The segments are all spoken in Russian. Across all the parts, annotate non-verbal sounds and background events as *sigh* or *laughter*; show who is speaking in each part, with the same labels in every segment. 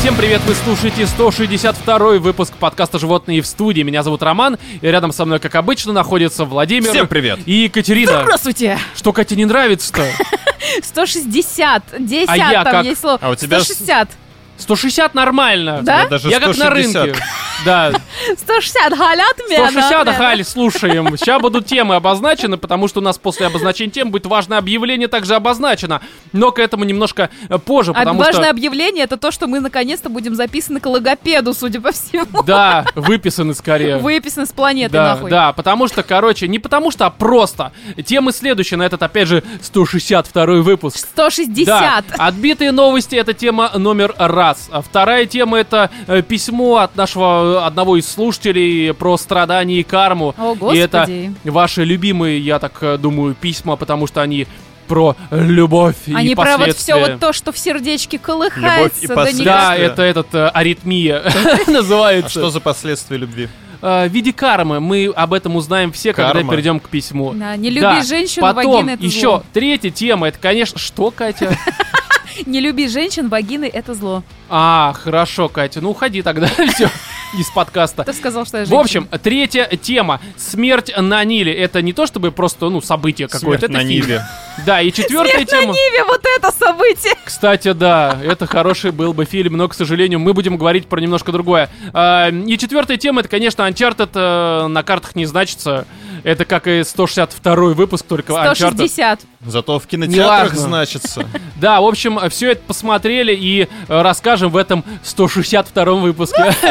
Speaker 1: Всем привет, вы слушаете 162-й выпуск подкаста «Животные в студии». Меня зовут Роман, и рядом со мной, как обычно, находится Владимир.
Speaker 2: Всем привет.
Speaker 1: И Екатерина.
Speaker 3: Здравствуйте!
Speaker 1: Что Кате не нравится-то?
Speaker 3: 160, 10
Speaker 1: А я
Speaker 3: там
Speaker 1: как?
Speaker 3: есть слово.
Speaker 2: А у тебя
Speaker 3: 160,
Speaker 1: 160 нормально.
Speaker 3: Да?
Speaker 2: Я даже
Speaker 1: Я как на
Speaker 2: 160.
Speaker 1: рынке.
Speaker 3: *laughs*
Speaker 1: Да,
Speaker 3: 160, халят меня.
Speaker 1: 160, Халь, слушаем. Сейчас будут темы обозначены, потому что у нас после обозначения тем будет важное объявление также обозначено. Но к этому немножко э, позже, потому
Speaker 3: А Важное
Speaker 1: что...
Speaker 3: объявление это то, что мы наконец-то будем записаны к логопеду, судя по всему.
Speaker 1: Да, выписаны скорее.
Speaker 3: Выписаны с планеты
Speaker 1: Э. да,
Speaker 3: нахуй.
Speaker 1: да, потому что, короче, не потому что, а просто. Темы следующие на этот, опять же, 162 выпуск.
Speaker 3: 160.
Speaker 1: Да, отбитые новости это тема номер раз. А Вторая тема это э, письмо от нашего э, одного из слушателей про страдания и карму.
Speaker 3: О,
Speaker 1: И это
Speaker 3: господи.
Speaker 1: ваши любимые, я так э, думаю, письма, потому что они про любовь
Speaker 3: Они
Speaker 1: и
Speaker 3: про вот
Speaker 1: последствия.
Speaker 3: все вот то, что в сердечке
Speaker 2: Любовь и
Speaker 3: колыхается. да не-
Speaker 2: последствия.
Speaker 1: Да, это этот э, аритмия *laughs*
Speaker 2: А
Speaker 1: называется.
Speaker 2: что за последствия любви?
Speaker 1: Э, в виде кармы. Мы об этом узнаем все, когда
Speaker 2: Карма.
Speaker 1: перейдем к письму.
Speaker 3: Да, не люби
Speaker 1: Да,
Speaker 3: женщину,
Speaker 1: Потом
Speaker 3: вагины это
Speaker 1: еще
Speaker 3: зло.
Speaker 1: третья тема, это, конечно, что, Катя?
Speaker 3: Не люби женщин, вагины это зло.
Speaker 1: А, хорошо, Катя, ну уходи тогда, *laughs* все, из подкаста.
Speaker 3: Кто сказал, что я
Speaker 1: В
Speaker 3: женщина?
Speaker 1: общем, третья тема. Смерть на Ниле. Это не то чтобы просто, ну, событие какое-то.
Speaker 2: Смерть
Speaker 1: это
Speaker 2: на
Speaker 1: фильм.
Speaker 2: Ниве.
Speaker 1: Да, и четвертая
Speaker 3: Смерть на
Speaker 1: тема.
Speaker 3: Ниве, вот это событие.
Speaker 1: Кстати, да, это хороший был бы фильм, но, к сожалению, мы будем говорить про немножко другое. А, И четвертая тема, это, конечно, Uncharted э, на картах не значится. Это как и 162 выпуск, только Uncharted.
Speaker 3: 160.
Speaker 2: Зато в кинотеатрах
Speaker 1: Неважно.
Speaker 2: значится.
Speaker 1: Да, в общем, все это посмотрели и э, расскажем в этом 162 выпуске. *laughs*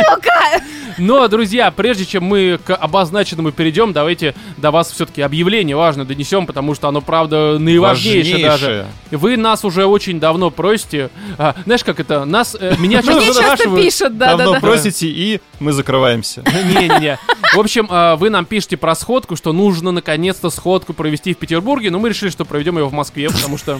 Speaker 1: Но, друзья, прежде чем мы к обозначенному перейдем, давайте до вас все-таки объявление важно донесем, потому что оно, правда, наиважнейшее даже.
Speaker 2: Важнейшее.
Speaker 1: Вы нас уже очень давно просите. А, знаешь, как это? Нас,
Speaker 3: *laughs*
Speaker 1: э, меня
Speaker 3: Мне
Speaker 1: часто
Speaker 3: часто
Speaker 1: спрашивают.
Speaker 3: пишут,
Speaker 2: Давно
Speaker 3: да-да-да.
Speaker 2: просите, и мы закрываемся.
Speaker 1: *laughs* Не-не-не. В общем, э, вы нам пишете про сходку, что нужно наконец-то сходку провести в Петербурге, но мы решили, что проведем ее в Москве, потому что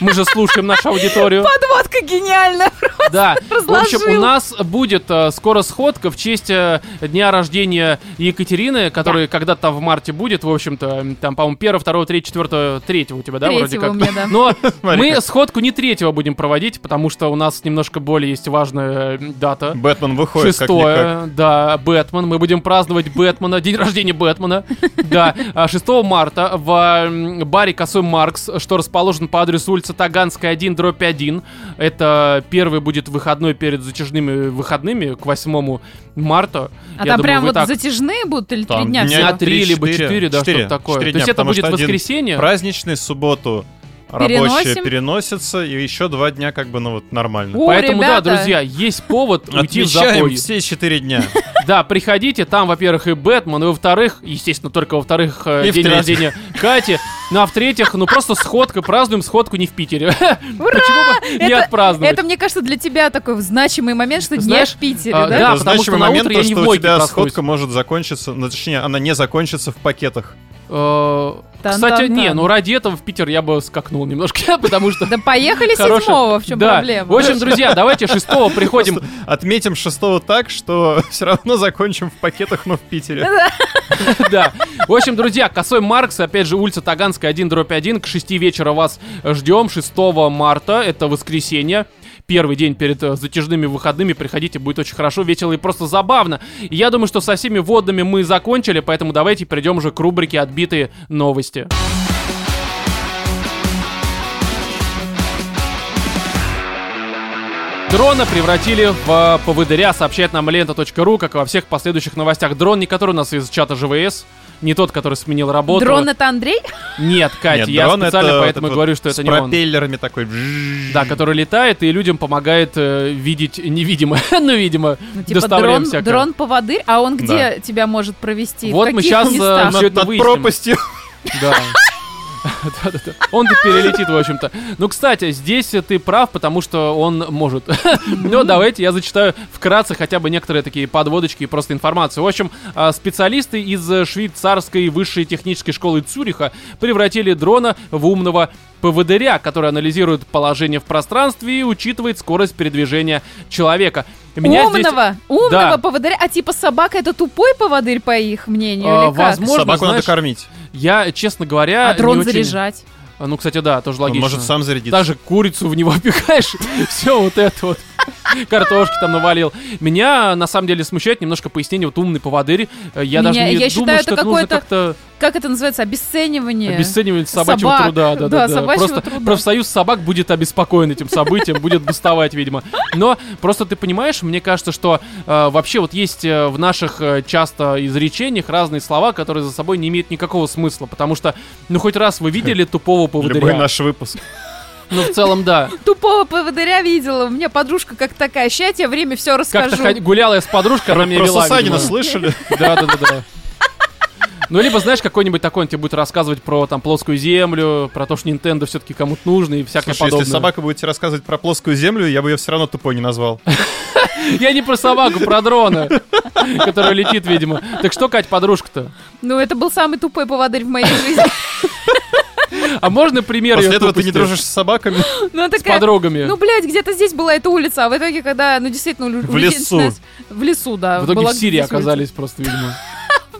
Speaker 1: мы же слушаем нашу
Speaker 3: *laughs*
Speaker 1: аудиторию.
Speaker 3: Подводка гениальная.
Speaker 1: Да. В общем, у
Speaker 3: разложил.
Speaker 1: нас будет э, скоро сходка в честь э, дня рождения Екатерины, который когда-то там в марте будет, в общем-то, м, там, по-моему, 1, 2, 3, 4, 3 у тебя, да, вроде
Speaker 3: Третьего
Speaker 1: как?
Speaker 3: у меня, да.
Speaker 1: Но
Speaker 2: *laughs* Смотри
Speaker 1: мы
Speaker 2: как.
Speaker 1: сходку не третьего будем проводить, потому что у нас немножко более есть важная э, дата.
Speaker 2: Бэтмен выходит как никак.
Speaker 1: Шестое, да, Бэтмен. Мы будем праздновать Бэтмена, день рождения
Speaker 2: *laughs*
Speaker 1: Бэтмена. Да, А, 6 марта в м, баре Косой Маркс, что расположен по адресу улица Таганская 1, дробь 1. Это первый будет выходной перед затяжными выходными к 8 марта.
Speaker 3: А
Speaker 1: Я
Speaker 3: там
Speaker 1: думаю,
Speaker 3: прям
Speaker 1: вы
Speaker 3: вот
Speaker 1: так
Speaker 3: затяжные будут или три
Speaker 2: Там
Speaker 3: дня
Speaker 2: дня
Speaker 3: всего?
Speaker 1: на 3 либо 4, да,
Speaker 2: Четыре.
Speaker 1: что-то такое.
Speaker 2: Четыре
Speaker 1: То есть
Speaker 2: дня,
Speaker 1: это
Speaker 2: потому
Speaker 1: будет
Speaker 2: что один
Speaker 1: воскресенье?
Speaker 2: Праздничный, субботу рабочие
Speaker 3: Переносим.
Speaker 2: переносится, и еще два дня как бы, ну вот, нормально.
Speaker 3: О,
Speaker 1: Поэтому, да,
Speaker 3: ребята.
Speaker 1: друзья, есть повод уйти в
Speaker 2: Отмечаем
Speaker 1: запой.
Speaker 2: все четыре дня.
Speaker 1: Да, приходите, там, во-первых, и Бэтмен, и во-вторых, естественно, только во-вторых, э,
Speaker 2: И
Speaker 1: день
Speaker 2: в-третьих.
Speaker 1: рождения Кати. Ну а в-третьих, ну просто сходка, празднуем сходку не в Питере. *laughs* Почему бы не
Speaker 3: Это-
Speaker 1: отпраздновать?
Speaker 3: Это, мне кажется, для тебя такой значимый момент, что дня
Speaker 1: Знаешь,
Speaker 3: в Питере,
Speaker 1: а, *laughs*
Speaker 3: да?
Speaker 1: да.
Speaker 2: Это
Speaker 1: потому что
Speaker 2: значимый
Speaker 1: на
Speaker 2: момент,
Speaker 1: утро
Speaker 2: то,
Speaker 1: я не
Speaker 2: что
Speaker 1: в
Speaker 2: у
Speaker 1: Войке
Speaker 2: тебя
Speaker 1: проснусь.
Speaker 2: сходка может закончиться, ну, точнее, она не закончится в пакетах.
Speaker 1: Э, Кстати,
Speaker 3: Тан-тан-тан.
Speaker 1: не, ну ради этого в Питер я бы скакнул немножко, *laughs* потому что...
Speaker 3: Да поехали
Speaker 1: хорошая-
Speaker 3: седьмого, в чем
Speaker 1: Да.
Speaker 3: проблема?
Speaker 1: В общем, друзья, давайте шестого приходим.
Speaker 2: Просто отметим шестого так, что *laughs* все равно закончим в пакетах, но в Питере.
Speaker 1: *laughs* Да. В общем, друзья, косой Маркс, опять же, улица Таганская 1 дробь 1. К 6 вечера вас ждем. 6 марта, это воскресенье. Первый день перед э, затяжными выходными. Приходите, будет очень хорошо, весело и просто забавно. И Я думаю, что со всеми водными мы закончили, поэтому давайте перейдем уже к рубрике «Отбитые новости». Дрона превратили в э, поводыря, сообщает нам лента.ру, как и во всех последующих новостях. Дрон не который у нас из чата ЖВС, не тот, который сменил работу.
Speaker 3: Дрон это Андрей?
Speaker 1: Нет, Катя,
Speaker 2: Нет,
Speaker 1: я
Speaker 2: дрон
Speaker 1: специально
Speaker 2: это
Speaker 1: поэтому и
Speaker 2: вот
Speaker 1: говорю, что это
Speaker 2: с
Speaker 1: не он.
Speaker 2: пропеллерами такой.
Speaker 1: Да, который летает и людям помогает э, видеть невидимое. *laughs* ну, видимо,
Speaker 3: Ну, типа
Speaker 1: доставляем
Speaker 3: дрон,
Speaker 1: всякое.
Speaker 3: дрон поводырь, а он где
Speaker 2: Да.
Speaker 3: тебя может провести?
Speaker 1: Вот
Speaker 3: в
Speaker 1: мы
Speaker 3: каких
Speaker 1: щас, э,
Speaker 3: местах?
Speaker 1: всё это
Speaker 2: над
Speaker 1: выясним.
Speaker 2: пропастью.
Speaker 1: Да. *laughs* Да-да-да. Он тут перелетит, в общем-то. Ну, кстати, здесь ты прав, потому что он может. *laughs* Но давайте я зачитаю вкратце хотя бы некоторые такие подводочки и просто информацию. В общем, а, специалисты из э, швейцарской высшей технической школы Цюриха превратили дрона в умного ПВДря, который анализирует положение в пространстве и учитывает скорость передвижения человека. Меня здесь,
Speaker 3: умного, умного
Speaker 1: Да.
Speaker 3: поводыря. А типа собака это тупой поводырь, по их мнению,
Speaker 1: А,
Speaker 3: или как?
Speaker 1: возможно,
Speaker 2: Собаку
Speaker 1: знаешь,
Speaker 2: надо кормить.
Speaker 1: Я, честно говоря,
Speaker 3: А дрон
Speaker 1: не очень-
Speaker 3: заряжать.
Speaker 1: Ну, кстати, да, тоже
Speaker 2: Он
Speaker 1: логично.
Speaker 2: может сам
Speaker 1: *laughs*
Speaker 2: зарядиться.
Speaker 1: Даже курицу в него пихаешь. Все вот это вот. картошки там навалил. Меня, на самом деле, смущает немножко пояснение, вот умный поводырь. Э, Я
Speaker 3: Меня-
Speaker 1: даже не
Speaker 3: я считаю,
Speaker 1: думаю,
Speaker 3: это
Speaker 1: что это нужно
Speaker 3: какое-то
Speaker 1: как-то
Speaker 3: Как это называется? Обесценивание.
Speaker 1: обесценивать собачьего
Speaker 3: собак.
Speaker 1: труда. Да, да,
Speaker 3: Да,
Speaker 1: да.
Speaker 3: собачьего
Speaker 1: просто
Speaker 3: труда.
Speaker 1: профсоюз собак будет обеспокоен этим событием, будет бастовать, видимо. Но просто ты понимаешь, мне кажется, что э, вообще вот есть э, в наших э, часто изречениях разные слова, которые за собой не имеют никакого смысла, потому что, ну, хоть раз вы видели тупого
Speaker 2: Любой
Speaker 1: поводыря.
Speaker 2: наш выпуск.
Speaker 1: Ну, в целом, да.
Speaker 3: Тупого поводыря видела. У меня подружка как такая. Сейчас я время все
Speaker 1: Как-то
Speaker 3: расскажу.
Speaker 1: ход- гуляла я с подружкой, она
Speaker 2: Про
Speaker 1: меня
Speaker 2: про
Speaker 1: вела.
Speaker 2: Сусанина
Speaker 1: видимо.
Speaker 2: слышали?
Speaker 1: Да, да, да, да. Ну, либо, знаешь, какой-нибудь такой он тебе будет рассказывать про там плоскую землю, про то, что Nintendo все-таки кому-то нужно и всякое
Speaker 2: Слушай, если
Speaker 1: подобное.
Speaker 2: собака будет тебе рассказывать про плоскую землю, я бы ее все равно тупой не назвал.
Speaker 1: Я не про собаку, про дрона, который летит, видимо. Так что, Кать, подружка-то?
Speaker 3: Ну, это был самый тупой поводырь
Speaker 1: *laughs*
Speaker 3: в моей жизни.
Speaker 1: А можно пример
Speaker 2: После
Speaker 1: её
Speaker 2: этого ты не
Speaker 1: тупости
Speaker 2: дружишь с собаками.
Speaker 3: Ну, она
Speaker 1: с
Speaker 3: такая,
Speaker 1: подругами?
Speaker 3: Ну, блядь, где-то здесь была эта улица, а в итоге, когда, ну, действительно, улю-
Speaker 2: В
Speaker 3: улица
Speaker 2: лесу.
Speaker 3: начинается- В лесу, да.
Speaker 1: В итоге
Speaker 3: была
Speaker 1: в Сирии
Speaker 3: здесь улица. Ну,
Speaker 1: оказались просто, видимо.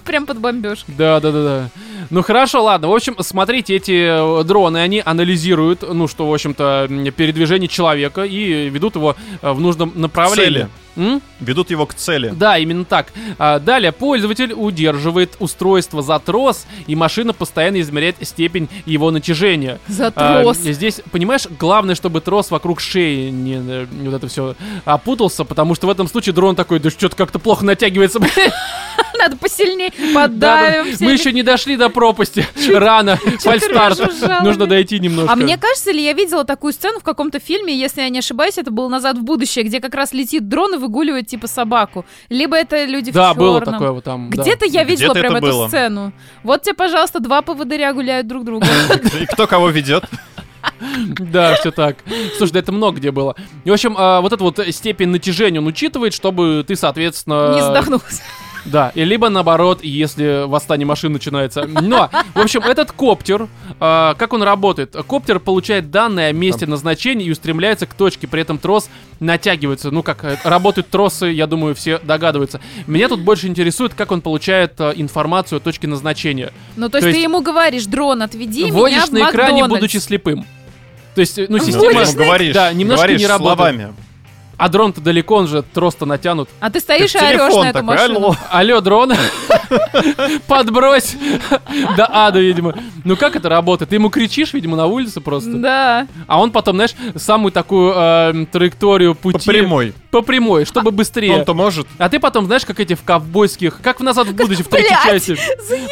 Speaker 3: Прям под бомбеж.
Speaker 1: Да, да, да, да. Ну хорошо, ладно. В общем, смотрите, эти э, дроны, они анализируют, ну что, в общем-то, м, передвижение человека и ведут его э, в нужном направлении.
Speaker 2: Цели.
Speaker 1: М?
Speaker 2: Ведут его к цели.
Speaker 1: Да, именно так. А, далее пользователь удерживает устройство за трос, и машина постоянно измеряет степень его натяжения.
Speaker 3: За
Speaker 1: А,
Speaker 3: трос.
Speaker 1: здесь, понимаешь, главное, чтобы трос вокруг шеи не э, не вот это все опутался, потому что в этом случае дрон такой, да что-то как-то плохо натягивается. *laughs*
Speaker 3: Надо посильнее,
Speaker 1: Да, да.
Speaker 3: поддавим.
Speaker 1: Мы
Speaker 3: всеми.
Speaker 1: еще не дошли до
Speaker 3: *laughs*
Speaker 1: пропасти. Рано. Фальстарт.
Speaker 3: разжужжала.
Speaker 1: Нужно дойти немножко.
Speaker 3: А мне кажется, ли я видела такую сцену в каком-то фильме, если я не ошибаюсь, это был «Назад в будущее», где как раз летит дрон и выгуливает типа собаку. Либо это люди в
Speaker 1: Да, было
Speaker 3: чёрном.
Speaker 1: такое вот там. да.
Speaker 3: Где-то я видела
Speaker 2: Где-то
Speaker 3: прям
Speaker 2: это
Speaker 3: эту
Speaker 2: было.
Speaker 3: сцену. Вот тебе, пожалуйста, два поводыря гуляют
Speaker 1: *laughs*
Speaker 3: друг друга.
Speaker 2: И кто кого ведет?
Speaker 1: *laughs* Да, все так. Слушай, да это много где было. И, в общем, а, вот эту вот степень натяжения он учитывает, чтобы ты, соответственно...
Speaker 3: Не задохнулся.
Speaker 1: Да, и либо наоборот, если восстание машин начинается. Но, в общем, этот коптер, а, как он работает? Коптер получает данные о месте назначения и устремляется к точке, при этом трос натягивается. Ну, как э, работают тросы, я думаю, все догадываются. Меня тут больше интересует, как он получает а, информацию о точке назначения.
Speaker 3: Ну, то
Speaker 1: То
Speaker 3: есть ты
Speaker 1: есть-
Speaker 3: ему говоришь, дрон, отведи меня
Speaker 1: Вводишь
Speaker 3: в
Speaker 1: на экране,
Speaker 3: Макдональдс».
Speaker 1: будучи слепым. То есть, э, ну,
Speaker 3: Ну,
Speaker 1: *laughs*
Speaker 2: Ты
Speaker 1: система...
Speaker 2: ему говоришь,
Speaker 1: Да, немножко
Speaker 2: говоришь
Speaker 1: не работает.
Speaker 2: словами.
Speaker 1: А дрон-то далеко, он же трос-то натянут.
Speaker 3: А ты
Speaker 2: Ты в
Speaker 3: стоишь и орешь
Speaker 2: телефон
Speaker 3: на эту
Speaker 2: такой,
Speaker 3: машину.
Speaker 2: алло.
Speaker 1: Алло, дрон, подбрось до ада, видимо. Ну как это работает? Ты ему кричишь, видимо, на улице просто.
Speaker 3: Да.
Speaker 1: А он потом, знаешь, самую такую эм, траекторию пути...
Speaker 2: По прямой.
Speaker 1: По прямой, чтобы быстрее.
Speaker 2: Он-то может.
Speaker 1: А ты потом, знаешь, как эти в ковбойских... Как в «Назад в будущее» в третьей
Speaker 3: Блядь,
Speaker 1: части.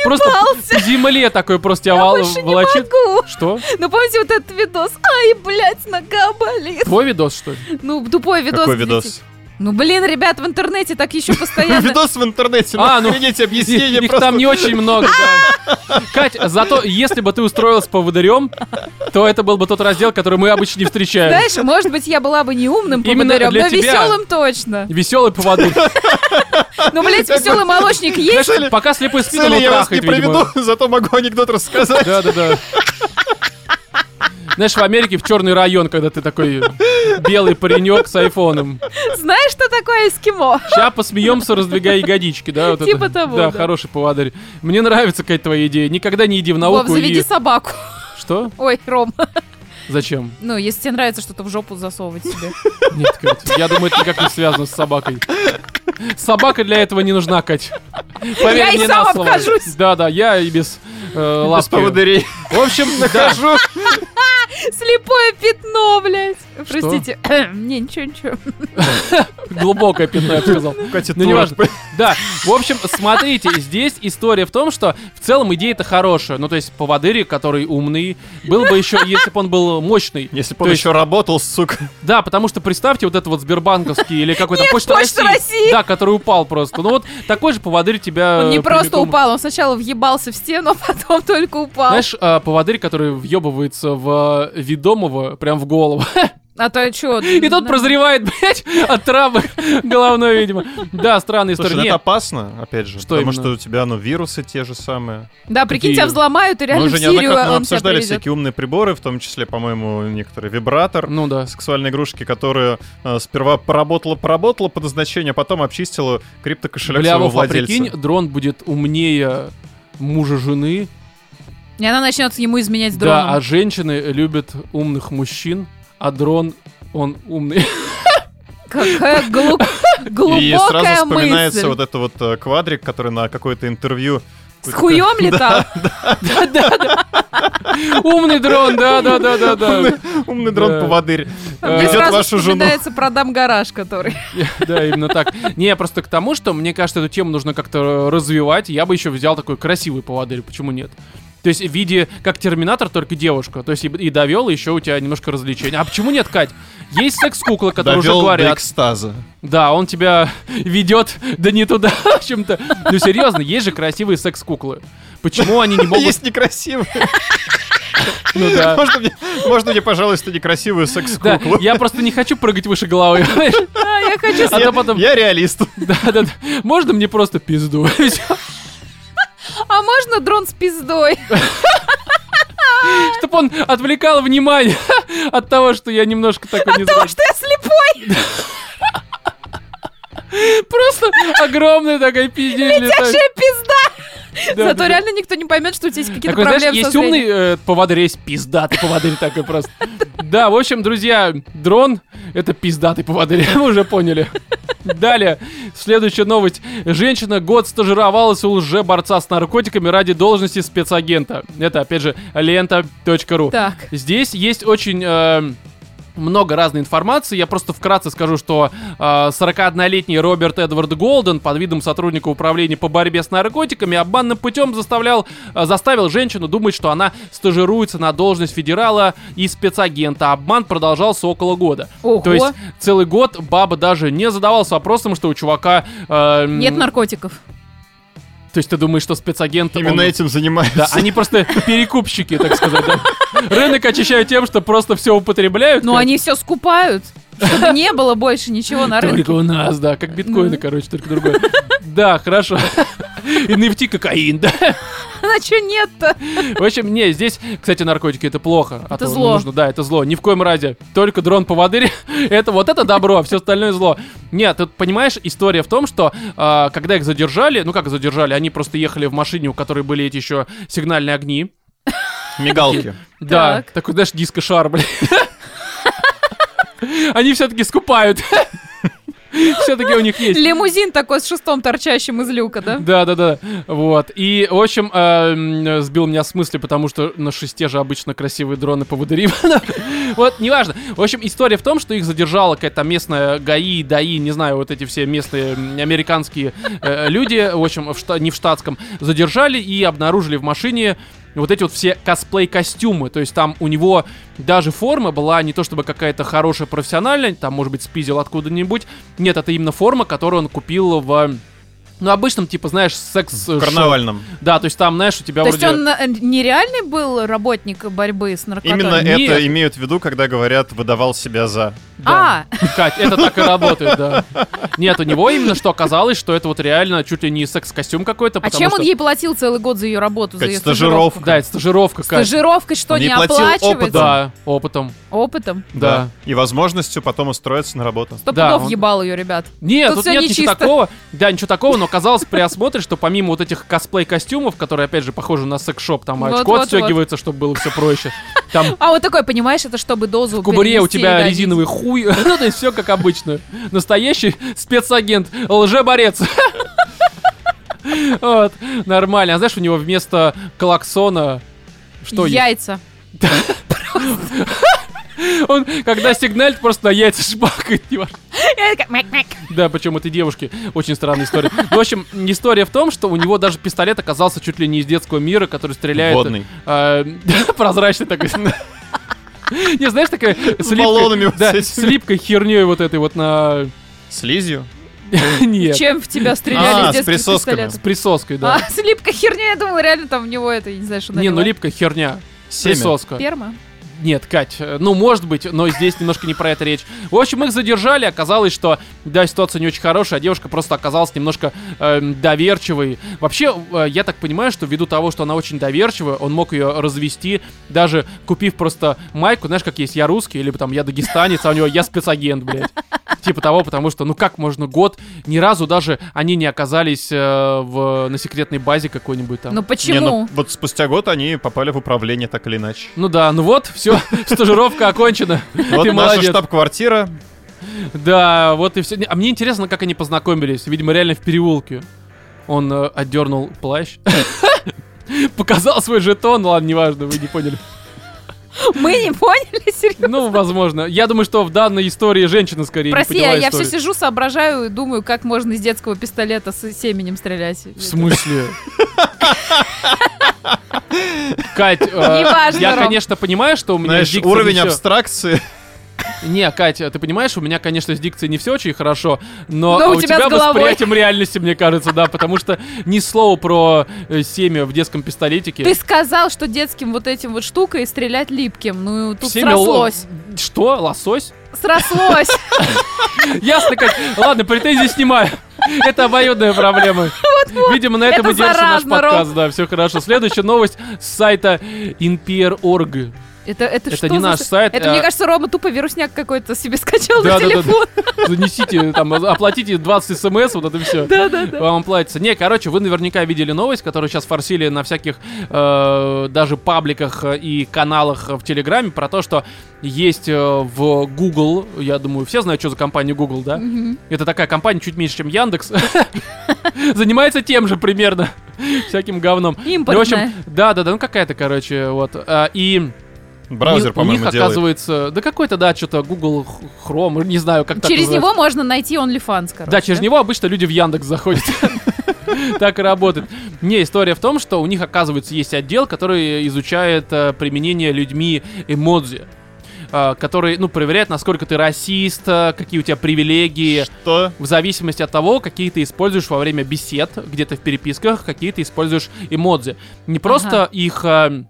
Speaker 1: Просто по земле такой просто тебя вол-
Speaker 3: больше не
Speaker 1: волочит.
Speaker 3: могу.
Speaker 1: Что?
Speaker 3: Ну, помните вот этот видос? Ай, блядь, нога болит.
Speaker 1: Твой видос, что ли?
Speaker 3: Ну, тупой видос.
Speaker 2: Какой
Speaker 3: где
Speaker 2: видос?
Speaker 3: типа- Ну, блин, ребят, в интернете так еще постоянно.
Speaker 2: *laughs* Видос в интернете.
Speaker 1: А,
Speaker 2: А,
Speaker 1: ну,
Speaker 2: ну, охренеть, объяснение
Speaker 1: Их
Speaker 2: просто.
Speaker 1: там не очень много, да. Кать, зато если бы ты устроилась поводырем, то это был бы тот раздел, который мы обычно не встречаем.
Speaker 3: Знаешь, может быть, я была бы не умным
Speaker 1: Именно
Speaker 3: поводырем,
Speaker 1: для
Speaker 3: но
Speaker 1: тебя.
Speaker 3: веселым точно.
Speaker 1: Веселый
Speaker 2: *laughs*
Speaker 1: поводырь.
Speaker 3: Ну, блядь,
Speaker 2: Как бы-
Speaker 3: веселый молочник есть.
Speaker 2: *laughs*
Speaker 1: Знаешь, пока слепой спит, он
Speaker 2: Цели
Speaker 1: его
Speaker 2: я вас не
Speaker 1: трахает,
Speaker 2: проведу, *laughs*
Speaker 1: видимо.
Speaker 2: зато могу анекдот рассказать.
Speaker 1: Да, да, да. Знаешь, в Америке в черный район, когда ты такой белый паренек с айфоном.
Speaker 3: Знаешь, что такое эскимо?
Speaker 1: Ща посмеемся, раздвигая ягодички, да? вот это.
Speaker 3: Типа того,
Speaker 1: Да,
Speaker 3: да.
Speaker 1: хороший поводырь. Мне нравится какая-то твоя идея. Никогда не иди в
Speaker 3: Вов,
Speaker 1: науку
Speaker 3: заведи
Speaker 1: и...
Speaker 3: собаку. *laughs*
Speaker 1: Что?
Speaker 3: Ой, Ром.
Speaker 1: Зачем?
Speaker 3: Ну, если тебе нравится что-то в жопу засовывать себе. *laughs*
Speaker 1: Нет, Кать, я думаю, это никак не связано с собакой. Собака для этого не нужна, Кать. Поверь
Speaker 3: Я и
Speaker 1: мне
Speaker 3: сам
Speaker 1: на слово.
Speaker 3: обхожусь.
Speaker 1: Да-да, я и без э,
Speaker 2: Без
Speaker 1: лапки.
Speaker 2: поводырей.
Speaker 1: В
Speaker 2: *laughs*
Speaker 1: общем, да.
Speaker 2: Хожу.
Speaker 3: Слепое пятно, блядь. Простите. *clears throat* Не, ничего, ничего.
Speaker 1: Глубокое пятно, я бы сказал.
Speaker 2: Катя
Speaker 1: Ну,
Speaker 2: Тур.
Speaker 1: неважно.
Speaker 2: *laughs*
Speaker 1: Да, в общем, смотрите, здесь история в том, что в целом идея-то хорошая. Ну, то есть поводырь, который умный, был бы еще, если бы он был мощный.
Speaker 2: Если бы
Speaker 1: То
Speaker 2: он
Speaker 1: есть-
Speaker 2: еще работал, сука.
Speaker 1: Да, потому что представьте вот это вот Сбербанковский или какой-то почта,
Speaker 3: Почта России.
Speaker 1: Да, который упал просто. Ну вот такой же поводырь тебя...
Speaker 3: Он не
Speaker 1: э,
Speaker 3: просто
Speaker 1: прямиком-
Speaker 3: упал, он сначала въебался в стену, *laughs* а потом только упал.
Speaker 1: Знаешь, э, поводырь, который въебывается в э, ведомого прям в голову.
Speaker 3: А то что?
Speaker 1: И тот прозревает, *laughs* блядь, от травмы головной, видимо. Да, странная история.
Speaker 2: Слушай, ну
Speaker 1: Нет,
Speaker 2: это опасно, опять же.
Speaker 1: Что
Speaker 2: потому
Speaker 1: именно?
Speaker 2: что у тебя, ну, вирусы те же самые.
Speaker 3: Да, прикинь,
Speaker 1: Такие-
Speaker 3: тебя взломают и
Speaker 2: Мы
Speaker 3: реально в
Speaker 2: уже
Speaker 3: Сирию
Speaker 2: неоднократно
Speaker 3: он тебя
Speaker 2: обсуждали
Speaker 3: привезет.
Speaker 2: всякие умные приборы, в том числе, по-моему, некоторые вибратор,
Speaker 1: Ну да.
Speaker 2: сексуальные игрушки, которые э, сперва поработала-поработала по назначению, а потом обчистила криптокошелек
Speaker 1: Бля,
Speaker 2: своего
Speaker 1: Вов, а
Speaker 2: владельца.
Speaker 1: прикинь, дрон будет умнее мужа жены.
Speaker 3: И она начнет ему изменять с
Speaker 1: Да, а
Speaker 3: дроном.
Speaker 1: женщины любят умных мужчин, а дрон, он умный.
Speaker 3: Какая глу-
Speaker 2: И сразу
Speaker 3: глубокая
Speaker 2: вспоминается
Speaker 3: мысль.
Speaker 2: вот этот вот э, квадрик, который на какое-то интервью...
Speaker 3: С хуем
Speaker 1: *laughs*
Speaker 3: летал?
Speaker 1: *laughs* Умный дрон, да-да-да-да-да.
Speaker 2: Умный
Speaker 1: *laughs*
Speaker 2: дрон
Speaker 1: Да.
Speaker 2: по воды
Speaker 1: Там
Speaker 3: Мне
Speaker 1: Ведёт
Speaker 2: Везет
Speaker 3: сразу
Speaker 2: вашу жену.
Speaker 3: вспоминается продам
Speaker 1: *laughs*
Speaker 3: гараж, который...
Speaker 1: Да, именно так. Не, я просто к тому, что мне кажется, эту тему нужно как-то развивать. Я бы еще взял такой красивый поводырь, почему нет? То есть в виде, как Терминатор, только девушка. То есть и, и довел, и еще у тебя немножко развлечения. А почему нет, Кать? Есть секс-кукла, которые уже
Speaker 2: Довёл до
Speaker 1: говорят.
Speaker 2: экстаза.
Speaker 1: Да, он тебя *laughs* ведет, да не туда, *laughs* в общем-то. Ну серьезно, есть же красивые секс-куклы. Почему они не могут...
Speaker 2: Есть некрасивые.
Speaker 1: Ну *laughs* да.
Speaker 2: Можно мне- Можно мне, пожалуйста, некрасивую
Speaker 1: Да,
Speaker 2: секс-куклу?
Speaker 1: я просто не хочу прыгать выше головы. *laughs* понимаешь?
Speaker 3: А, я хочу... с-
Speaker 1: А то потом...
Speaker 2: Я реалист.
Speaker 1: Да, да, да. Можно мне просто пизду? *laughs*
Speaker 3: А можно дрон с пиздой? *laughs*
Speaker 1: Чтобы он отвлекал внимание *laughs* от того, что я немножко так вот не знаю.
Speaker 3: Что я слепой?
Speaker 1: Просто огромная такая пиздец.
Speaker 3: Летящая пизда! Зато А реально никто не поймет, что у тебя есть какие-то
Speaker 1: Такой, знаешь,
Speaker 3: проблемы со
Speaker 1: есть
Speaker 3: зрением.
Speaker 1: умный э, поводырь, есть пиздатый поводырь такой просто. Да, в общем, друзья, дрон — это пиздатый поводырь, *laughs* вы уже поняли. Далее, следующая новость. Женщина год стажировалась у лже-борца с наркотиками ради должности спецагента. Это, опять же, лента.ру.
Speaker 3: Так.
Speaker 1: *laughs* Здесь есть очень... эм, много разной информации. Я просто вкратце скажу, что э, 41-летний Роберт Эдвард Голден под видом сотрудника управления по борьбе с наркотиками обманным путем заставлял, э, заставил женщину думать, что она стажируется на должность федерала и спецагента. Обман продолжался около года.
Speaker 3: Ого.
Speaker 1: То есть целый год баба даже не задавалась вопросом, что у чувака... э, м, *laughs*
Speaker 3: Нет наркотиков.
Speaker 1: То есть ты думаешь, что спецагент... он-
Speaker 2: Именно этим
Speaker 1: Да,
Speaker 2: занимаются.
Speaker 1: они просто перекупщики, так сказать. да. Рынок очищают тем, что просто все употребляют.
Speaker 3: Ну,
Speaker 1: как-
Speaker 3: они все скупают. Чтобы не было больше ничего на рынке.
Speaker 1: Только у нас, да, как биткоины,
Speaker 3: Ну.
Speaker 1: короче, только другое. Да, хорошо. И NFT кокаин, да.
Speaker 3: А что нет-то?
Speaker 1: В общем, не, здесь, кстати, наркотики это плохо. а
Speaker 3: Это
Speaker 1: то
Speaker 3: зло.
Speaker 1: нужно- да, это зло. Ни в коем разе. Только дрон по воды. *laughs* это вот это добро, а все остальное зло. Нет, тут понимаешь, история в том, что а, когда их задержали, ну как задержали, они просто ехали в машине, у которой были эти еще сигнальные огни.
Speaker 2: *laughs* Мигалки.
Speaker 1: Да,
Speaker 3: Так.
Speaker 1: такой, знаешь, диско-шар, блин. *laughs* Они все-таки скупают. *laughs* Все-таки у них есть.
Speaker 3: Лимузин такой с шестом торчащим из люка, да?
Speaker 1: Да, да, да. Вот. И, в общем, эм, э, сбил меня с мысли, потому что на шесте же обычно красивые дроны по *laughs* Вот, неважно. В общем, история в том, что их задержала какая-то там местная ГАИ, ДАИ, не знаю, вот эти все местные м, американские э, люди, в общем, в шта- не в штатском, задержали и обнаружили в машине вот эти вот все косплей-костюмы. То есть там у него даже форма была не то чтобы какая-то хорошая профессиональная, там, может быть, спиздил откуда-нибудь. Нет, это именно форма, которую он купил в... Ну, обычном, типа, знаешь, секс...
Speaker 2: В карнавальном.
Speaker 1: Да, то есть там, знаешь, у тебя
Speaker 3: То есть
Speaker 1: вроде...
Speaker 3: он э, нереальный был работник борьбы с наркотой?
Speaker 2: Именно
Speaker 1: Нет.
Speaker 2: это имеют в виду, когда говорят «выдавал себя за».
Speaker 1: Да.
Speaker 3: А,
Speaker 1: Кать, это так и работает, да. Нет, у него именно что оказалось, что это вот реально чуть ли не секс-костюм какой-то.
Speaker 3: а
Speaker 1: потому
Speaker 3: чем
Speaker 1: что...
Speaker 3: он ей платил целый год за ее работу, за
Speaker 2: Кать,
Speaker 3: ее
Speaker 2: стажировка.
Speaker 1: Да, это стажировка, Кать.
Speaker 3: Стажировка что,
Speaker 2: Он
Speaker 3: не
Speaker 2: ей платил
Speaker 3: оплачивается?
Speaker 1: Да, опытом.
Speaker 3: Опытом?
Speaker 1: Да.
Speaker 2: И возможностью потом устроиться на работу.
Speaker 3: Сто
Speaker 1: Да,
Speaker 3: пудов
Speaker 1: он-
Speaker 3: ебал ее, ребят.
Speaker 1: Нет,
Speaker 3: Тут
Speaker 1: тут,
Speaker 3: всё
Speaker 1: нет ничего
Speaker 3: нечисто.
Speaker 1: такого. Да, ничего такого, но оказалось при осмотре, что помимо вот этих косплей-костюмов, которые, опять же, похожи на секс-шоп, там
Speaker 3: Вот,
Speaker 1: очко
Speaker 3: вот, вот.
Speaker 1: отстегивается, чтобы было все проще. Там
Speaker 3: А вот такой, понимаешь, это чтобы дозу
Speaker 1: в кубуре у
Speaker 3: перенести
Speaker 1: тебя
Speaker 3: и давить.
Speaker 1: резиновый хуй. *laughs* Ну, то есть все как обычно. Настоящий спецагент, лжеборец. *laughs* Вот, нормально. А знаешь, у него вместо клаксона что есть?
Speaker 3: Яйца.
Speaker 1: Он, когда сигналит, просто на яйца шпакает. неважно.
Speaker 3: Я такая, «Мяк-мяк».
Speaker 1: Да, причем этой девушки. Очень странная история. Ну, В общем, история в том, что у него даже пистолет оказался чуть ли не из детского мира, который стреляет...
Speaker 2: Водный.
Speaker 1: э, *laughs* Прозрачный такой. *laughs* Не, знаешь, такая с
Speaker 2: баллонами
Speaker 1: липкой,
Speaker 2: вот
Speaker 1: да,
Speaker 2: этими.
Speaker 1: с липкой херней вот этой вот на...
Speaker 2: Слизью?
Speaker 1: *laughs* Нет,
Speaker 3: Чем в тебя
Speaker 2: А,
Speaker 3: стреляли
Speaker 2: с
Speaker 3: из детских
Speaker 2: присосками.
Speaker 1: с
Speaker 3: пистолетов?
Speaker 1: присоской, да.
Speaker 3: А, с липкой херня, я думала, реально там у него это, я не знаю, что
Speaker 1: Не, ну
Speaker 3: налила.
Speaker 1: липкая херня.
Speaker 2: Семя.
Speaker 1: Присоска.
Speaker 3: Сперма?
Speaker 1: Нет, Кать, э, ну может быть, но здесь немножко не про это речь. В общем, их задержали, оказалось, что да, ситуация не очень хорошая, а девушка просто оказалась немножко эм, доверчивой. Вообще, э, я так понимаю, что ввиду того, что она очень доверчивая, он мог ее развести, даже купив просто майку, знаешь, как есть я русский, или там я дагестанец, а у него я спецагент, блядь. Типа того, потому что, ну как можно год, ни разу даже они не оказались э, в, на секретной базе какой-нибудь там.
Speaker 2: Не,
Speaker 3: Ну
Speaker 2: ну,
Speaker 3: почему?
Speaker 2: вот спустя год они попали в управление так или иначе.
Speaker 1: Ну да, ну вот, все, *laughs* стажировка окончена.
Speaker 2: Вот
Speaker 1: Ты
Speaker 2: наша
Speaker 1: молодец.
Speaker 2: штаб-квартира.
Speaker 1: Да, вот и все. А мне интересно, как они познакомились. Видимо, реально в переулке. Он э, отдернул плащ. *laughs* Показал свой жетон, ладно, неважно, вы не поняли.
Speaker 3: Мы не поняли, серьезно.
Speaker 1: Ну, возможно. Я думаю, что в данной истории женщина скорее не
Speaker 3: Прости,
Speaker 1: поняла
Speaker 3: а я все
Speaker 1: историю.
Speaker 3: сижу, соображаю и думаю, как можно из детского пистолета с семенем стрелять.
Speaker 1: В
Speaker 3: *laughs*
Speaker 1: смысле? Кать, э,
Speaker 3: Неважно,
Speaker 1: я,
Speaker 3: Ром.
Speaker 1: конечно, понимаю, что у меня с
Speaker 2: Знаешь,
Speaker 1: дикцией
Speaker 2: уровень
Speaker 1: не всё-
Speaker 2: абстракции. *laughs*
Speaker 1: Не, Катя, ты понимаешь, у меня, конечно, с дикцией не все очень хорошо, но,
Speaker 3: Но у
Speaker 1: а
Speaker 3: тебя с головой.
Speaker 1: восприятием реальности, мне кажется, да, потому что ни слова про э, семя в детском пистолетике.
Speaker 3: Ты сказал, что детским вот этим вот штукой стрелять липким. Ну, тут
Speaker 1: Семя ло-
Speaker 3: срослось.
Speaker 1: Что? Лосось?
Speaker 3: Срослось.
Speaker 1: *laughs* Ясно, Кать. Ладно, претензии снимаю. *laughs* Это обоюдная проблема.
Speaker 3: *laughs*
Speaker 1: Видимо, на этом
Speaker 3: Это
Speaker 1: и держится наш
Speaker 3: заразно,
Speaker 1: подкаст. Да, все хорошо. Следующая новость с сайта inpr.org.
Speaker 3: Это, это,
Speaker 1: Это
Speaker 3: что
Speaker 1: не
Speaker 3: за
Speaker 1: наш
Speaker 3: ш-
Speaker 1: сайт,
Speaker 3: Это,
Speaker 1: а-
Speaker 3: мне кажется, Рома тупо вирусняк какой-то себе скачал на
Speaker 1: Да, да, да, да.
Speaker 3: телефон.
Speaker 1: Занесите, там, оплатите 20 смс, вот это все.
Speaker 3: Да-да-да.
Speaker 1: Вам платится. Не, короче, вы наверняка видели новость, которую сейчас форсили на всяких э, даже пабликах э, и каналах э, в Телеграме про то, что есть э, в Google, я думаю, все знают, что за компания Google, да?
Speaker 3: Мгм.
Speaker 1: Это такая компания чуть меньше, чем Яндекс. *laughs* Занимается тем же примерно. *laughs* Всяким говном. Ну, в общем,
Speaker 3: Импортная.
Speaker 1: да, да, да, ну какая-то, короче, вот. А, И
Speaker 2: Браузер,
Speaker 1: у них,
Speaker 2: по-моему, делает.
Speaker 1: оказывается, да какой-то, да, что-то Google Х- Chrome, не знаю, как так
Speaker 3: Через
Speaker 1: называется.
Speaker 3: него можно найти OnlyFans, короче.
Speaker 1: Да, через него обычно люди в Яндекс заходят. *laughs* Так и работает. Не, история в том, что у них, оказывается, есть отдел, который изучает э, применение людьми эмодзи. э, Который, ну, проверяет, насколько ты расист, э, какие у тебя привилегии,
Speaker 2: Что?
Speaker 1: в зависимости от того, какие ты используешь во время бесед, где-то в переписках, какие ты используешь эмодзи. Не просто их... э,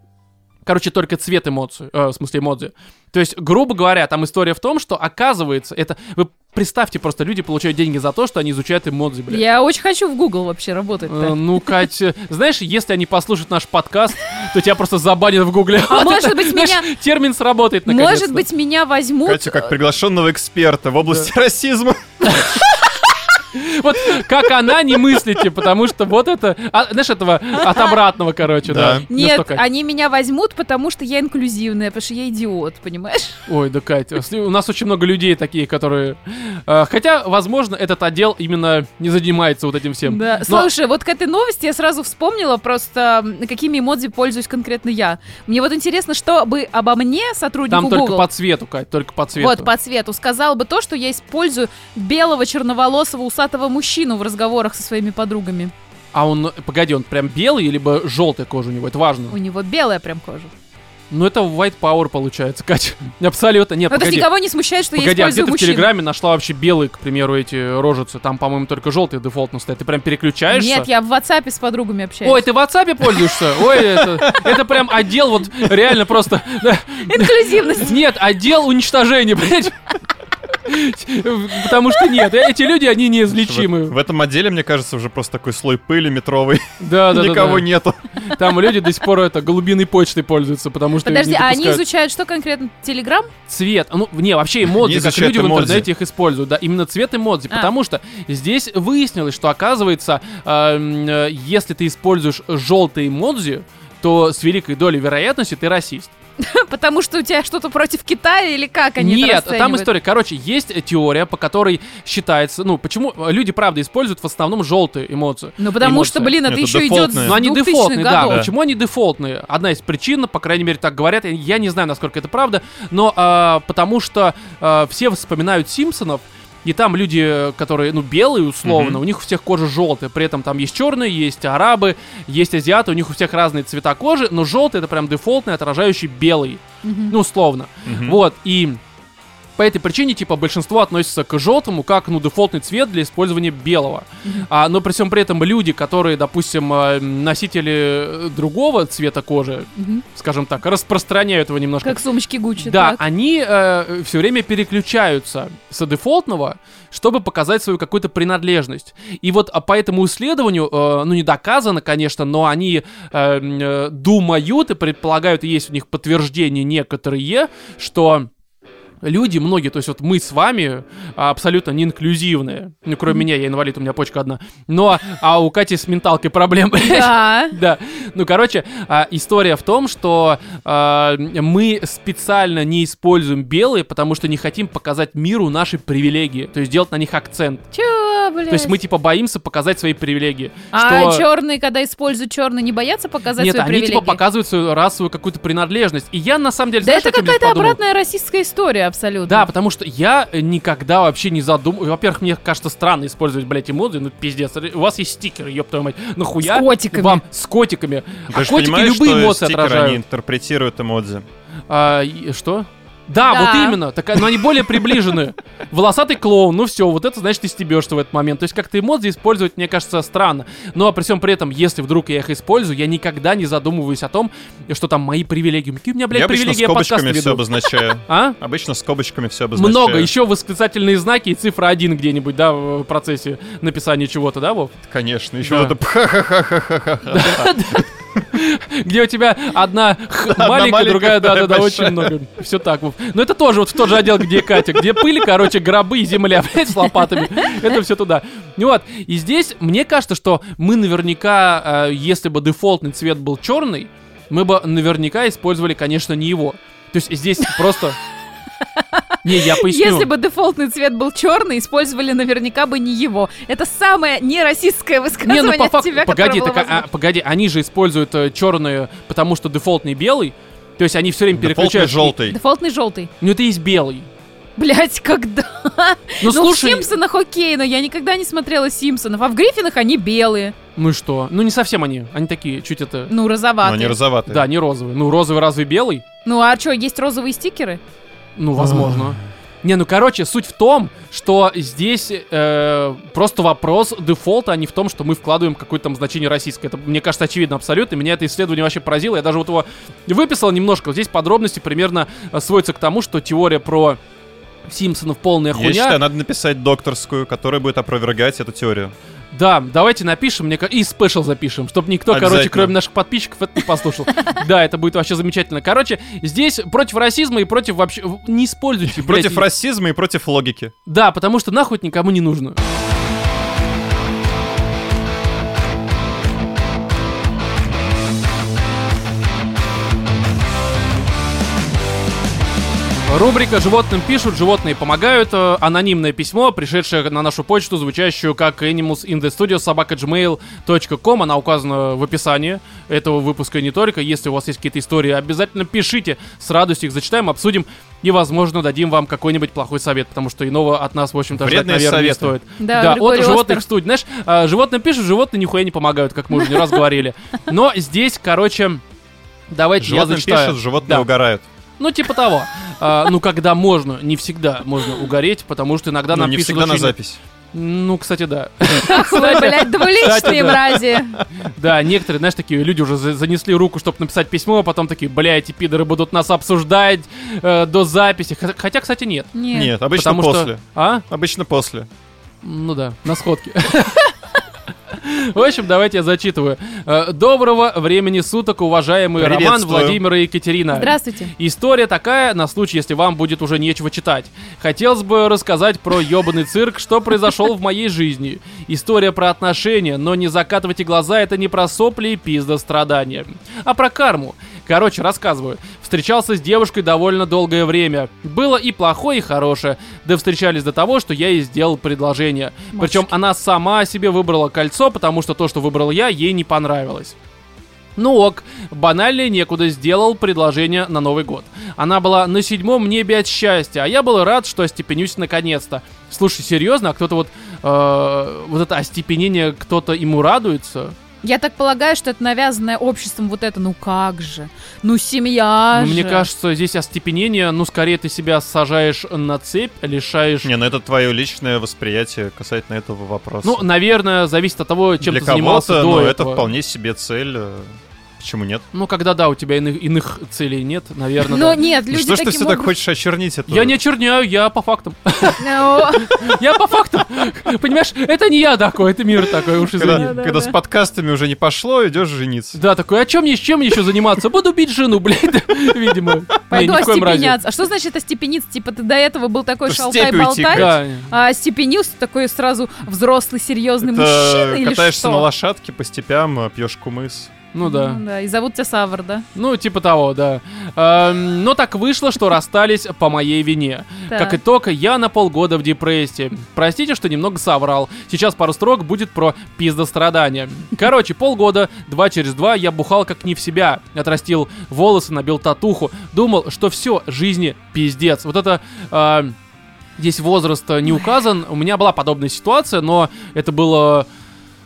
Speaker 1: Короче, только цвет эмоций, э, в смысле эмодзи. То есть, грубо говоря, там история в том, что оказывается, это... Вы представьте, просто люди получают деньги за то, что они изучают эмодзи, блядь.
Speaker 3: Я очень хочу в Google вообще работать.
Speaker 1: Э, Ну, Кать, э, знаешь, если они послушают наш подкаст, то тебя просто забанят в гугле.
Speaker 3: А может быть,
Speaker 1: Знаешь,
Speaker 3: меня-
Speaker 1: Термин сработает, наконец
Speaker 3: Может быть, меня возьмут...
Speaker 2: Катю как приглашенного эксперта в области расизма.
Speaker 1: Вот как она, не мыслите, потому что вот это... а, знаешь, этого от обратного, короче, да.
Speaker 2: Да.
Speaker 1: Ну
Speaker 3: Нет, а
Speaker 1: что, Кать?
Speaker 3: они меня возьмут, потому что я инклюзивная, потому что я идиот, понимаешь?
Speaker 1: Ой, да, Кать, если- у нас очень много людей такие, которые... э, Хотя, возможно, этот отдел именно не занимается вот этим всем.
Speaker 3: Да.
Speaker 1: Но-
Speaker 3: Слушай, вот к этой новости я сразу вспомнила просто, м, какими эмодзи пользуюсь конкретно я. Мне вот интересно, что бы обо мне сотруднику
Speaker 1: Там только
Speaker 3: Google...
Speaker 1: по цвету, Кать, только по цвету.
Speaker 3: Вот, по цвету. Сказал бы то, что я использую белого, черноволосого, усатого мужчину в разговорах со своими подругами.
Speaker 1: А он, погоди, он прям белый, либо желтая кожа у него, это важно.
Speaker 3: У него белая прям кожа.
Speaker 1: Ну это white power получается, Кать. Абсолютно, нет,
Speaker 3: Но это
Speaker 1: Э,
Speaker 3: ж
Speaker 1: погоди.
Speaker 3: Ну, никого не смущает, что
Speaker 1: Погоди,
Speaker 3: я
Speaker 1: а где
Speaker 3: использую
Speaker 1: ты в
Speaker 3: мужчин.
Speaker 1: Телеграме нашла вообще белые, к примеру, эти рожицы? Там, по-моему, только желтые дефолтно стоят. Ты прям переключаешься?
Speaker 3: Нет, я в WhatsApp с подругами общаюсь.
Speaker 1: Ой, ты в WhatsApp пользуешься? Ой, это, это прям отдел вот реально просто... да.
Speaker 3: *laughs*
Speaker 1: *laughs*
Speaker 3: Инклюзивность.
Speaker 1: Нет, отдел уничтожения, блядь. Потому что нет, эти люди, они
Speaker 2: В
Speaker 1: неизлечимы.
Speaker 2: этом отделе, мне кажется, уже просто такой слой пыли метровый.
Speaker 1: Да, да, да,
Speaker 2: Никого
Speaker 1: да.
Speaker 2: нету.
Speaker 1: Там люди до сих пор это глубинной почтой пользуются, потому что их
Speaker 3: Подожди,
Speaker 1: не
Speaker 3: а они
Speaker 1: допускают.
Speaker 3: изучают что конкретно? Телеграм? *laughs*
Speaker 1: цвет, ну, не, вообще эмодзи,
Speaker 2: Не
Speaker 1: как
Speaker 2: изучают
Speaker 1: люди в
Speaker 2: эмодзи.
Speaker 1: интернете их используют, да, именно цвет эмодзи,
Speaker 3: А.
Speaker 1: потому что здесь выяснилось, что оказывается, эм, э, если ты используешь желтые эмодзи, то с великой долей вероятности ты расист.
Speaker 3: Потому что у тебя что-то против Китая или как они это
Speaker 1: Нет, там
Speaker 3: расценивают?
Speaker 1: история. Короче, есть э, теория, по которой считается, ну, почему э, люди, правда, используют в основном желтые эмоции.
Speaker 3: Ну потому
Speaker 1: Эмоции.
Speaker 3: что, блин, это
Speaker 2: Нет,
Speaker 3: еще идет с
Speaker 2: дефолтные.
Speaker 1: Но они
Speaker 3: 2000-х
Speaker 1: дефолтные, да.
Speaker 3: годов.
Speaker 1: Почему они дефолтные? Одна из причин, по крайней мере, так говорят, я- я не знаю, насколько это правда, но а, потому что а, все вспоминают Симпсонов, и там люди, которые, ну, белые условно,
Speaker 2: Мгм.
Speaker 1: у них у всех кожа желтая. При этом там есть черные, есть арабы, есть азиаты, у них у всех разные цвета кожи, но желтый это прям дефолтный, отражающий белый.
Speaker 3: Мгм.
Speaker 1: Ну, условно.
Speaker 2: Мгм.
Speaker 1: Вот, и по этой причине, типа, большинство относится к желтому как, ну, дефолтный цвет для использования белого.
Speaker 3: Мгм.
Speaker 1: А, но при всем при этом люди, которые, допустим, э, носители э, другого цвета кожи,
Speaker 3: Мгм.
Speaker 1: скажем так, распространяют его немножко.
Speaker 3: Как сумочки Гуччи.
Speaker 1: да,
Speaker 3: так.
Speaker 1: они все время переключаются с дефолтного, чтобы показать свою какую-то принадлежность. И вот а, по этому исследованию, э, ну не доказано, конечно, но они э, м, э, думают и предполагают, и есть у них подтверждение некоторые, что люди многие, то есть вот мы с вами а, абсолютно не инклюзивные. Ну, кроме меня, я инвалид, у меня почка одна. Но, а у Кати с менталкой проблемы.
Speaker 3: Да.
Speaker 1: Да. Ну, короче, а, история в том, что а, мы специально не используем белые, потому что не хотим показать миру наши привилегии, то есть делать на них акцент.
Speaker 3: Чё, блядь?
Speaker 1: То есть мы типа боимся показать свои привилегии.
Speaker 3: А
Speaker 1: что-
Speaker 3: черные, когда используют черные, не боятся показать
Speaker 1: Нет,
Speaker 3: свои
Speaker 1: они типа
Speaker 3: привилегии?
Speaker 1: показывают свою расовую какую-то принадлежность. И я на самом деле,
Speaker 3: Да
Speaker 1: знаешь,
Speaker 3: это
Speaker 1: о чем здесь
Speaker 3: какая-то
Speaker 1: подумал?
Speaker 3: обратная российская история абсолютно.
Speaker 1: Да, потому что я э, никогда вообще не задумывал. Во-первых, мне кажется странно использовать, блядь, эмодзи, ну пиздец. У вас есть стикеры, ёб твою мать. Нахуя
Speaker 3: С котиками.
Speaker 1: вам с котиками?
Speaker 2: Ты
Speaker 1: а
Speaker 2: же
Speaker 1: котики
Speaker 2: понимаешь,
Speaker 1: любые
Speaker 2: что
Speaker 1: эмоции
Speaker 2: стикеры,
Speaker 1: отражают.
Speaker 2: они интерпретируют эмодзи.
Speaker 1: А, и- что? Да,
Speaker 3: Да.
Speaker 1: вот именно. Так, но они более приближены. Волосатый клоун, ну все, вот это значит ты стебешься в этот момент. То есть как-то эмодзи использовать, мне кажется, странно. Но при всем при этом, если вдруг я их использую, я никогда не задумываюсь о том, что там мои привилегии. Какие у меня, блядь,
Speaker 2: я обычно
Speaker 1: привилегии я подкаст
Speaker 2: скобочками все
Speaker 1: веду?
Speaker 2: обозначаю.
Speaker 1: *laughs* А?
Speaker 2: Обычно скобочками все обозначаю.
Speaker 1: Много, еще восклицательные знаки и цифра один где-нибудь, да, в процессе написания чего-то, да, Вов?
Speaker 2: Конечно,
Speaker 1: Да.
Speaker 2: еще вот это пха-ха-ха-ха-ха.
Speaker 1: Где у тебя одна х- маленькая,
Speaker 2: маленькая,
Speaker 1: другая, да, да, да,
Speaker 2: вторая
Speaker 1: очень
Speaker 2: большая.
Speaker 1: много. Все так, Вов. Но это тоже вот в тот же отдел, где и Катя, где пыль, короче, гробы и земля, *laughs* блядь, с лопатами. Это все туда. Ну вот, и здесь, мне кажется, что мы наверняка, э, если бы дефолтный цвет был черный, мы бы наверняка использовали, конечно, не его. То есть здесь
Speaker 3: *laughs*
Speaker 1: просто... Не, я поясню.
Speaker 3: Если бы дефолтный цвет был черный, использовали наверняка бы не его. Это самое нерасистское
Speaker 1: Не,
Speaker 3: высказывание
Speaker 1: ну по
Speaker 3: от
Speaker 1: факту,
Speaker 3: тебя, которое
Speaker 1: погоди,
Speaker 3: было
Speaker 1: так, а,
Speaker 3: возможно.
Speaker 1: а, погоди, они же используют черные, потому что дефолтный белый. То есть они все время
Speaker 2: Дефолтный
Speaker 1: переключают.
Speaker 2: желтый.
Speaker 3: Дефолтный желтый.
Speaker 1: Ну это есть белый.
Speaker 3: Блять, когда?
Speaker 1: Ну,
Speaker 3: ну,
Speaker 1: слушай,
Speaker 3: в Симпсонах окей, но я никогда не смотрела Симпсонов. А в Гриффинах они белые.
Speaker 1: ну и что? Ну не совсем они, они такие чуть это.
Speaker 3: Ну,
Speaker 2: Но
Speaker 3: розоватые.
Speaker 2: они розоватые.
Speaker 1: Да, не розовый. Ну розовый разве белый?
Speaker 3: Ну, а что, есть розовые стикеры?
Speaker 1: Ну возможно. Не, ну короче, суть в том, что здесь э, просто вопрос дефолта, а не в том, что мы вкладываем какое-то там значение российское. Это, мне кажется, очевидно абсолютно. Меня это исследование вообще поразило. Я даже вот его выписал немножко. Вот Здесь подробности примерно э, сводятся к тому, что теория про Симпсонов полная хуйня.
Speaker 2: Я считаю, надо написать докторскую, которая будет опровергать эту теорию.
Speaker 1: Да, давайте напишем, мне ка- и спешл запишем, чтобы никто, короче,
Speaker 2: Обязательно.
Speaker 1: кроме наших подписчиков, это не
Speaker 2: *laughs*
Speaker 1: послушал. Да, это будет вообще замечательно. Короче, здесь против расизма и против вообще... в- Не используйте, блядь,
Speaker 2: Против расизма и против логики.
Speaker 1: Да, потому что нахуй это никому не нужно. Рубрика «Животным пишут, животные помогают». Э, Анонимное письмо, пришедшее на нашу почту, звучащую как animals in the studio собака gmail.com. Она указана в описании этого выпуска и не только. Если у вас есть какие-то истории, обязательно пишите. С радостью их зачитаем, обсудим и, возможно, дадим вам какой-нибудь плохой совет, потому что иного от нас, в общем-то, ждать,
Speaker 2: Вредные
Speaker 1: наверное, не
Speaker 2: советы.
Speaker 1: стоит.
Speaker 3: Да,
Speaker 1: от
Speaker 3: Григорий
Speaker 1: животных в
Speaker 3: Остер.
Speaker 1: студии. Знаешь, э, животные пишут, животные нихуя не помогают, как мы уже не раз говорили. Но здесь, короче, давайте я
Speaker 2: Животные
Speaker 1: зачитаю.
Speaker 2: пишут, животные
Speaker 1: Да.
Speaker 2: угорают.
Speaker 1: Ну, типа того. А, ну, когда можно, не всегда можно угореть, потому что иногда
Speaker 2: Ну,
Speaker 1: нам
Speaker 2: не
Speaker 1: пишут
Speaker 2: всегда на
Speaker 1: очень-
Speaker 2: запись.
Speaker 1: Ну, кстати, да.
Speaker 3: Ах, вы, блядь, двуличные
Speaker 1: Кстати, да.
Speaker 3: мрази.
Speaker 1: Да, некоторые, знаешь, такие люди уже за- занесли руку, чтобы написать письмо, а потом такие, бля, эти пидоры будут нас обсуждать э, до записи. Хо- Хотя, кстати, нет.
Speaker 3: Нет.
Speaker 2: Нет, обычно
Speaker 1: потому
Speaker 2: после.
Speaker 1: что... А?
Speaker 2: Обычно после.
Speaker 1: Ну да, на сходке. В общем, давайте я зачитываю. Э, Доброго времени суток, уважаемые Роман,
Speaker 2: Приветствую.
Speaker 1: Владимир и Екатерина.
Speaker 3: Здравствуйте.
Speaker 1: История такая, на случай, если вам будет уже нечего читать. Хотелось бы рассказать про ёбаный цирк, что произошел в моей жизни. История про отношения, но не закатывайте глаза, это не про сопли и пизда страдания. А про карму. Короче, рассказываю. Встречался с девушкой довольно долгое время. Было и плохое, и хорошее. Да встречались до того, что я ей сделал предложение. Причем она сама себе выбрала кольцо, потому что то, что выбрал я, ей не понравилось. Ну ок, банальнее некуда, сделал предложение на Новый год. Она была на седьмом небе от счастья, а я был рад, что остепенюсь наконец-то. Слушай, серьезно, а кто-то вот... э, вот это остепенение, кто-то ему радуется?
Speaker 3: Я так полагаю, что это навязанное обществом вот это, ну как же, ну семья
Speaker 1: Ну,
Speaker 3: же.
Speaker 1: мне кажется, здесь остепенение, ну, скорее ты себя сажаешь на цепь, лишаешь...
Speaker 2: Не, ну это твое личное восприятие касательно этого вопроса.
Speaker 1: Ну, наверное, зависит от того, чем
Speaker 2: Для
Speaker 1: ты занимался
Speaker 2: кого-то,
Speaker 1: до
Speaker 2: ну, это
Speaker 1: этого.
Speaker 2: вполне себе цель. э, Почему нет?
Speaker 1: Ну, когда, да, у тебя иных, иных целей нет, наверное,
Speaker 3: Но
Speaker 1: да.
Speaker 3: Ну, нет,
Speaker 2: И
Speaker 3: люди
Speaker 2: Ну что ж ты
Speaker 3: таким
Speaker 2: все так
Speaker 3: образом-
Speaker 2: хочешь очернить это?
Speaker 1: Я не очерняю, я по фактам.
Speaker 3: э, О,
Speaker 1: Я по фактам. Понимаешь, это не я такой, это мир такой, уж извини.
Speaker 2: Когда, когда с подкастами уже не пошло, идешь жениться.
Speaker 1: Да, такой, а чем мне, с чем мне еще заниматься? Буду бить жену, блядь, *laughs* видимо. Не,
Speaker 3: Пойду
Speaker 1: ни в коем разе.
Speaker 3: остепеняться. А что значит остепениться? Типа ты до этого был такой
Speaker 2: Что ж,
Speaker 3: шалтай-болтай,
Speaker 2: степью
Speaker 1: Да.
Speaker 3: а остепенился такой сразу взрослый, серьезный мужчина
Speaker 2: Это
Speaker 3: или
Speaker 2: катаешься
Speaker 3: что?
Speaker 2: на лошадке по степям, а, пьешь кумыс.
Speaker 1: Ну да.
Speaker 3: Ну Да, и зовут тебя Савр, да?
Speaker 1: Ну, типа того, да. Эм, Но так вышло, что расстались по моей вине. Как
Speaker 3: Так.
Speaker 1: итог, я на полгода в депрессии. Простите, что немного соврал. Сейчас пару строк будет про пиздострадания. Короче, полгода, два через два, я бухал как не в себя. Отрастил волосы, набил татуху. Думал, что все, жизни пиздец. Вот это... эм, Здесь возраст э, не указан. У меня была подобная ситуация, но это было,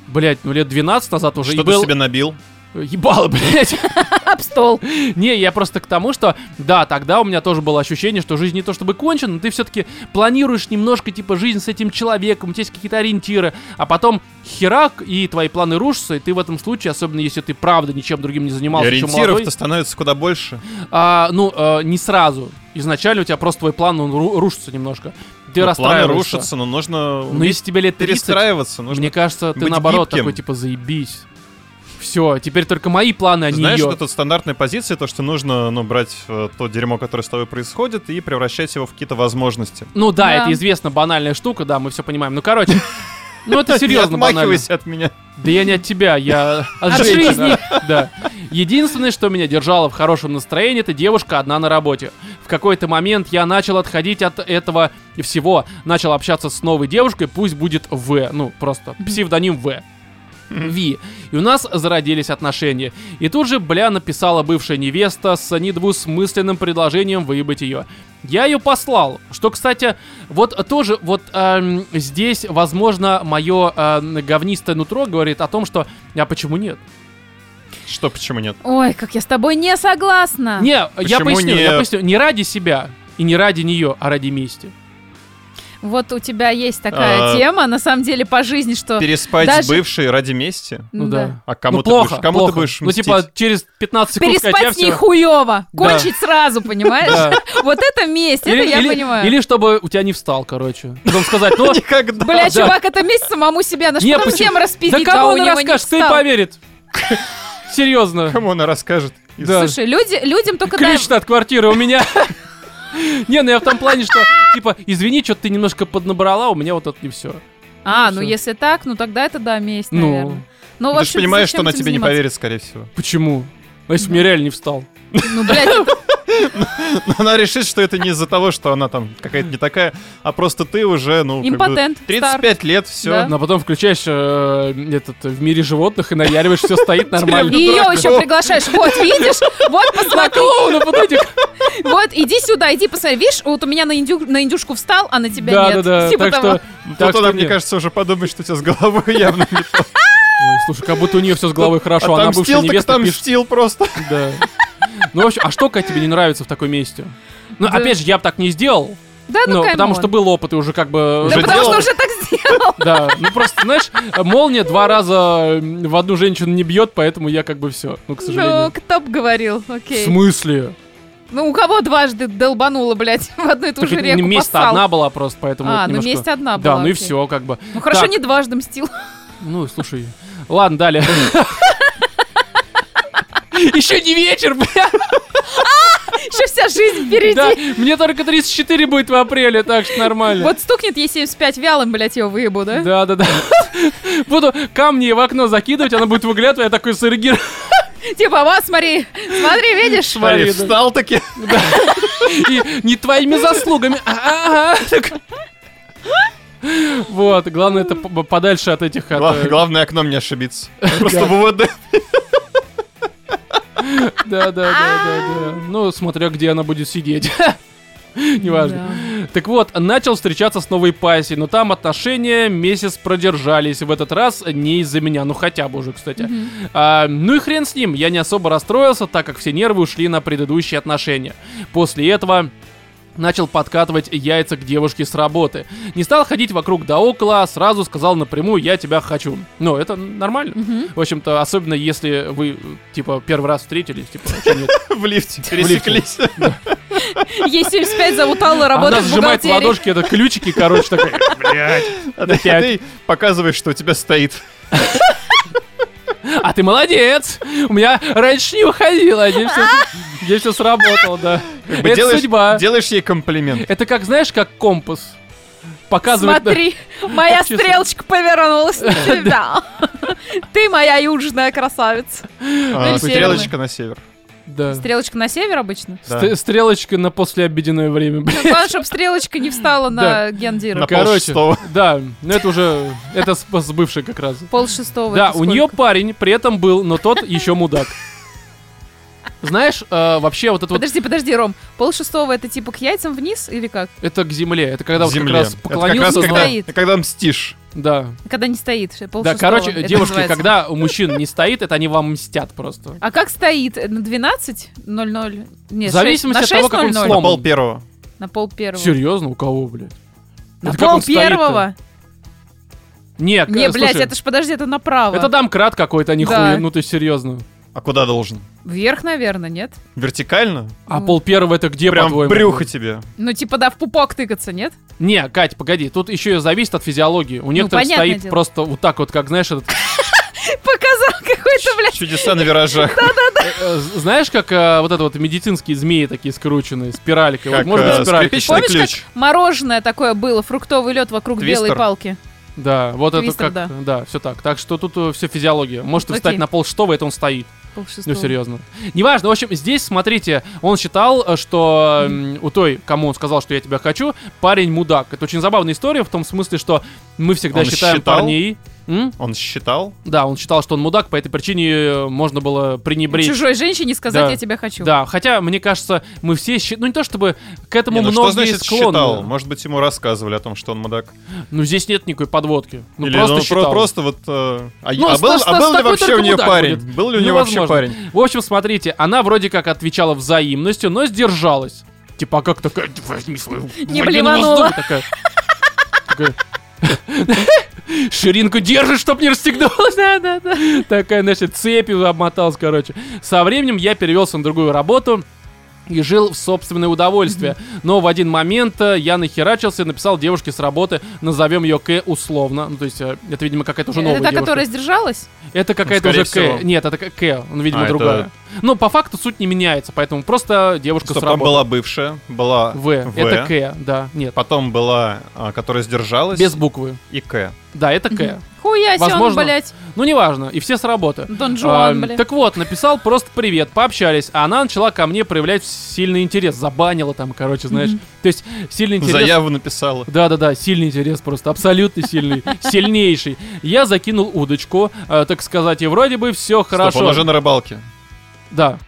Speaker 1: блядь, ну лет 12 назад уже.
Speaker 2: Что
Speaker 1: и
Speaker 2: ты
Speaker 1: был...
Speaker 2: себе набил?
Speaker 1: Ебало, *laughs* блядь.
Speaker 3: Об стол.
Speaker 1: Не, я просто к тому, что да, тогда у меня тоже было ощущение, что жизнь не то чтобы кончена, но ты все-таки планируешь немножко типа жизнь с этим человеком, у тебя есть какие-то ориентиры, а потом херак, и твои планы рушатся, и ты в этом случае, особенно если ты правда ничем другим не
Speaker 2: И
Speaker 1: занимался, еще молодой,
Speaker 2: ориентиров-то становится куда больше.
Speaker 1: а, ну, а, не сразу. Изначально у тебя просто твой план, он ру- рушится немножко. Ты
Speaker 2: Но Ну, Планы
Speaker 1: расстраиваешься.
Speaker 2: рушатся, но нужно
Speaker 1: Но Ну, если тебе лет 30,
Speaker 2: перестраиваться. Нужно
Speaker 1: мне кажется, ты
Speaker 2: быть
Speaker 1: наоборот
Speaker 2: гибким.
Speaker 1: такой типа заебись. Все, теперь только мои планы, а не
Speaker 2: Знаешь,
Speaker 1: её.
Speaker 2: это тут стандартная позиция, то, что нужно ну, брать э, то дерьмо, которое с тобой происходит, и превращать его в какие-то возможности.
Speaker 1: Ну да,
Speaker 3: Да.
Speaker 1: это известно, банальная штука, да, мы все понимаем. Ну,
Speaker 3: *laughs*
Speaker 1: короче, ну это серьезно
Speaker 2: Не
Speaker 1: банально.
Speaker 2: отмахивайся от меня.
Speaker 1: Да я не от тебя,
Speaker 3: *laughs*
Speaker 1: я от
Speaker 3: От
Speaker 1: женщин,
Speaker 3: жизни.
Speaker 1: Да. Единственное, что меня держало в хорошем настроении, это девушка одна на работе. В какой-то момент я начал отходить от этого всего. Начал общаться с новой девушкой, пусть будет В. Ну, просто псевдоним В. Ви. И у нас зародились отношения. И тут же, бля, написала бывшая невеста с недвусмысленным предложением выебать ее. Я ее послал. Что, кстати, вот тоже вот эм, здесь, возможно, мое эм, говнистое нутро говорит о том, что а почему нет?
Speaker 2: Что, почему нет?
Speaker 3: Ой, как я с тобой не согласна.
Speaker 1: Не, я
Speaker 2: Почему
Speaker 1: поясню,
Speaker 2: не-
Speaker 1: я поясню, не ради себя и не ради нее, а ради мести.
Speaker 3: Вот у тебя есть такая
Speaker 2: А.
Speaker 3: тема, на самом деле, по жизни, что...
Speaker 2: Переспать
Speaker 3: даже-
Speaker 2: с бывшей ради мести?
Speaker 1: Ну да.
Speaker 2: А кому
Speaker 1: ну,
Speaker 2: ты
Speaker 1: плохо,
Speaker 2: будешь, кому
Speaker 1: плохо.
Speaker 2: ты будешь
Speaker 1: Ну *laughs*
Speaker 2: мстить?
Speaker 1: типа через 15 секунд сказать, я
Speaker 3: Переспать с ней
Speaker 1: всё-
Speaker 3: хуёво.
Speaker 1: Да.
Speaker 3: Кончить сразу, понимаешь? *laughs*
Speaker 1: Да.
Speaker 3: Вот это месть, это
Speaker 1: Или-
Speaker 3: Типа, я
Speaker 1: или-
Speaker 3: понимаю.
Speaker 1: Или чтобы у тебя не встал, короче. Потом сказать,
Speaker 3: *laughs*
Speaker 1: ну,
Speaker 2: Никогда.
Speaker 3: Бля,
Speaker 1: Да.
Speaker 3: чувак, это месть самому себя. На
Speaker 1: Не,
Speaker 3: что
Speaker 1: почему-
Speaker 3: всем
Speaker 1: да
Speaker 3: распиздить, а
Speaker 1: кому
Speaker 3: у
Speaker 1: он
Speaker 3: него не
Speaker 1: расскажет, ты
Speaker 3: встал?
Speaker 1: поверит. *laughs* Серьезно.
Speaker 2: Кому она расскажет? И
Speaker 1: Да.
Speaker 3: Слушай, люди, людям только дай-
Speaker 1: Ключ от квартиры у меня. *laughs* Не, ну я в том плане, что, типа, извини, что ты немножко поднабрала, у меня вот это не все.
Speaker 3: А, ну
Speaker 1: Всё.
Speaker 3: если так, ну тогда это да, месть,
Speaker 1: Ну,
Speaker 3: наверное. Ну, в
Speaker 2: Ты же
Speaker 3: общем,
Speaker 2: понимаешь, что
Speaker 3: зачем
Speaker 2: она
Speaker 3: этим
Speaker 2: тебе не
Speaker 3: заниматься?
Speaker 2: поверит, скорее всего. *laughs*
Speaker 1: почему? А если мне реально не встал? *laughs*
Speaker 3: Ну, блядь, это-
Speaker 2: Но она решит, что это не из-за того, что она там какая-то не такая, а просто ты уже, ну, как бы,
Speaker 3: Импотент, стар.
Speaker 2: 35 лет, все.
Speaker 3: Да.
Speaker 1: Ну, а потом включаешь э, этот э, в мире животных и наяриваешь, все
Speaker 3: *laughs*
Speaker 1: стоит
Speaker 3: и
Speaker 1: нормально. *laughs*
Speaker 3: ее
Speaker 2: дурак.
Speaker 1: ну.
Speaker 3: еще приглашаешь. Вот, видишь? Вот, посмотри.
Speaker 1: Клоуны, вот этих.
Speaker 3: Вот, иди сюда, иди посмотри. Видишь, вот у меня на, индю- на индюшку встал, а на тебя
Speaker 1: Да, да,
Speaker 3: нет.
Speaker 1: да.
Speaker 3: Типа
Speaker 1: Так
Speaker 3: того.
Speaker 1: что. так
Speaker 2: Тут
Speaker 1: что
Speaker 2: она, мне
Speaker 1: нет.
Speaker 2: кажется, уже подумает, что у тебя с головой *laughs* явно не то.
Speaker 1: Ой, Слушай, как будто у нее все с
Speaker 2: А
Speaker 1: головой хорошо, она бывшая
Speaker 2: Отомстил, так
Speaker 1: невеста пишет.
Speaker 2: отомстил просто.
Speaker 1: Да. Ну, вообще, а что Катя, тебе не нравится в такой месте? Ну,
Speaker 3: Да.
Speaker 1: опять же, я бы так не сделал.
Speaker 3: Да, ну,
Speaker 1: Ну, потому
Speaker 3: камон.
Speaker 1: что был опыт, и уже как бы...
Speaker 3: Да
Speaker 2: Уже
Speaker 3: потому что
Speaker 2: делала.
Speaker 3: уже так сделал.
Speaker 1: Да, ну просто, знаешь, молния два раза м, в одну женщину не бьет, поэтому я как бы все, ну, к
Speaker 3: Ну,
Speaker 1: сожалению.
Speaker 3: кто б говорил,
Speaker 1: В
Speaker 3: окей.
Speaker 1: смысле?
Speaker 3: Ну, у кого дважды долбануло, блядь, *laughs* в одну и ту
Speaker 1: Так
Speaker 3: же
Speaker 1: это не
Speaker 3: реку
Speaker 1: месть-то
Speaker 3: поссал?
Speaker 1: одна была просто, поэтому
Speaker 3: А,
Speaker 1: это
Speaker 3: ну
Speaker 1: немножко-
Speaker 3: месть одна была.
Speaker 1: Да, ну и
Speaker 3: окей.
Speaker 1: все, как бы.
Speaker 3: Ну хорошо,
Speaker 1: Так.
Speaker 3: не дважды мстил. *laughs*
Speaker 1: Ну, слушай, ладно, далее. *laughs* Еще не вечер, бля!
Speaker 3: Еще вся жизнь впереди.
Speaker 1: Да, мне только 34 будет в апреле, так что нормально.
Speaker 3: Вот э? стукнет ей 75 вялым, блядь, его выебу, да?
Speaker 1: Да, да, *laughs* да. Буду камни в окно закидывать, она будет выглядывать, я такой с эргиром.
Speaker 3: Типа, вот, смотри, смотри, видишь?
Speaker 1: Смотри, да.
Speaker 2: Смотри, встал таки.
Speaker 1: И не твоими заслугами. А-а-а. Так. Вот, главное это по- подальше от этих... от,
Speaker 2: Гла-
Speaker 1: э,
Speaker 2: Главное окно мне ошибиться. Просто ВВД.
Speaker 1: Да, да, да, да, да. Ну, смотря где она будет сидеть. *laughs* Неважно. Так вот, начал встречаться с новой пассией, но там отношения месяц продержались. В этот раз не из-за меня, ну хотя бы уже, кстати. А, ну и хрен с ним, я не особо расстроился, так как все нервы ушли на предыдущие отношения. После этого начал подкатывать яйца к девушке с работы. Не стал ходить вокруг да около, а сразу сказал напрямую «я тебя хочу». Ну, это нормально. В общем-то, особенно если вы, э, типа, первый раз встретились, типа, вообще
Speaker 3: *laughs*
Speaker 1: нет.
Speaker 2: В лифте пересеклись.
Speaker 3: Ей 75 зовут Алла,
Speaker 1: А Она
Speaker 3: работает в
Speaker 1: сжимает
Speaker 3: бухгалтерии.
Speaker 1: ладошки, это ключики, короче, такая, блядь.
Speaker 2: А ты-
Speaker 1: Опять.
Speaker 2: ты показываешь, что у тебя стоит.
Speaker 1: А ты молодец! У меня раньше не выходило, а здесь все, здесь всё сработало, да.
Speaker 2: Как бы
Speaker 1: Это
Speaker 2: делаешь-
Speaker 1: судьба.
Speaker 2: Делаешь ей комплимент.
Speaker 1: Это как, знаешь, как компас. Показывает...
Speaker 3: Смотри, моя
Speaker 1: Честно.
Speaker 3: стрелочка
Speaker 1: *laughs*
Speaker 3: повернулась на тебя. Ты моя южная красавица.
Speaker 2: А,
Speaker 3: Или
Speaker 2: Стрелочка на север.
Speaker 1: Да.
Speaker 3: Стрелочка на север обычно?
Speaker 2: Да.
Speaker 1: Ст- Стрелочка на послеобеденное время. блин. *laughs*
Speaker 3: Главное, чтобы стрелочка не встала на
Speaker 2: На
Speaker 3: гендира.
Speaker 1: Короче.
Speaker 2: полшестого.
Speaker 1: Да, ну это уже... Это с, с бывшей как раз.
Speaker 3: Пол шестого.
Speaker 1: Да,
Speaker 3: это
Speaker 1: у
Speaker 3: сколько?
Speaker 1: нее парень при этом был, но тот еще
Speaker 3: *laughs*
Speaker 1: мудак. Знаешь, э, вообще вот это вот...
Speaker 3: Подожди, подожди, Ром. Пол шестого это типа к яйцам вниз или как?
Speaker 1: Это к земле. Это когда вот как
Speaker 2: Земле.
Speaker 1: раз
Speaker 2: Это как
Speaker 1: поклонился.
Speaker 2: раз
Speaker 1: но-
Speaker 2: когда-
Speaker 3: Стоит.
Speaker 2: Когда мстишь.
Speaker 1: Да,
Speaker 3: Когда не стоит. Пол
Speaker 1: да,
Speaker 3: шестого
Speaker 1: короче,
Speaker 3: это
Speaker 1: девушки,
Speaker 3: называется.
Speaker 1: когда у мужчин не стоит, это они вам мстят просто.
Speaker 3: А как стоит? На 12.00? Нет,
Speaker 1: В зависимости
Speaker 3: шесть-
Speaker 1: от того, как он
Speaker 3: 6:00?
Speaker 1: сломан.
Speaker 2: На пол первого.
Speaker 3: На пол первого.
Speaker 1: Серьезно, у кого, блядь?
Speaker 3: На
Speaker 1: Это как
Speaker 3: пол
Speaker 1: он стоит-то?
Speaker 3: А, первого?
Speaker 1: Нет,
Speaker 3: Не,
Speaker 1: э,
Speaker 3: блядь,
Speaker 1: слушай,
Speaker 3: это ж, подожди, это направо.
Speaker 1: Это домкрат какой-то, а не
Speaker 3: Да.
Speaker 1: хуй, ну ты серьезно.
Speaker 2: А куда должен?
Speaker 3: Вверх, наверное, нет?
Speaker 2: Вертикально?
Speaker 1: А
Speaker 3: Ну.
Speaker 1: пол первого это где,
Speaker 2: Прям
Speaker 1: по-твоему?
Speaker 2: брюхо тебе.
Speaker 3: Ну, типа, да, в пупок тыкаться, нет?
Speaker 1: Не, Кать, погоди, тут еще и зависит от физиологии. У некоторых
Speaker 3: Ну, понятное
Speaker 1: стоит
Speaker 3: дело.
Speaker 1: просто вот так вот, как, знаешь, этот... э,
Speaker 3: Показал *laughs* какой-то, блядь,
Speaker 2: Чудеса на виражах.
Speaker 1: э, э, знаешь, как э, вот это вот медицинские змеи такие скрученные, спиралькой. Вот,
Speaker 2: Как,
Speaker 1: может
Speaker 2: э,
Speaker 1: быть, спиралькой.
Speaker 2: скрипичный
Speaker 3: Помнишь,
Speaker 2: ключ.
Speaker 3: мороженое такое было, фруктовый лед вокруг
Speaker 2: Твистер?
Speaker 3: белой палки.
Speaker 1: Да, вот
Speaker 3: Твистер,
Speaker 1: это как... Да, все так. Так что тут все физиология. Может, и
Speaker 3: Окей.
Speaker 1: встать на пол шестого, это он стоит.
Speaker 3: Пол
Speaker 1: Ну,
Speaker 3: шестого.
Speaker 1: серьезно. Неважно, в общем, здесь, смотрите, он считал, э, что м, у той, кому он сказал, что я тебя хочу, парень мудак. Это очень забавная история в том смысле, что мы всегда
Speaker 2: Он
Speaker 1: считаем
Speaker 2: считал?
Speaker 1: парней... М?
Speaker 2: Он считал?
Speaker 1: Да, он считал, что он мудак, по этой причине э, можно было пренебречь.
Speaker 3: Чужой женщине сказать,
Speaker 1: Да.
Speaker 3: я тебя хочу.
Speaker 1: Да, хотя, мне кажется, мы все считаем... Ну, не то чтобы к этому
Speaker 2: Не, ну
Speaker 1: многие
Speaker 2: что значит
Speaker 1: склонны.
Speaker 2: считал? Может быть, ему рассказывали о том, что он мудак.
Speaker 1: Ну, здесь нет никакой подводки. Ну,
Speaker 2: Или
Speaker 1: просто
Speaker 2: он про-
Speaker 1: считал.
Speaker 2: просто вот... э, А
Speaker 1: Ну,
Speaker 2: а
Speaker 1: с-
Speaker 2: был
Speaker 1: с-
Speaker 2: а
Speaker 1: с
Speaker 2: был ли
Speaker 1: такой
Speaker 2: вообще у
Speaker 1: только
Speaker 2: нее
Speaker 1: мудак
Speaker 2: парень?
Speaker 1: будет.
Speaker 2: Был ли у
Speaker 1: Ну,
Speaker 2: нее вообще
Speaker 1: возможно.
Speaker 2: парень?
Speaker 1: В общем, смотрите, она вроде как отвечала взаимностью, но сдержалась. Типа, а как такая, «Да возьми свою...
Speaker 3: Не
Speaker 1: вагину
Speaker 3: блеванула.
Speaker 1: воздух», Такая. Такая, Ширинку держишь, чтоб не расстегнулась.
Speaker 3: *laughs* да, да. да.
Speaker 1: Такая, значит, цепью обмоталась, короче. Со временем я перевелся на другую работу и жил в собственное удовольствие. Но в один момент э, я нахерачился и написал девушке с работы, назовем ее К условно. Ну, то есть, э, это, видимо, какая-то уже новая
Speaker 3: Это та,
Speaker 1: девушка.
Speaker 3: которая сдержалась?
Speaker 1: Это какая-то уже
Speaker 2: Ну, скорее
Speaker 1: К.
Speaker 2: всего.
Speaker 1: Нет, это как К, он, видимо,
Speaker 2: А, это-
Speaker 1: другая. Ну, по факту суть не меняется, поэтому просто девушка
Speaker 2: Стоп,
Speaker 1: с
Speaker 2: там
Speaker 1: работы.
Speaker 2: была бывшая, была
Speaker 1: В. Это К, да, нет.
Speaker 2: Потом была, а, которая сдержалась.
Speaker 1: Без буквы.
Speaker 2: И К.
Speaker 1: Да, это К.
Speaker 3: Мгм. Хуя себе он,
Speaker 1: Возможно.
Speaker 3: блядь,
Speaker 1: Ну, неважно, и все с работы.
Speaker 3: Дон
Speaker 1: Ам,
Speaker 3: Жуан, блядь.
Speaker 1: Так вот, написал просто привет, пообщались, а она начала ко мне проявлять сильный интерес, забанила там, короче, знаешь. То есть сильный интерес.
Speaker 2: Заяву написала.
Speaker 1: Да-да-да, сильный интерес просто, абсолютно
Speaker 3: *laughs*
Speaker 1: сильный, сильнейший. Я закинул удочку, э, так сказать, и вроде бы все хорошо.
Speaker 2: Стоп, он уже на рыбалке. Ну,
Speaker 1: Да.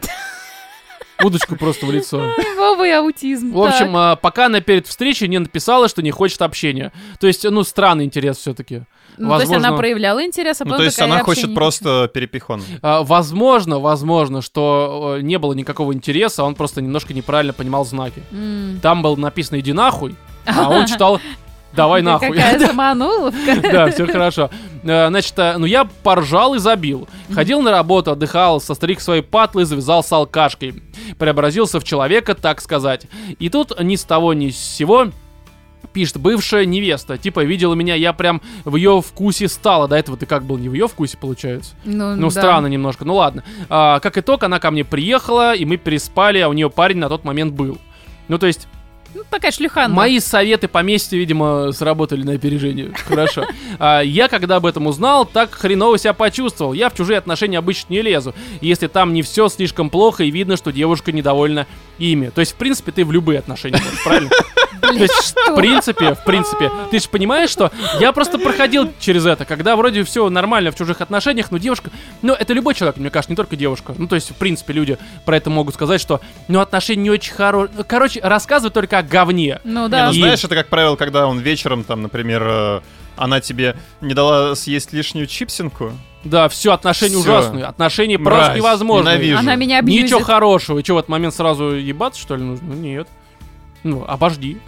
Speaker 1: Удочку просто в лицо.
Speaker 3: *laughs* Вова и аутизм.
Speaker 1: В общем, а, пока она перед встречей не написала, что не хочет общения. То есть, ну, странный интерес все-таки.
Speaker 3: Так. Ну, то есть она
Speaker 1: возможно-
Speaker 3: проявляла интерес, а
Speaker 2: Ну,
Speaker 3: потом
Speaker 2: то есть
Speaker 3: такая,
Speaker 2: она
Speaker 3: «Я вообще
Speaker 2: хочет
Speaker 3: не
Speaker 2: просто перепихон.
Speaker 1: А, возможно, возможно, что э, не было никакого интереса, а он просто немножко неправильно понимал знаки.
Speaker 3: хочу». М.
Speaker 1: Там было написано «иди нахуй», а он читал «давай
Speaker 3: Ты
Speaker 1: нахуй». *laughs*
Speaker 3: Какая замануловка.
Speaker 1: Да, все хорошо. Э, Значит, э, ну я поржал и забил. Ходил на работу, отдыхал, состриг свои патлы, завязал с алкашкой. Преобразился в человека, так сказать. И тут ни с того ни с сего пишет бывшая невеста. Типа, видела меня, я прям в ее вкусе стала. До этого ты как был не в ее вкусе, получается? Ну,
Speaker 3: да.
Speaker 1: странно немножко, ну ладно. А, как итог, она ко мне приехала, и мы переспали, а у нее парень на тот момент был. Ну, то есть,
Speaker 3: Ну, такая шлюханка.
Speaker 1: Мои советы по месте, видимо, сработали на опережение. Хорошо. А, я, когда об этом узнал, так хреново себя почувствовал. Я в чужие отношения обычно не лезу, если там не все слишком плохо и видно, что девушка недовольна ими. То есть, в принципе, ты в любые отношения можешь, правильно? То есть, в принципе, в принципе, ты же понимаешь, что я просто проходил через это, когда вроде все нормально в чужих отношениях, но девушка, ну, это любой человек, мне кажется, не только девушка. Ну, то есть, в принципе, люди про это могут сказать, что, ну, отношения не очень хорошие. Короче, рассказывай только о говне.
Speaker 3: Ну
Speaker 2: Не,
Speaker 3: да.
Speaker 2: ну,
Speaker 1: И-
Speaker 2: знаешь, это, как правило, когда он вечером, там, например, э, она тебе не дала съесть лишнюю чипсинку.
Speaker 1: Да, все, отношения
Speaker 2: Всё.
Speaker 1: ужасные. Отношения
Speaker 2: Мразь,
Speaker 1: просто невозможные.
Speaker 2: ненавижу.
Speaker 3: Она меня
Speaker 1: Ничего
Speaker 3: абьюзит.
Speaker 1: хорошего. И что, в этот момент сразу ебаться, что ли, нужно? Ну, Нет. Ну,
Speaker 3: *laughs*
Speaker 1: обожди.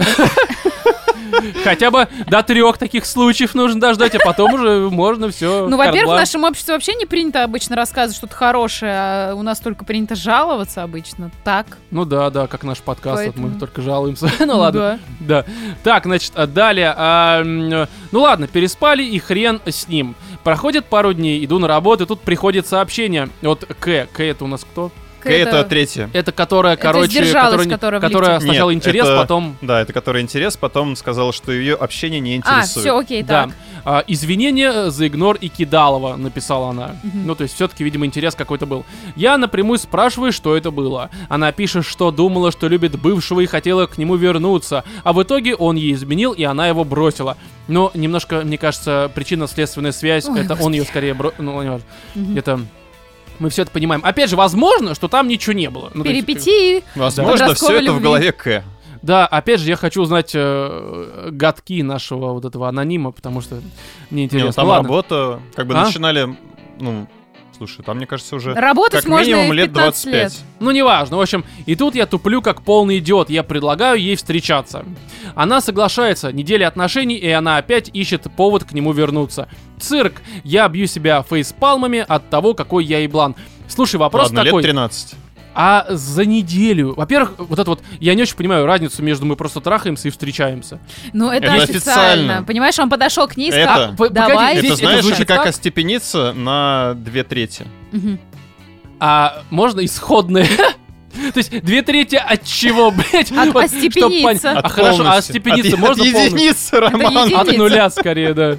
Speaker 1: Хотя бы до трех таких случаев нужно дождать, а потом уже можно все.
Speaker 3: Ну, во-первых, в нашем обществе вообще не принято обычно рассказывать что-то хорошее, а у нас только принято жаловаться обычно. Так.
Speaker 1: Ну да, да, как наш подкаст, вот мы
Speaker 3: Поэтому.
Speaker 1: только жалуемся. *laughs* Ну ладно. Да. Так, значит, а далее. а, м, ну ладно, переспали и хрен с ним. Проходит пару дней, иду на работу, и тут приходит сообщение от К. К это у нас кто?
Speaker 3: да.
Speaker 2: Кэй это третья.
Speaker 1: Это которая,
Speaker 3: Это
Speaker 1: короче,
Speaker 3: сдержалась,
Speaker 1: не-
Speaker 3: которая в
Speaker 1: которая
Speaker 2: лифте.
Speaker 1: сначала
Speaker 2: Нет,
Speaker 1: интерес,
Speaker 2: это-
Speaker 1: потом
Speaker 2: Да, это который интерес, потом сказала, что ее общение не
Speaker 3: А,
Speaker 2: интересует.
Speaker 3: все, окей,
Speaker 1: Да.
Speaker 3: так.
Speaker 1: А, извинения за игнор и кидалова, написала она.
Speaker 3: Мгм.
Speaker 1: Ну, то есть, все-таки, видимо, интерес какой-то был. Я напрямую спрашиваю, что это было. Она пишет, что думала, что любит бывшего и хотела к нему вернуться. А в итоге он ей изменил, и она его бросила. Но немножко, мне кажется, причинно-следственная связь,
Speaker 3: Ой,
Speaker 1: это он
Speaker 3: господи.
Speaker 1: ее скорее бро... Ну, ладно, неважно.
Speaker 3: Мгм.
Speaker 1: это... Мы все это понимаем. Опять же, возможно, что там ничего не было. Ну, то есть,
Speaker 3: Перипетии.
Speaker 2: Возможно, все
Speaker 3: Подростковой
Speaker 2: это в
Speaker 3: любви.
Speaker 2: голове К.
Speaker 1: Да, опять же, я хочу узнать э, гадки нашего вот этого анонима, потому что мне
Speaker 2: Не, ну,
Speaker 1: интересно.
Speaker 2: там
Speaker 1: Ладно.
Speaker 2: работа, как бы
Speaker 1: А?
Speaker 2: начинали, ну, слушай, там, мне кажется, уже
Speaker 3: Работать
Speaker 2: как
Speaker 3: можно
Speaker 2: минимум
Speaker 3: и
Speaker 2: лет
Speaker 3: 15
Speaker 2: 25.
Speaker 3: лет.
Speaker 1: Ну, неважно. В общем, и тут я туплю как полный идиот. Я предлагаю ей встречаться. Она соглашается. Неделя отношений, и она опять ищет повод к нему вернуться. Цирк. Я бью себя фейспалмами от того, какой я еблан. Слушай, вопрос
Speaker 2: Ладно,
Speaker 1: такой.
Speaker 2: лет 13.
Speaker 1: А за неделю? Во-первых, вот это вот... Я не очень понимаю разницу между мы просто трахаемся и встречаемся.
Speaker 3: Ну, это,
Speaker 2: Это
Speaker 3: официально.
Speaker 2: официально.
Speaker 3: Понимаешь, он подошел к а ней и сказал...
Speaker 2: Это-
Speaker 1: П-
Speaker 3: Давай.
Speaker 1: А, погоди,
Speaker 3: Это
Speaker 1: здесь
Speaker 2: Это,
Speaker 1: это
Speaker 2: знаешь, это
Speaker 1: звучит
Speaker 2: как
Speaker 1: так,
Speaker 2: остепениться на две трети.
Speaker 3: Мгм.
Speaker 1: А можно исходное? *laughs* То есть две трети от чего, *laughs* блядь?
Speaker 3: От
Speaker 1: Вот, чтоб
Speaker 3: остепениться.
Speaker 1: понять.
Speaker 3: От
Speaker 1: А хорошо, а
Speaker 2: полностью.
Speaker 1: остепениться
Speaker 2: От-
Speaker 1: можно
Speaker 2: От
Speaker 1: полностью?
Speaker 2: единицы, Роман.
Speaker 3: единица.
Speaker 1: От
Speaker 3: Единица.
Speaker 1: нуля скорее, да.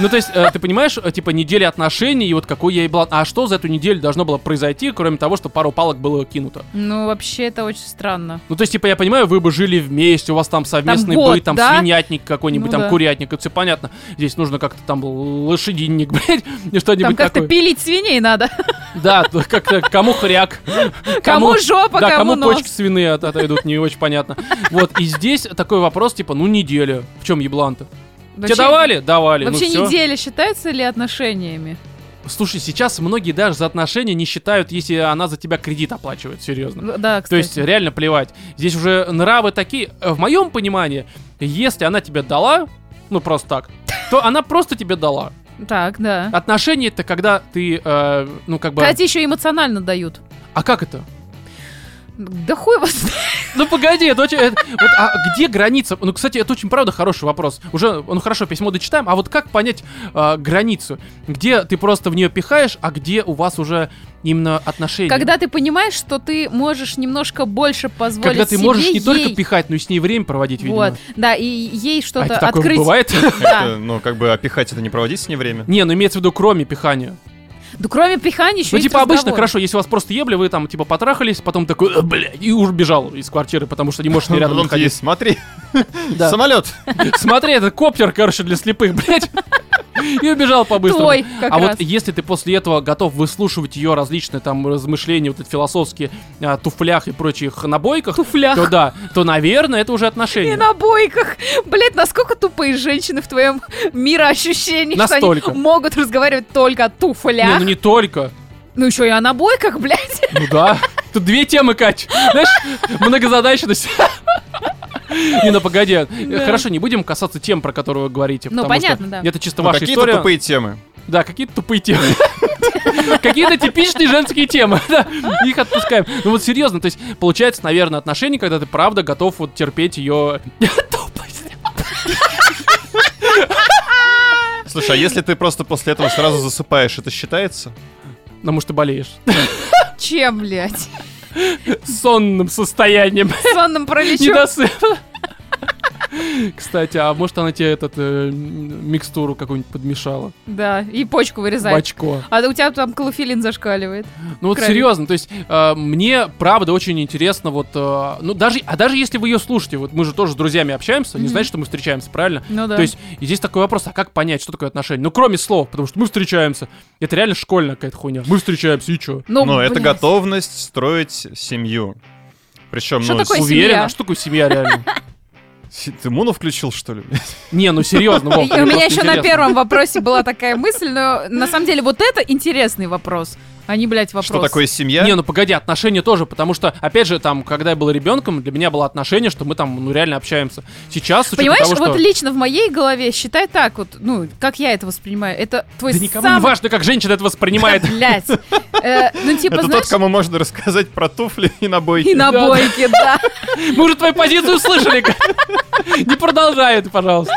Speaker 1: Ну, то есть, э, ты понимаешь, э, типа, неделя отношений, и вот какой я еблан. А что за эту неделю должно было произойти, кроме того, что пару палок было кинуто?
Speaker 3: Ну, вообще, это очень странно.
Speaker 1: Ну, то есть, типа, я понимаю, вы бы жили вместе, у вас там совместный
Speaker 3: год,
Speaker 1: быт, там
Speaker 3: да?
Speaker 1: свинятник какой-нибудь,
Speaker 3: Ну
Speaker 1: там
Speaker 3: да.
Speaker 1: курятник, это все понятно. Здесь нужно как-то там л- лошадиник, *laughs* блядь, и
Speaker 3: Там
Speaker 1: что-нибудь
Speaker 3: как-то
Speaker 1: такое.
Speaker 3: пилить свиней надо.
Speaker 1: Да, то как-то кому хряк.
Speaker 3: *laughs* Кому жопа,
Speaker 1: Да,
Speaker 3: кому
Speaker 1: кому
Speaker 3: нос.
Speaker 1: почки свиные от- отойдут, не очень понятно. Вот, и здесь такой вопрос, типа, ну, неделя. В чем еблан-то? Тебе
Speaker 3: Вообще-
Speaker 1: давали? Давали. ну,
Speaker 3: Вообще
Speaker 1: всё.
Speaker 3: неделя считается ли отношениями?
Speaker 1: Слушай, сейчас многие даже за отношения не считают, если она за тебя кредит оплачивает, серьезно.
Speaker 3: В- Да, Ну, кстати.
Speaker 1: То есть реально плевать. Здесь уже нравы такие. Э, В моем понимании, если она тебе дала, ну просто так, то она просто тебе дала.
Speaker 3: Так, да.
Speaker 1: А, Отношения это когда ты, э, ну как бы...
Speaker 3: Кстати, еще эмоционально дают.
Speaker 1: А как это?
Speaker 3: Да хуй вас знает.
Speaker 1: Ну погоди, это очень... это- вот, а где граница? Ну, кстати, это очень, правда, хороший вопрос. Уже, ну хорошо, письмо дочитаем, а вот как понять э, границу? Где ты просто в нее пихаешь, а где у вас уже именно отношения?
Speaker 3: Когда ты понимаешь, что ты можешь немножко больше позволить
Speaker 1: Когда ты
Speaker 3: себе,
Speaker 1: можешь не
Speaker 3: ей-
Speaker 1: только пихать, но и с ней время проводить, видимо.
Speaker 3: Вот, да, и ей
Speaker 1: а
Speaker 3: что-то
Speaker 1: это такое
Speaker 3: открыть.
Speaker 1: бывает? *laughs*
Speaker 3: Да.
Speaker 2: Это, ну, как бы опихать это не проводить с ней время.
Speaker 1: Не, ну имеется в виду кроме пихания.
Speaker 3: Да кроме пихания еще
Speaker 1: ну
Speaker 3: есть
Speaker 1: типа обычно,
Speaker 3: разговор.
Speaker 1: хорошо, если у вас просто ебли, вы там типа потрахались, потом такой, «Э, бля, и убежал из квартиры, потому что не можешь не
Speaker 2: *laughs*
Speaker 1: рядом
Speaker 2: Потом ты ей,
Speaker 1: находиться.
Speaker 2: Ну, смотри,
Speaker 1: *laughs* Да.
Speaker 2: самолет.
Speaker 1: Смотри, это коптер, короче, для слепых, блядь. И убежал по-быстрому.
Speaker 3: Твой, как
Speaker 1: а
Speaker 3: раз.
Speaker 1: вот если ты после этого готов выслушивать ее различные там размышления, вот эти философские о туфлях и прочих набойках, *laughs*
Speaker 3: Туфлях.
Speaker 1: то да, то, наверное, это уже отношения.
Speaker 3: И на бойках. Блять, насколько тупые женщины в твоем мироощущении,
Speaker 1: Настолько.
Speaker 3: что они могут разговаривать только о
Speaker 1: Не,
Speaker 3: туфлях.
Speaker 1: ну
Speaker 3: ну,
Speaker 1: не только.
Speaker 3: еще и о набойках, *laughs* блядь.
Speaker 1: Ну да. Тут две темы, Кать. Знаешь, многозадачность. Не, ну погоди. Хорошо, не будем касаться тем, про которые вы говорите.
Speaker 3: Ну,
Speaker 1: потому что
Speaker 3: понятно, да.
Speaker 1: Это чисто
Speaker 2: Ну,
Speaker 1: ваша
Speaker 2: Какие-то
Speaker 1: история.
Speaker 2: тупые темы.
Speaker 1: Да, какие-то тупые темы. *laughs* Какие-то типичные женские темы. *laughs* да. Их отпускаем. Ну вот серьезно, то есть получается, наверное, отношения, когда ты правда готов вот терпеть ее *laughs* тупость.
Speaker 2: Слушай, а если ты просто после этого сразу засыпаешь, это считается?
Speaker 1: Потому что болеешь. *laughs*
Speaker 3: Чем, блядь?
Speaker 1: Сонным состоянием.
Speaker 3: Сонным пролечу.
Speaker 1: Недосып. Кстати, а может она тебе этот э, м, микстуру какую-нибудь подмешала?
Speaker 3: Да, и почку
Speaker 1: В
Speaker 3: вырезает.
Speaker 1: очко.
Speaker 3: А у тебя там клофелин зашкаливает.
Speaker 1: Ну вот
Speaker 3: крови.
Speaker 1: серьезно, то есть э, мне правда очень интересно вот, э, ну даже, а даже если вы ее слушаете, вот мы же тоже с друзьями общаемся, не
Speaker 3: Мгм.
Speaker 1: значит, что мы встречаемся, правильно?
Speaker 3: Ну да.
Speaker 1: То есть и здесь такой вопрос, а как понять, что такое отношение? Ну кроме слов, потому что мы встречаемся, это реально школьная какая-то хуйня. Мы встречаемся и чё?
Speaker 3: ну,
Speaker 2: Ну, это
Speaker 3: блядь.
Speaker 2: готовность строить семью. Причем,
Speaker 3: Что
Speaker 2: ну,
Speaker 3: такое
Speaker 2: с-
Speaker 1: Уверена,
Speaker 3: семья?
Speaker 1: а что такое семья реально?
Speaker 2: ты Муну включил, что ли?
Speaker 1: Не, ну серьезно,
Speaker 3: И
Speaker 1: Вов, мне
Speaker 3: У меня
Speaker 1: просто
Speaker 3: еще на
Speaker 1: интересно.
Speaker 3: первом вопросе была такая мысль, но на самом деле вот это интересный вопрос. Они, блядь, вопрос.
Speaker 2: Что такое семья?
Speaker 1: Не, ну погоди, отношения тоже, потому что, опять же, там, когда я был ребенком, для меня было отношение, что мы там, ну, реально общаемся. Сейчас, с учетом
Speaker 3: Понимаешь,
Speaker 1: того,
Speaker 3: вот
Speaker 1: что...
Speaker 3: лично в моей голове считай так вот, ну, как я это воспринимаю, это твой
Speaker 1: Да никому не
Speaker 3: самый...
Speaker 1: важно, как женщина это воспринимает.
Speaker 3: *laughs* Блядь. Э, Ну, типа,
Speaker 2: Это тот,
Speaker 3: знаешь,
Speaker 2: кому можно рассказать про туфли и набойки. *laughs*
Speaker 3: и на
Speaker 1: да.
Speaker 3: бойке, да.
Speaker 1: Мы уже твою позицию услышали. *laughs* Не продолжай это, пожалуйста.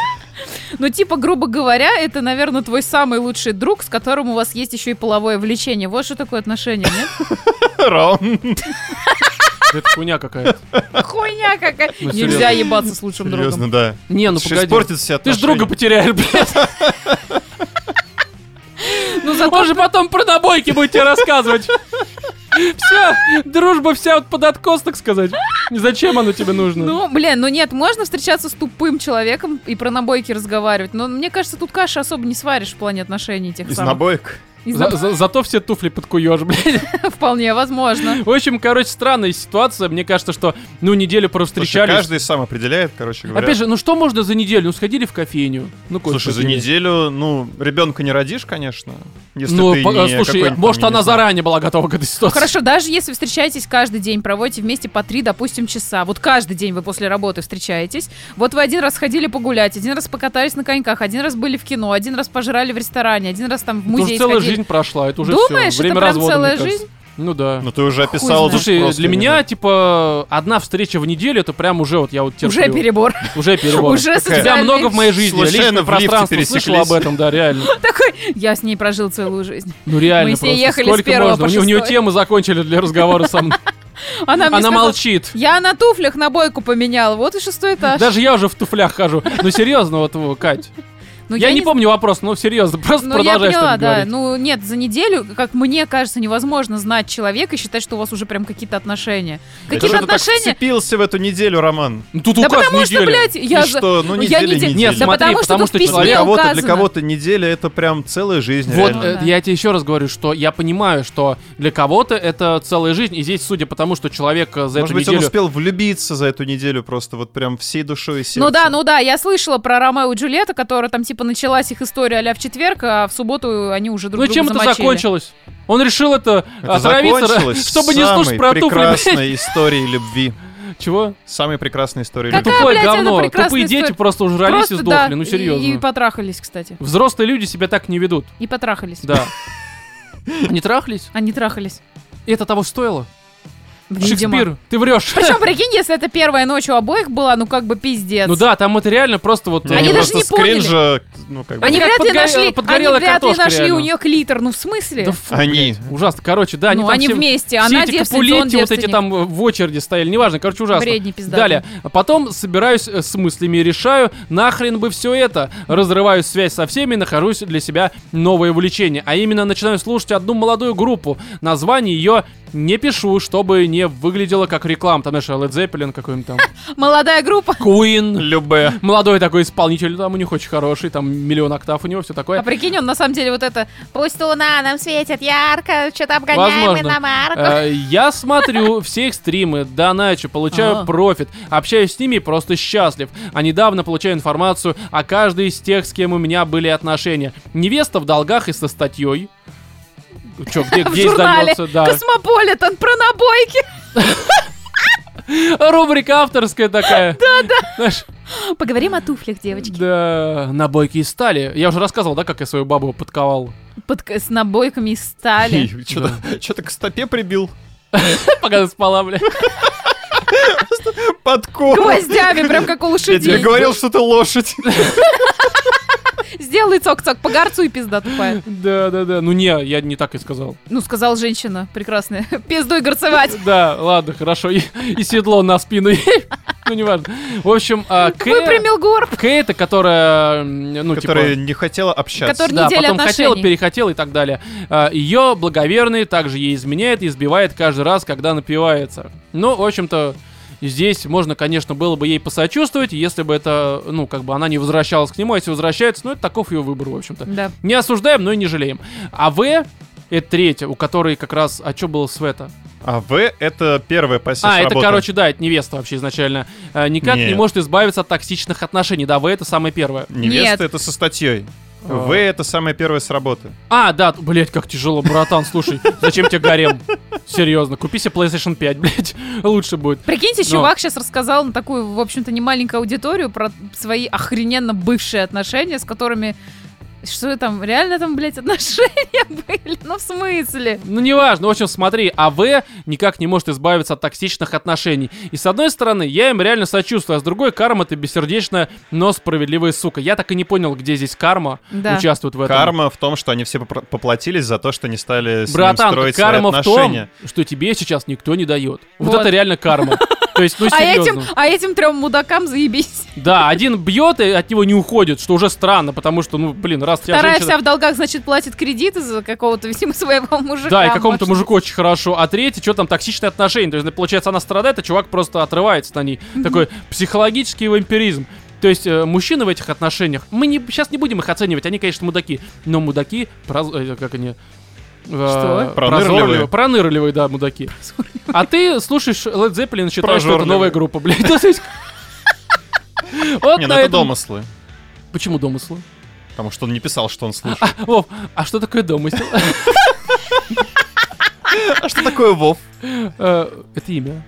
Speaker 3: Ну, типа, грубо говоря, это, наверное, твой самый лучший друг, с которым у вас есть еще и половое влечение. Вот что такое отношение,
Speaker 1: *laughs*
Speaker 3: нет?
Speaker 2: Ром.
Speaker 1: Это хуйня какая-то.
Speaker 3: Хуйня какая.
Speaker 1: Ну,
Speaker 3: Нельзя
Speaker 1: серьезно.
Speaker 3: ебаться с лучшим другом.
Speaker 2: Серьезно, да.
Speaker 1: Не, ну
Speaker 2: Сейчас
Speaker 1: погоди.
Speaker 2: портит все
Speaker 1: Ты ж друга потеряешь, блядь.
Speaker 3: Ну,
Speaker 1: Он
Speaker 3: зато...
Speaker 1: же потом про набойки будет тебе рассказывать. Все, дружба вся вот под откос, так сказать. Зачем оно тебе нужно?
Speaker 3: Ну, блин, ну нет, можно встречаться с тупым человеком и про набойки разговаривать, но мне кажется, тут каши особо не сваришь в плане отношений тех
Speaker 2: Из
Speaker 3: самых.
Speaker 2: набоек.
Speaker 3: Из
Speaker 1: За- за- Зато все туфли подкуешь, блядь.
Speaker 3: набо-
Speaker 1: *laughs*
Speaker 3: Вполне возможно.
Speaker 1: В общем, короче, странная ситуация. Мне кажется, что, ну, неделю
Speaker 2: Слушай,
Speaker 1: провстречались.
Speaker 2: Каждый сам определяет, короче говоря.
Speaker 1: Опять же, ну что можно за неделю? Ну, сходили в кофейню. Ну, кофе
Speaker 2: Слушай, за
Speaker 1: попили.
Speaker 2: неделю, ну, ребенка не родишь, конечно. Если
Speaker 1: Ну,
Speaker 2: ты
Speaker 1: по-
Speaker 2: не
Speaker 1: слушай,
Speaker 2: какой-нибудь,
Speaker 1: может,
Speaker 2: там, не
Speaker 1: она
Speaker 2: знаю.
Speaker 1: заранее была готова к этой ситуации.
Speaker 3: Хорошо, даже если встречаетесь каждый день, проводите вместе по три, допустим, часа. Вот каждый день вы после работы встречаетесь. Вот вы один раз ходили погулять, один раз покатались на коньках, один раз были в кино, один раз пожрали в ресторане, один раз там в
Speaker 1: Потому что
Speaker 3: музей
Speaker 1: целая
Speaker 3: сходили.
Speaker 1: жизнь прошла, это уже
Speaker 3: Думаешь,
Speaker 1: все.
Speaker 3: это
Speaker 1: Время
Speaker 3: прям
Speaker 1: развода,
Speaker 3: целая
Speaker 1: мне кажется.
Speaker 3: жизнь?
Speaker 1: Ну да.
Speaker 2: Ну, ты уже описал.
Speaker 3: знает.
Speaker 2: тут
Speaker 1: Слушай,
Speaker 2: просто,
Speaker 1: для
Speaker 2: я не
Speaker 1: меня,
Speaker 2: знаю.
Speaker 1: типа, одна встреча в неделю, это прям уже вот я вот терплю.
Speaker 3: Уже перебор. *laughs*
Speaker 1: Уже перебор.
Speaker 3: Уже
Speaker 1: У тебя
Speaker 3: социальный-
Speaker 1: много в моей жизни.
Speaker 2: Случайно
Speaker 1: Личное
Speaker 2: в лифте
Speaker 1: пространство слышала об
Speaker 2: пересеклись.
Speaker 1: этом, да, реально.
Speaker 3: Такой, *laughs* я с ней прожил целую жизнь.
Speaker 1: Ну реально
Speaker 3: Мы с ней
Speaker 1: просто.
Speaker 3: ехали с
Speaker 1: Сколько
Speaker 3: первого
Speaker 1: можно? У
Speaker 3: по
Speaker 1: нее- у нее
Speaker 3: шестой.
Speaker 1: темы закончили для разговора со мной.
Speaker 3: *laughs* Она
Speaker 1: Она
Speaker 3: мне сказала,
Speaker 1: молчит.
Speaker 3: Я на туфлях на бойку поменяла, вот и шестой этаж.
Speaker 1: Даже я уже в туфлях хожу. Ну серьезно, вот, вот, Кать.
Speaker 3: Ну,
Speaker 1: я, не помню вопрос, но серьезно, *laughs* просто
Speaker 3: Ну, я
Speaker 1: продолжай
Speaker 3: поняла,
Speaker 1: что-нибудь
Speaker 3: да.
Speaker 1: говорить.
Speaker 3: Ну, нет, за неделю, как мне кажется, невозможно знать человека и считать, что у вас уже прям какие-то отношения.
Speaker 2: Да
Speaker 3: Какие-то
Speaker 2: что ты так
Speaker 3: отношения...
Speaker 2: вцепился в эту неделю, Роман?
Speaker 1: Ну, Тут
Speaker 3: Да
Speaker 1: указ
Speaker 3: потому что,
Speaker 1: недели.
Speaker 3: блядь, я
Speaker 2: И
Speaker 3: за-
Speaker 2: что? Ну,
Speaker 3: я
Speaker 2: неделя,
Speaker 3: неделю-
Speaker 2: неделя.
Speaker 1: Нет,
Speaker 3: Да
Speaker 1: смотри,
Speaker 3: потому что
Speaker 1: потому
Speaker 3: тут
Speaker 1: что
Speaker 3: в письме
Speaker 1: Для
Speaker 2: для кого-то, для
Speaker 3: указано.
Speaker 2: кого-то неделя это прям целая жизнь.
Speaker 1: Вот
Speaker 2: реально.
Speaker 1: э,
Speaker 3: Да.
Speaker 1: я тебе еще раз говорю, что я понимаю, что для кого-то это целая жизнь, и здесь, судя по тому, что человек э, за
Speaker 2: Может
Speaker 1: эту
Speaker 2: быть,
Speaker 1: неделю...
Speaker 2: он успел влюбиться за эту неделю просто вот прям всей душой и сердцем.
Speaker 3: Ну да, ну да, я слышала про Ромео и Джульетта, которая там типа началась их история а в четверг, а в субботу они уже друг
Speaker 1: ну и
Speaker 3: друга
Speaker 1: чем это
Speaker 3: замочили.
Speaker 1: закончилось? Он решил это,
Speaker 2: Это
Speaker 1: отравиться,
Speaker 2: закончилось
Speaker 1: А *laughs* чтобы не
Speaker 2: самой
Speaker 1: слушать про туфли. блядь.
Speaker 2: прекрасной историей любви.
Speaker 1: *laughs* Чего?
Speaker 2: Самой прекрасной историей
Speaker 3: Какая,
Speaker 2: любви.
Speaker 1: Тупое
Speaker 3: блядь, она
Speaker 1: говно.
Speaker 3: прекрасная
Speaker 1: Тупые дети
Speaker 3: история.
Speaker 1: просто ужрались
Speaker 3: Просто
Speaker 1: и сдохли.
Speaker 3: да,
Speaker 1: ну серьезно.
Speaker 3: И, и потрахались, кстати.
Speaker 1: Взрослые люди себя так не ведут.
Speaker 3: И потрахались. *laughs*
Speaker 1: Да. Не трахались?
Speaker 3: Они трахались.
Speaker 1: Это того стоило.
Speaker 3: Видимо.
Speaker 1: Шекспир, ты врешь.
Speaker 3: Причем, прикинь, если это первая ночь у обоих была, ну как бы пиздец.
Speaker 1: *laughs* Ну да, там это реально просто вот...
Speaker 2: Не,
Speaker 1: э,
Speaker 3: Они даже
Speaker 2: просто
Speaker 3: не
Speaker 2: с
Speaker 3: поняли.
Speaker 2: кринжа, ну, как бы.
Speaker 3: Они
Speaker 1: Как
Speaker 3: вряд ли
Speaker 1: подгорела-
Speaker 3: нашли, они
Speaker 1: подгорелая
Speaker 3: вряд ли
Speaker 1: картошка
Speaker 3: нашли у
Speaker 1: реально.
Speaker 3: нее клитор. Ну в смысле?
Speaker 1: да фу,
Speaker 2: Они. *laughs*
Speaker 1: Ужасно, короче, да, они
Speaker 3: ну,
Speaker 1: там
Speaker 3: они
Speaker 1: все-
Speaker 3: вместе,
Speaker 1: все
Speaker 3: она
Speaker 1: эти
Speaker 3: девственница, он
Speaker 1: капулетти вот эти
Speaker 3: девственник.
Speaker 1: там э, в очереди стояли, неважно, короче, ужасно.
Speaker 3: Бредни пиздатые.
Speaker 1: Далее, а потом собираюсь э, с мыслями и решаю, нахрен бы все это, разрываю связь со всеми и нахожусь для себя новое увлечение. А именно начинаю слушать одну молодую группу, название ее не пишу, чтобы не выглядело как реклама, там, знаешь, Led Zeppelin какой-нибудь
Speaker 3: *laughs*
Speaker 1: там,
Speaker 3: Молодая группа.
Speaker 1: Queen,
Speaker 2: Любе.
Speaker 1: молодой такой исполнитель, там у них очень хороший, там миллион октав у него, все
Speaker 3: А
Speaker 1: такое.
Speaker 3: прикинь, он на самом деле вот это «Пусть луна нам светит ярко, что-то обгоняем
Speaker 1: Возможно.
Speaker 3: иномарку».
Speaker 1: Э, Я смотрю все их стримы, доначу, получаю
Speaker 3: Ага.
Speaker 1: профит, общаюсь с ними и просто счастлив. А недавно получаю информацию о каждой из тех, с кем у меня были отношения. Невеста в долгах и со статьей. Че, где,
Speaker 3: *laughs* В
Speaker 1: где
Speaker 3: журнале
Speaker 1: издается, Э, да.
Speaker 3: «Космополитен» про набойки.
Speaker 1: Рубрика авторская
Speaker 3: *laughs*
Speaker 1: такая. Да, да. Знаешь,
Speaker 3: Поговорим о туфлях, девочки.
Speaker 1: да, набойки из стали. Я уже рассказывал, да, как я свою бабу подковал.
Speaker 3: Под- с набойками из стали.
Speaker 2: *laughs* Что-то к стопе прибил.
Speaker 1: *laughs* Пока она спала, бля.
Speaker 2: Подкоп.
Speaker 3: Гвоздями, прям как у
Speaker 2: Я тебе
Speaker 3: лошадей.
Speaker 2: говорил, что ты лошадь.
Speaker 3: Сделай цок-цок по горцу и пизда тупая.
Speaker 1: Да, да, да. Ну не, я не так и сказал.
Speaker 3: Ну, сказала женщина прекрасная. *laughs* Пиздуй горцевать.
Speaker 1: Да, ладно, хорошо. И, и седло на спину. *laughs* Ну, неважно. В общем, а, Кэ...
Speaker 3: Выпрямил горб.
Speaker 1: Кейта, которая, м, ну,
Speaker 2: Которая
Speaker 1: типа...
Speaker 2: не хотела общаться.
Speaker 3: Который-
Speaker 1: Да,
Speaker 3: Неделя
Speaker 1: потом
Speaker 3: отношений.
Speaker 1: хотела, перехотела и так далее. А, Ее благоверный также ей изменяет и избивает каждый раз, когда напивается. Ну, в общем-то, здесь можно, конечно, было бы ей посочувствовать, если бы это, ну, как бы она не возвращалась к нему, а если возвращается, ну, это таков ее выбор, в общем-то.
Speaker 3: Да.
Speaker 1: Не осуждаем, но и не жалеем. А В, это третья, у которой как раз... А что было с Вета?
Speaker 2: А В это первая пассив
Speaker 1: А, это,
Speaker 2: работа.
Speaker 1: короче, да, это невеста вообще изначально. Э, Никак не
Speaker 2: Нет.
Speaker 1: может избавиться от токсичных отношений. Да, вы это самое первое.
Speaker 2: Невеста
Speaker 3: Нет.
Speaker 2: это со статьей. В это самое первое с работы.
Speaker 1: А, да, т- блядь, как тяжело, братан, слушай, зачем тебе гарем? Серьезно, купи себе PlayStation 5, блядь, *laughs* лучше будет.
Speaker 3: Прикиньте,
Speaker 1: Но-
Speaker 3: чувак сейчас рассказал на такую, в общем-то, не маленькую аудиторию про свои охрененно бывшие отношения, с которыми... Что там, реально там, блядь, *laughs* отношения были? Ну, в смысле?
Speaker 1: Ну, неважно, в общем, смотри, АВ никак не может избавиться от токсичных отношений. И с одной стороны, я им реально сочувствую, а с другой, карма ты бессердечная, но справедливая сука. Я так и не понял, где здесь карма
Speaker 3: Да.
Speaker 1: участвует в этом.
Speaker 2: Карма в том, что они все попро- поплатились за то, что не стали с ним
Speaker 1: Братан,
Speaker 2: строить свои
Speaker 1: карма в том,
Speaker 2: отношения.
Speaker 1: что тебе сейчас никто не дает. Вот,
Speaker 3: Вот.
Speaker 1: это реально карма. То есть, ну
Speaker 3: *laughs* А этим,
Speaker 1: серьезно.
Speaker 3: а этим трем мудакам заебись.
Speaker 1: Да, один бьет и от него не уходит, что уже странно, потому что, ну, блин, раз тебя
Speaker 3: Вторая
Speaker 1: женщина-
Speaker 3: вся в долгах, значит, платит кредиты за какого-то, *laughs* видимо, своего мужика.
Speaker 1: Да, и какому-то
Speaker 3: может.
Speaker 1: мужику очень хорошо. А третий, что там, токсичные отношения. То есть, получается, она страдает, а чувак просто отрывается на ней. Такой психологический вампиризм. То есть э, мужчины в этих отношениях, мы не, сейчас не будем их оценивать, они, конечно, мудаки, но мудаки, проз- э, как они, э,
Speaker 3: Что?
Speaker 1: прозорливые, пронырливые, да, мудаки. А ты слушаешь Led Zeppelin и считаешь, что это
Speaker 2: Прожорливые.
Speaker 1: новая группа, блядь. *laughs* Ну, то есть- Вот
Speaker 2: Не, ну
Speaker 1: на
Speaker 2: это
Speaker 1: этом...
Speaker 2: домыслы.
Speaker 1: Почему домыслы?
Speaker 2: Потому что он не писал, что он слушал.
Speaker 1: Вов, а что такое домысел? *laughs*
Speaker 2: А что такое Вов?
Speaker 1: Э, Это имя.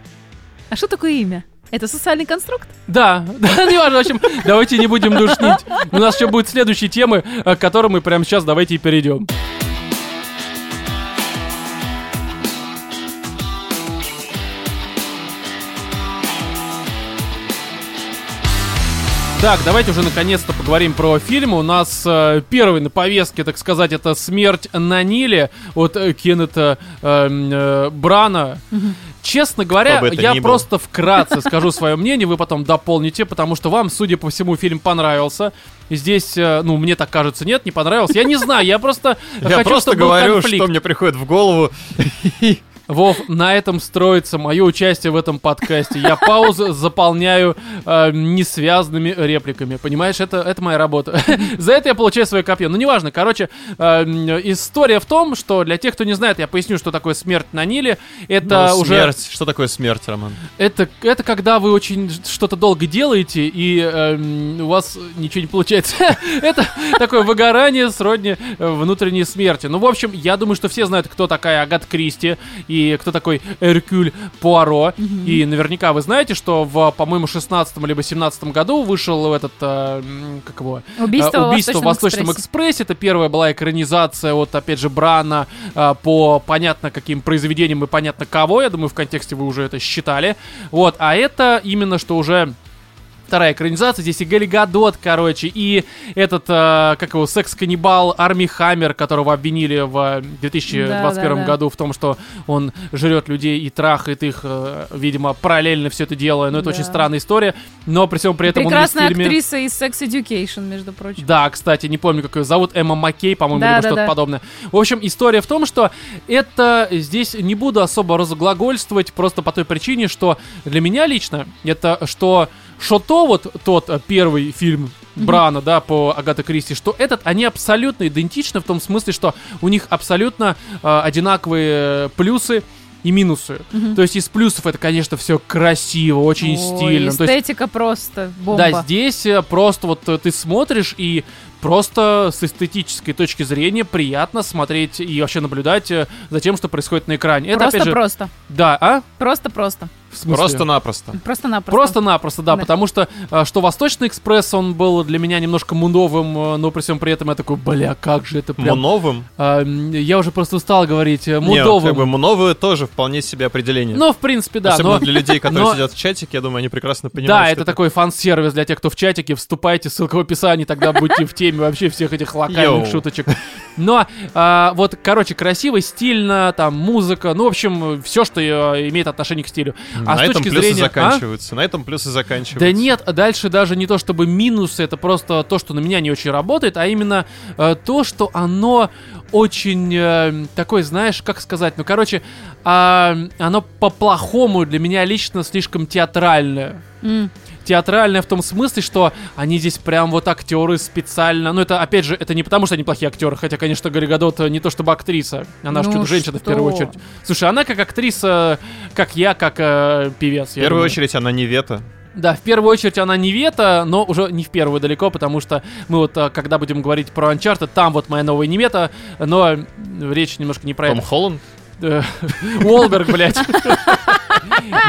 Speaker 3: А что такое имя? Это социальный конструкт?
Speaker 1: Да, *laughs* да, не важно, в общем, давайте не будем душнить. У нас еще будут следующие темы, э, к которым мы прямо сейчас давайте и перейдем. Так, давайте уже наконец-то поговорим про фильм. У нас э, первый на повестке, так сказать, это «Смерть на Ниле» от э, Кеннета э, м, э, Брана. Честно говоря,
Speaker 2: бы это
Speaker 1: я
Speaker 2: ни было.
Speaker 1: просто вкратце скажу свое мнение, вы потом дополните, потому что вам, судя по всему, фильм понравился. Здесь, э, ну, мне так кажется, нет, не понравился. Я не знаю, я просто
Speaker 2: Я
Speaker 1: хочу,
Speaker 2: просто
Speaker 1: чтобы а был
Speaker 2: говорю,
Speaker 1: конфликт.
Speaker 2: что мне приходит в голову.
Speaker 1: Вов, на этом строится мое участие в этом подкасте. Я паузы заполняю э, несвязанными репликами. Понимаешь, это, это моя работа. *laughs* За это я получаю свое копье. Ну, неважно. Короче, э, м, история в том, что для тех, кто не знает, я поясню, что такое смерть на Ниле. Это
Speaker 2: Ну,
Speaker 1: уже...
Speaker 2: Смерть. Что такое смерть, Роман?
Speaker 1: Это, это когда вы очень ж- что-то долго делаете, и эм, у вас ничего не получается. *laughs* это такое выгорание сродни э, внутренней смерти. Ну, в общем, я думаю, что все знают, кто такая Агат Кристи, и кто такой Эркюль Пуаро. И наверняка вы знаете, что в, по-моему, 16 либо 17 году вышел этот, э, м, как его,
Speaker 3: Убийство,
Speaker 1: Э,
Speaker 3: в Восточном экспрессе.
Speaker 1: экспрессе. Это первая была экранизация от, опять же, Брана э, по понятно каким произведениям и понятно кого. Я думаю, в контексте вы уже это считали. Вот, а это именно что уже вторая экранизация. Здесь и Галли Гадот, короче, и этот, э, как его, секс-каннибал Арми Хаммер, которого обвинили в э, 2021
Speaker 3: Да-да-да.
Speaker 1: году в том, что он жрет людей и трахает их, э, видимо, параллельно все это дело. Но это
Speaker 3: Да.
Speaker 1: очень странная история. Но при всем при этом
Speaker 3: Прекрасная
Speaker 1: он есть в фильме...
Speaker 3: актриса из Sex Education, между прочим.
Speaker 1: Да, кстати, не помню, как ее зовут, Эмма Маккей, по-моему,
Speaker 3: Да,
Speaker 1: или
Speaker 3: да,
Speaker 1: что-то
Speaker 3: да.
Speaker 1: подобное. В общем, история в том, что это здесь не буду особо разглагольствовать, просто по той причине, что для меня лично это что Шото, вот тот э, первый фильм Брана, да, по Агата Кристи, что этот, они абсолютно идентичны в том смысле, что у них абсолютно э, одинаковые э, плюсы и минусы. То есть из плюсов это, конечно, все красиво, очень
Speaker 3: Ой,
Speaker 1: стильно. То есть
Speaker 3: Эстетика просто бомба.
Speaker 1: да, здесь э, просто вот э, ты смотришь и просто с эстетической точки зрения приятно смотреть и вообще наблюдать э, за тем, что происходит на экране. Это опять же,
Speaker 3: Просто-просто.
Speaker 1: да, а?
Speaker 3: Просто-просто.
Speaker 1: В смысле?
Speaker 2: Просто-напросто.
Speaker 3: Просто-напросто.
Speaker 1: Просто-напросто, да,
Speaker 3: Да.
Speaker 1: потому что э, что Восточный экспресс, он был для меня немножко мундовым, э, но при всем при этом я такой, бля, как же это прям...
Speaker 2: Муновым?
Speaker 1: А, м, я уже просто устал говорить э,
Speaker 2: Не,
Speaker 1: мудовым.
Speaker 2: как бы муновые тоже вполне себе определение.
Speaker 1: Ну, в принципе, да,
Speaker 2: Особенно
Speaker 1: но...
Speaker 2: для людей, которые
Speaker 1: но-
Speaker 2: сидят в чатике, я думаю, они прекрасно понимают.
Speaker 1: Да,
Speaker 2: что
Speaker 1: это такой фан-сервис для тех, кто в чатике. Вступайте, ссылка в описании, тогда будете в теме вообще всех
Speaker 2: *laughs*
Speaker 1: этих локальных
Speaker 2: Йоу.
Speaker 1: шуточек. Но, а, вот, короче, красиво, стильно, там, музыка, ну, в общем, все, что э, имеет отношение к стилю. А
Speaker 2: На
Speaker 1: с
Speaker 2: этом
Speaker 1: точки
Speaker 2: плюсы
Speaker 1: зрения... а?
Speaker 2: заканчиваются. На этом плюсы заканчиваются.
Speaker 1: Да нет, а дальше даже не то чтобы минусы, это просто то, что на меня не очень работает, а именно э, то, что оно очень э, такое, знаешь, как сказать, ну короче, а, оно по-плохому для меня лично слишком театральное.
Speaker 3: М.
Speaker 1: Театральное в том смысле, что они здесь прям вот актеры специально. Ну, это, опять же, это не потому, что они плохие актеры, хотя, конечно, Гарри Гадот э, не то чтобы актриса. Она же
Speaker 3: Ну
Speaker 1: чудо-женщина в первую
Speaker 3: что?
Speaker 1: очередь. Слушай, она как актриса, как я, как э, певец.
Speaker 2: В первую очередь она не вето.
Speaker 1: Да, в первую очередь она не Вета, но уже не в первую далеко, потому что мы вот, а, когда будем говорить про Uncharted, там вот моя новая Невета, но м, речь немножко не про
Speaker 4: Том
Speaker 1: это.
Speaker 4: Холланд?
Speaker 1: Э, Уолберг, блядь.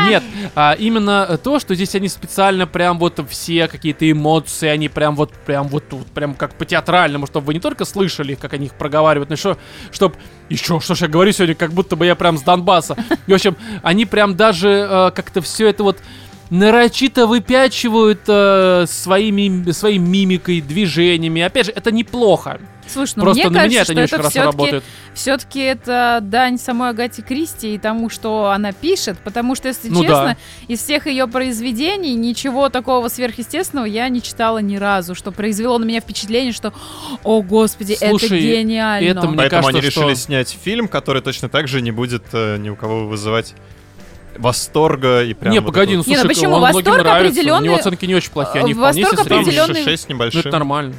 Speaker 1: Нет, а именно то, что здесь они специально прям вот все какие-то эмоции, они прям вот, прям вот тут, прям как по-театральному, чтобы вы не только слышали, как они их проговаривают, но еще, чтоб, еще, что ж я говорю сегодня, как будто бы я прям с Донбасса. И, в общем, они прям даже э, как-то все это вот нарочито выпячивают э, своими, своей мимикой, движениями. Опять же, это неплохо.
Speaker 3: Слушай, ну
Speaker 1: Просто
Speaker 3: мне
Speaker 1: на меня
Speaker 3: кажется,
Speaker 1: это не очень
Speaker 3: что это
Speaker 1: хорошо
Speaker 3: все-таки
Speaker 1: работает.
Speaker 3: Все-таки это дань самой Агате Кристи и тому, что она пишет, потому что, если
Speaker 1: Ну
Speaker 3: честно,
Speaker 1: да.
Speaker 3: из всех ее произведений ничего такого сверхъестественного я не читала ни разу, что произвело на меня впечатление, что, о господи, это
Speaker 1: Слушай,
Speaker 3: гениально.
Speaker 1: это мне-
Speaker 2: Поэтому они
Speaker 1: кажется, что-
Speaker 2: решили снять фильм, который точно так же не будет э, ни у кого вызывать восторга и прям...
Speaker 1: не,
Speaker 2: вот
Speaker 1: погоди,
Speaker 2: это
Speaker 1: ну
Speaker 2: вот.
Speaker 1: слушай,
Speaker 3: Не, ну почему?
Speaker 1: он многим
Speaker 3: Восторг
Speaker 1: нравится, у него
Speaker 3: определенный-
Speaker 1: оценки не очень плохие, они
Speaker 3: э,
Speaker 1: вполне себе
Speaker 3: восторг
Speaker 2: Там
Speaker 1: средние.
Speaker 3: определен- определенный-
Speaker 2: 6
Speaker 1: Ну,
Speaker 2: небольшим.
Speaker 1: это нормально.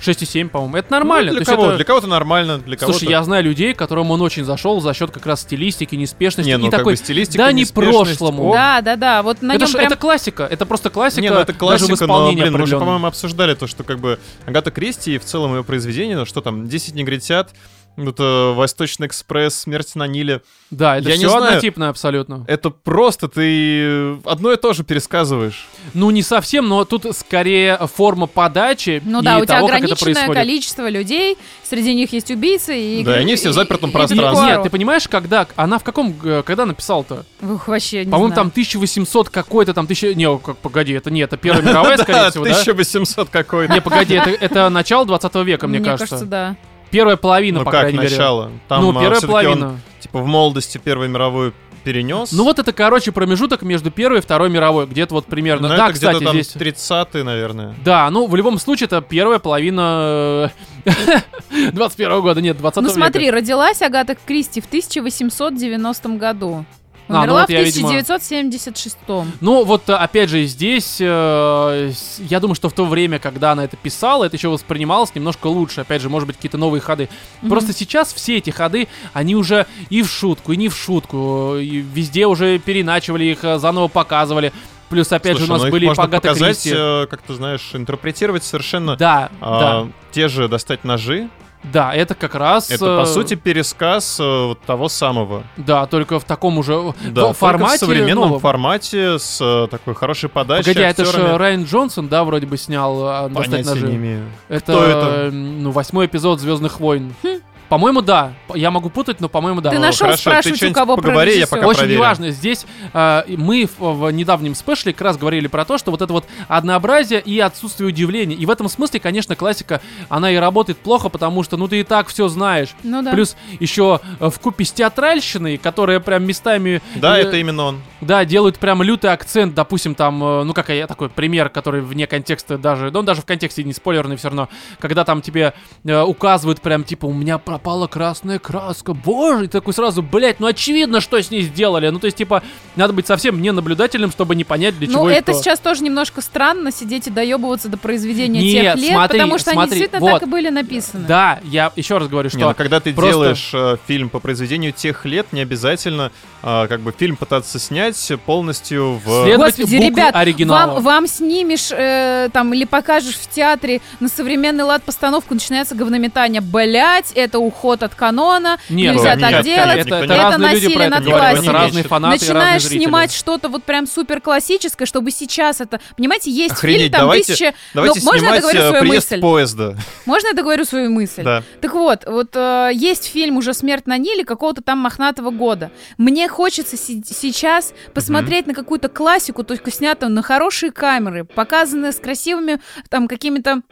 Speaker 1: 6,7, по-моему. Это
Speaker 2: Ну,
Speaker 1: нормально.
Speaker 2: для
Speaker 1: То есть
Speaker 2: кого?
Speaker 1: это-
Speaker 2: Для кого-то нормально, для кого-то...
Speaker 1: Слушай, я знаю людей, которым он очень зашел за счет как раз стилистики, неспешности
Speaker 2: Не, ну
Speaker 1: и
Speaker 2: как
Speaker 1: такой.
Speaker 2: бы стилистика,
Speaker 1: да не
Speaker 2: неспешность,
Speaker 1: прошлому.
Speaker 2: оп.
Speaker 3: Да, да, да, вот на
Speaker 1: это,
Speaker 3: нем
Speaker 1: ж-
Speaker 3: прям...
Speaker 1: это классика, это просто классика,
Speaker 2: Не, ну это классика,
Speaker 1: даже в
Speaker 2: но,
Speaker 1: исполнении
Speaker 2: блин, мы же,
Speaker 1: определенном.
Speaker 2: по-моему, обсуждали то, что как бы Агата Кристи и в целом ее произведение, ну что там, 10 негритят, ну, это Восточный экспресс, Смерть на Ниле.
Speaker 1: Да, это
Speaker 2: Я не
Speaker 1: все
Speaker 2: знаю.
Speaker 1: однотипное абсолютно.
Speaker 2: Это просто ты одно и то же пересказываешь.
Speaker 1: Ну не совсем, но тут скорее форма подачи
Speaker 3: Ну
Speaker 1: и
Speaker 3: да, у тебя
Speaker 1: того, как это
Speaker 3: ограниченное
Speaker 1: происходит.
Speaker 3: количество людей, среди них есть убийцы и...
Speaker 2: Да, и они все в запертом
Speaker 3: и- и
Speaker 2: пространстве.
Speaker 1: Нет,
Speaker 3: Пикуаро.
Speaker 1: ты понимаешь, когда она в каком, э, когда написала-то?
Speaker 3: Ух, вообще, не
Speaker 1: По-моему,
Speaker 3: знаю.
Speaker 1: там 1800 какой-то, там 1000... Не, как, погоди, это не, это
Speaker 2: *laughs*
Speaker 1: Первая мировая, скорее
Speaker 2: Да,
Speaker 1: всего, да?
Speaker 2: 1800 какой-то.
Speaker 1: Не, погоди, это, это начало 20 века, мне, кажется.
Speaker 3: да.
Speaker 1: Первая половина,
Speaker 2: Ну
Speaker 1: по
Speaker 2: как
Speaker 1: крайней мере.
Speaker 2: начало? Там
Speaker 1: ну,
Speaker 2: а,
Speaker 1: первая
Speaker 2: всё-таки
Speaker 1: половина.
Speaker 2: он, типа, в молодости Первую мировую перенес.
Speaker 1: Ну вот это, короче, промежуток между Первой и Второй мировой. Где-то вот примерно.
Speaker 2: Но
Speaker 1: да,
Speaker 2: Ну, это
Speaker 1: кстати,
Speaker 2: где-то там
Speaker 1: здесь...
Speaker 2: 30-е, наверное.
Speaker 1: Да, ну в любом случае это первая половина э, *laughs* 21 года, нет, 20
Speaker 3: Ну
Speaker 1: века.
Speaker 3: смотри, родилась Агата Кристи в 1890 году.
Speaker 1: А, ну
Speaker 3: Умерла
Speaker 1: вот
Speaker 3: в
Speaker 1: я, видимо-
Speaker 3: 1976.
Speaker 1: Ну вот э, опять же здесь, э, с- я думаю, что в то время, когда она это писала, это еще воспринималось немножко лучше. Опять же, может быть, какие-то новые ходы.
Speaker 3: Мгм.
Speaker 1: Просто сейчас все эти ходы, они уже и в шутку, и не в шутку. э, и везде уже переначивали их, э, заново показывали. Плюс, опять
Speaker 2: Слушай,
Speaker 1: же, у нас
Speaker 2: ну их
Speaker 1: были и
Speaker 2: можно
Speaker 1: Агата
Speaker 2: показать,
Speaker 1: Кристи.
Speaker 2: э, как ты знаешь, интерпретировать совершенно
Speaker 1: Да,
Speaker 2: а, те же «Достать ножи».
Speaker 1: да, да, это как раз...
Speaker 2: Это, по
Speaker 1: э,
Speaker 2: сути, пересказ э, вот того самого.
Speaker 1: Да, только в таком уже
Speaker 2: Да,
Speaker 1: в формате.
Speaker 2: только в современном
Speaker 1: новом.
Speaker 2: формате, с э, такой хорошей подачей,
Speaker 1: Погоди, а это
Speaker 2: актерами.
Speaker 1: же Райан Джонсон, да, вроде бы снял а, достать
Speaker 2: Понятия не
Speaker 1: ножи.
Speaker 2: имею.
Speaker 1: Это,
Speaker 2: Кто это?
Speaker 1: э, ну, восьмой эпизод Звездных войн. По-моему, да. П- Я могу путать, но, по-моему, да.
Speaker 3: Хм. Ты
Speaker 2: Ну,
Speaker 3: нашел
Speaker 2: хорошо, ты
Speaker 3: спрашивать, у
Speaker 2: что-нибудь
Speaker 3: кого про
Speaker 2: поговори, я
Speaker 1: Очень
Speaker 2: пока-
Speaker 3: режиссера?
Speaker 2: проверим.
Speaker 1: неважно. Здесь э, и мы в, в недавнем спешле как раз говорили про то, что вот это вот однообразие и отсутствие удивления. И в этом смысле, конечно, классика, она и работает плохо, потому что, ну, ты и так все знаешь.
Speaker 3: Ну да.
Speaker 1: Плюс еще в купе с театральщиной, которая прям местами...
Speaker 2: Да,
Speaker 1: э,
Speaker 2: это именно он.
Speaker 1: Да, делают прям лютый акцент, допустим, там, э, ну, как я такой пример, который вне контекста даже, да он даже в контексте не спойлерный все равно, когда там тебе э, указывают прям, типа, у меня пропала красная краска, боже, и ты такой сразу, блядь, ну очевидно, что с ней сделали, ну, то есть, типа, надо быть совсем ненаблюдательным, чтобы не понять, для чего
Speaker 3: Ну,
Speaker 1: и
Speaker 3: это
Speaker 1: кто.
Speaker 3: сейчас тоже немножко странно сидеть и доебываться до произведения
Speaker 1: Нет,
Speaker 3: тех лет,
Speaker 1: смотри,
Speaker 3: потому что
Speaker 1: смотри,
Speaker 3: они действительно
Speaker 1: вот.
Speaker 3: так и были написаны.
Speaker 1: Да, я еще раз говорю, что...
Speaker 2: Не, ну, когда ты
Speaker 1: просто-
Speaker 2: делаешь э, фильм по произведению тех лет, не обязательно э, как бы фильм пытаться снять полностью в...
Speaker 1: След- следовать
Speaker 3: Господи,
Speaker 1: буквы
Speaker 3: ребят,
Speaker 1: оригинала.
Speaker 3: Вам, вам снимешь э, там или покажешь в театре на современный лад постановку, начинается говнометание. Блять, это уход от канона,
Speaker 1: Нет,
Speaker 3: нельзя
Speaker 2: нет,
Speaker 3: так
Speaker 2: нет,
Speaker 3: делать.
Speaker 2: конечно,
Speaker 1: это, это
Speaker 2: никто не-
Speaker 1: разные люди про
Speaker 3: насилие
Speaker 1: это
Speaker 3: над
Speaker 1: говорят, это
Speaker 2: классикой.
Speaker 1: разные фанаты и разные
Speaker 3: Начинаешь
Speaker 1: зрители.
Speaker 3: снимать что-то вот прям супер классическое, чтобы сейчас это... Понимаете, есть фильм,
Speaker 2: Охренеть,
Speaker 3: там
Speaker 2: давайте-
Speaker 3: тысяча...
Speaker 2: Давайте
Speaker 3: Ну, можно я
Speaker 2: снимать
Speaker 3: договорю
Speaker 2: э,
Speaker 3: свою
Speaker 2: приезд
Speaker 3: мысль?
Speaker 2: поезда.
Speaker 3: Можно я договорю свою мысль?
Speaker 2: Да.
Speaker 3: Так вот, вот э, есть фильм уже «Смерть на Ниле» какого-то там мохнатого года. Мне хочется си- сейчас посмотреть на какую-то классику, только снятую на хорошие камеры, показанную с красивыми там какими-то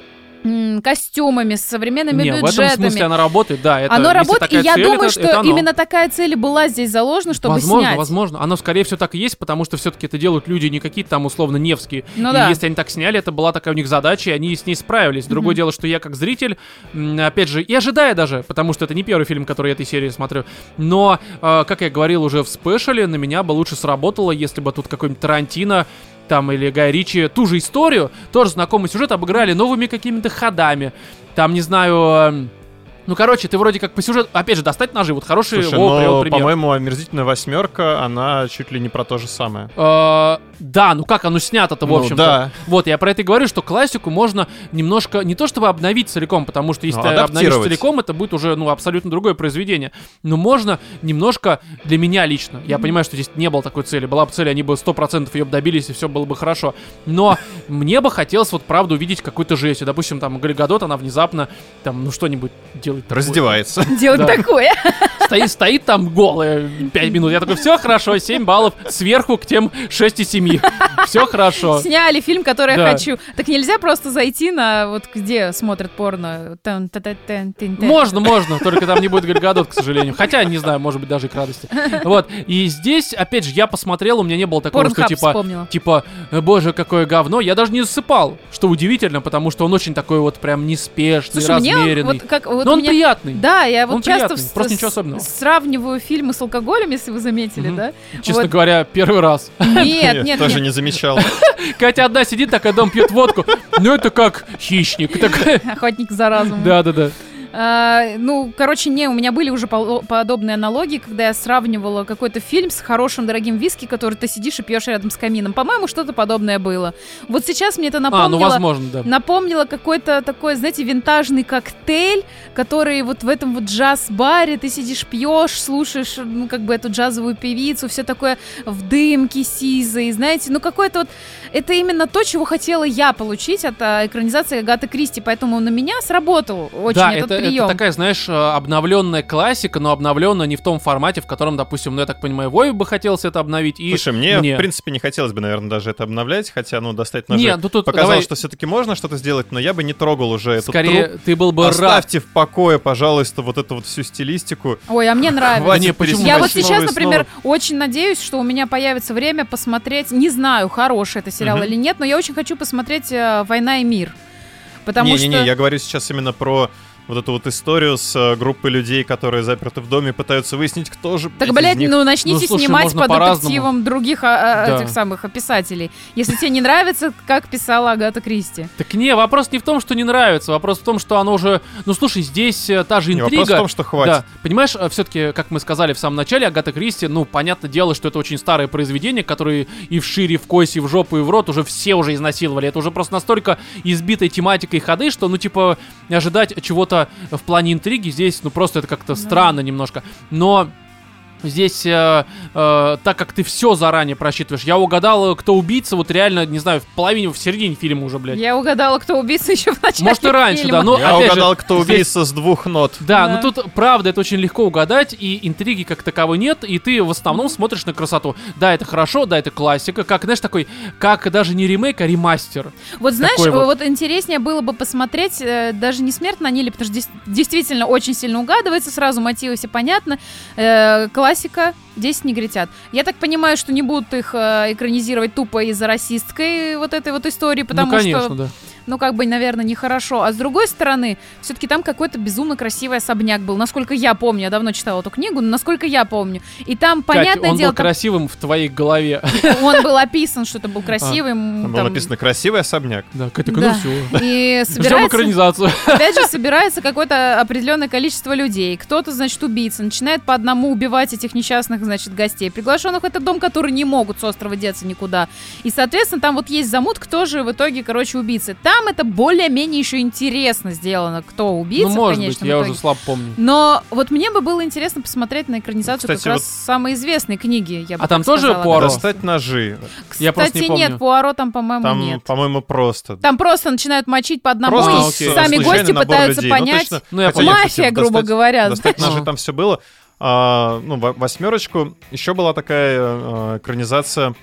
Speaker 3: м, костюмами, с современными
Speaker 1: Не, в этом
Speaker 3: бюджетами.
Speaker 1: смысле она работает, да. Это,
Speaker 3: Оно
Speaker 1: если
Speaker 3: работает, и
Speaker 1: такая
Speaker 3: я
Speaker 1: цель,
Speaker 3: думаю,
Speaker 1: это-
Speaker 3: что
Speaker 1: это оно.
Speaker 3: именно такая цель и была здесь заложена, чтобы
Speaker 1: возможно,
Speaker 3: снять.
Speaker 1: возможно. Оно, скорее всего, так и есть, потому что все-таки это делают люди не какие-то там условно невские.
Speaker 3: Ну
Speaker 1: и
Speaker 3: да.
Speaker 1: если они так сняли, это была такая у них задача, и они с ней справились. Другое
Speaker 3: Мгм.
Speaker 1: дело, что я как зритель, м, опять же, и ожидая даже, потому что это не первый фильм, который я этой серии смотрю, но, э, как я говорил уже в спешле, на меня бы лучше сработало, если бы тут какой-нибудь Тарантино там или Гай Ричи ту же историю, тоже знакомый сюжет, обыграли новыми какими-то ходами. Там, не знаю... эм, ну, короче, ты вроде как по сюжету... Опять же, достать ножи. Вот хороший
Speaker 2: Слушай, ну,
Speaker 1: Вова привел
Speaker 2: но,
Speaker 1: пример.
Speaker 2: по-моему, «Омерзительная восьмерка», она чуть ли не про то же самое.
Speaker 1: Э, Да, ну как оно снято-то, в
Speaker 2: Ну,
Speaker 1: общем-то.
Speaker 2: да.
Speaker 1: Вот, я про это и говорю, что классику можно немножко, не то чтобы обновить целиком, потому что если
Speaker 2: Ну,
Speaker 1: ты обновишь
Speaker 2: адаптировать.
Speaker 1: целиком, это будет уже, ну, абсолютно другое произведение. Но можно немножко, для меня лично, я понимаю, что здесь не было такой цели, была бы цель, они бы 100% ее бы добились, и все было бы хорошо. Но мне бы хотелось, вот, правда, увидеть какую-то жесть. И, Допустим, там, Гальгадот, она внезапно, там, ну, что-нибудь делает. такое.
Speaker 2: Раздевается.
Speaker 3: Делать
Speaker 1: Да. *laughs*
Speaker 3: такое.
Speaker 1: Стоит, стоит там голая 5 минут. Я такой, все хорошо, 7 баллов сверху к тем 6 и 7. Все хорошо.
Speaker 3: Сняли фильм, который
Speaker 1: Да.
Speaker 3: я хочу. Так нельзя просто зайти на вот где смотрят порно. Тан- та- та- тан- тин- тан.
Speaker 1: Можно, можно, только там не будет Гальгадот, к сожалению. Хотя, не знаю, может быть, даже и к
Speaker 3: *laughs*
Speaker 1: радости. Вот. И здесь, опять же, я посмотрел, у меня не было такого,
Speaker 3: Порнхаб
Speaker 1: что типа...
Speaker 3: вспомнила.
Speaker 1: Типа, «Э, боже, какое говно. Я даже не засыпал, что удивительно, потому что он очень такой вот прям неспешный,
Speaker 3: Слушай, мне он
Speaker 1: размеренный.
Speaker 3: вот как вот
Speaker 1: Но
Speaker 3: у
Speaker 1: он
Speaker 3: меня-
Speaker 1: приятный.
Speaker 3: Да, я вот
Speaker 1: Он
Speaker 3: часто
Speaker 1: приятный,
Speaker 3: с-
Speaker 1: просто
Speaker 3: с-
Speaker 1: ничего особенного.
Speaker 3: сравниваю фильмы с алкоголем, если вы заметили,
Speaker 1: Мгм. *laughs*
Speaker 3: да?
Speaker 1: Честно
Speaker 3: вот.
Speaker 1: говоря, первый раз. *laughs*
Speaker 3: Нет,
Speaker 2: *laughs*
Speaker 3: нет,
Speaker 2: Тоже
Speaker 3: нет.
Speaker 2: не замечал.
Speaker 1: Катя одна сидит, такая дом пьет водку. Ну это как хищник. такая.
Speaker 3: Охотник за разумом.
Speaker 1: Да, да, да.
Speaker 3: А, ну, короче, не, у меня были уже поло- подобные аналогии, когда я сравнивала какой-то фильм с хорошим дорогим виски, который ты сидишь и пьешь рядом с камином. По-моему, что-то подобное было. Вот сейчас мне это
Speaker 1: А, ну
Speaker 3: напомнило.
Speaker 1: возможно, да.
Speaker 3: Напомнила какой-то такой, знаете, винтажный коктейль, который вот в этом вот джаз-баре ты сидишь, пьешь, слушаешь, ну, как бы эту джазовую певицу, все такое в дымке сизой, знаете, ну, какой-то вот... Это именно то, чего хотела я получить от а, экранизации Агаты Кристи, поэтому на меня сработал очень
Speaker 1: да,
Speaker 3: этот
Speaker 1: это, это
Speaker 3: прием.
Speaker 1: такая, знаешь, э, обновленная классика, но обновленная не в том формате, в котором, допустим, ну я так понимаю, Вове бы хотелось это обновить. *laughs* И
Speaker 2: Слушай, мне,
Speaker 1: мне.
Speaker 2: в принципе, не хотелось бы, наверное, даже это обновлять, хотя, ну, достать ножи.
Speaker 1: Нет, ну тут
Speaker 2: Показалось,
Speaker 1: давай-
Speaker 2: что все-таки можно что-то сделать, но я бы не трогал уже этот
Speaker 1: скорее
Speaker 2: труп.
Speaker 1: ты был бы рад.
Speaker 2: Оставьте в покое, пожалуйста, вот эту вот всю стилистику.
Speaker 3: Ой, а мне нравится.
Speaker 2: Хватит
Speaker 1: Не, почему?
Speaker 3: Я вот
Speaker 1: Снова
Speaker 3: сейчас, например, очень надеюсь, что у меня появится время посмотреть, не знаю, хороший это сериал
Speaker 2: Мгм.
Speaker 3: или нет, но я очень хочу посмотреть э, «Война и мир». Потому что...
Speaker 2: Не-не-не, я говорю сейчас именно про вот эту вот историю с э, группой людей, которые заперты в доме, пытаются выяснить, кто же
Speaker 3: Так,
Speaker 2: из
Speaker 3: блядь,
Speaker 2: них.
Speaker 3: ну начните
Speaker 1: Ну, слушай,
Speaker 3: снимать
Speaker 1: можно
Speaker 3: по
Speaker 1: по-разному.
Speaker 3: детективам других а, а,
Speaker 1: Да.
Speaker 3: этих самых а, писателей. Если тебе не нравится, как писала Агата Кристи.
Speaker 1: Так не, вопрос не в том, что не нравится, вопрос в том, что оно уже. Ну слушай, здесь э, та же
Speaker 2: Не,
Speaker 1: интрига.
Speaker 2: Вопрос в том, что хватит.
Speaker 1: Да, понимаешь, все-таки, как мы сказали в самом начале, Агата Кристи, ну, понятное дело, что это очень старое произведение, которое и в шире, и в косе, и в жопу, и в рот уже все уже изнасиловали. Это уже просто настолько избитой тематикой ходы, что, ну, типа, ожидать чего-то в плане интриги здесь, ну, просто это как-то странно немножко. Но Здесь, э, э, так как ты все заранее просчитываешь, я угадал, э, кто убийца, вот реально, не знаю, в половине, в середине фильма уже, блядь.
Speaker 3: Я угадала, кто убийца *laughs* еще в начале
Speaker 1: Может, и раньше,
Speaker 3: фильма.
Speaker 1: да, ну,
Speaker 2: я
Speaker 1: опять же,
Speaker 2: угадал, кто
Speaker 1: здесь-
Speaker 2: убийца с двух нот.
Speaker 1: Да,
Speaker 3: Да.
Speaker 1: но тут, правда, это очень легко угадать, и интриги как таковой нет, и ты в основном смотришь на красоту. Да, это хорошо, да, это классика, как, знаешь, такой, как даже не ремейк, а ремастер.
Speaker 3: Вот знаешь,
Speaker 1: Такой
Speaker 3: вот.
Speaker 1: вот.
Speaker 3: интереснее было бы посмотреть э, даже не смерть на Ниле, потому что здесь действительно очень сильно угадывается, сразу мотивы все понятно. Э, классика 10 негритят. Я так понимаю, что не будут их э, экранизировать тупо из-за расистской вот этой вот истории, потому
Speaker 1: ну, конечно,
Speaker 3: что
Speaker 1: да.
Speaker 3: ну, как бы, наверное, нехорошо. А с другой стороны, все-таки там какой-то безумно красивый особняк был. Насколько я помню, я давно читала эту книгу, но насколько я помню. И там, понятное
Speaker 1: Кать, он
Speaker 3: дело,
Speaker 1: был красивым в твоей
Speaker 3: *laughs*
Speaker 1: голове.
Speaker 3: там он был описан, что это был красивый. м,
Speaker 2: Там было
Speaker 3: там,
Speaker 2: написано «красивый особняк».
Speaker 1: Да, Катя,
Speaker 3: Да.
Speaker 1: ну все.
Speaker 3: И
Speaker 1: Ждем
Speaker 3: собирается,
Speaker 1: экранизацию. Ну,
Speaker 3: опять же, собирается какое-то определенное количество людей. Кто-то, значит, убийца, начинает по одному убивать этих несчастных, значит, гостей. Приглашенных в этот дом, которые не могут с острова деться никуда. И, соответственно, там вот есть замут, кто же в итоге, короче, убийцы. Там это более-менее еще интересно сделано, кто убийца,
Speaker 1: Ну, может быть,
Speaker 3: конечно,
Speaker 1: я уже слабо помню.
Speaker 3: Но вот мне бы было интересно посмотреть на экранизацию
Speaker 2: Кстати,
Speaker 3: как раз
Speaker 2: вот-
Speaker 3: самой известной книги. Я бы
Speaker 1: А там
Speaker 3: так
Speaker 1: тоже
Speaker 3: сказала.
Speaker 1: Пуаро?
Speaker 2: Достать ножи.
Speaker 3: Кстати,
Speaker 1: Я просто не
Speaker 3: нет,
Speaker 1: помню.
Speaker 3: Пуаро там, по-моему,
Speaker 2: Там,
Speaker 3: нет.
Speaker 2: по-моему, просто.
Speaker 3: Там просто начинают мочить по одному,
Speaker 2: Просто
Speaker 1: ну,
Speaker 3: и
Speaker 1: окей.
Speaker 3: сами
Speaker 2: случайный
Speaker 3: гости
Speaker 2: набор
Speaker 3: пытаются
Speaker 2: людей. Ну,
Speaker 3: понять.
Speaker 2: точно.
Speaker 1: Ну, я
Speaker 2: Хотя я,
Speaker 1: понял.
Speaker 2: кстати,
Speaker 3: Мафия, грубо
Speaker 2: достать-
Speaker 3: говоря.
Speaker 2: Достать
Speaker 1: Ага.
Speaker 2: ножи там все было. А, ну, во- восьмерочку. Еще была такая э, экранизация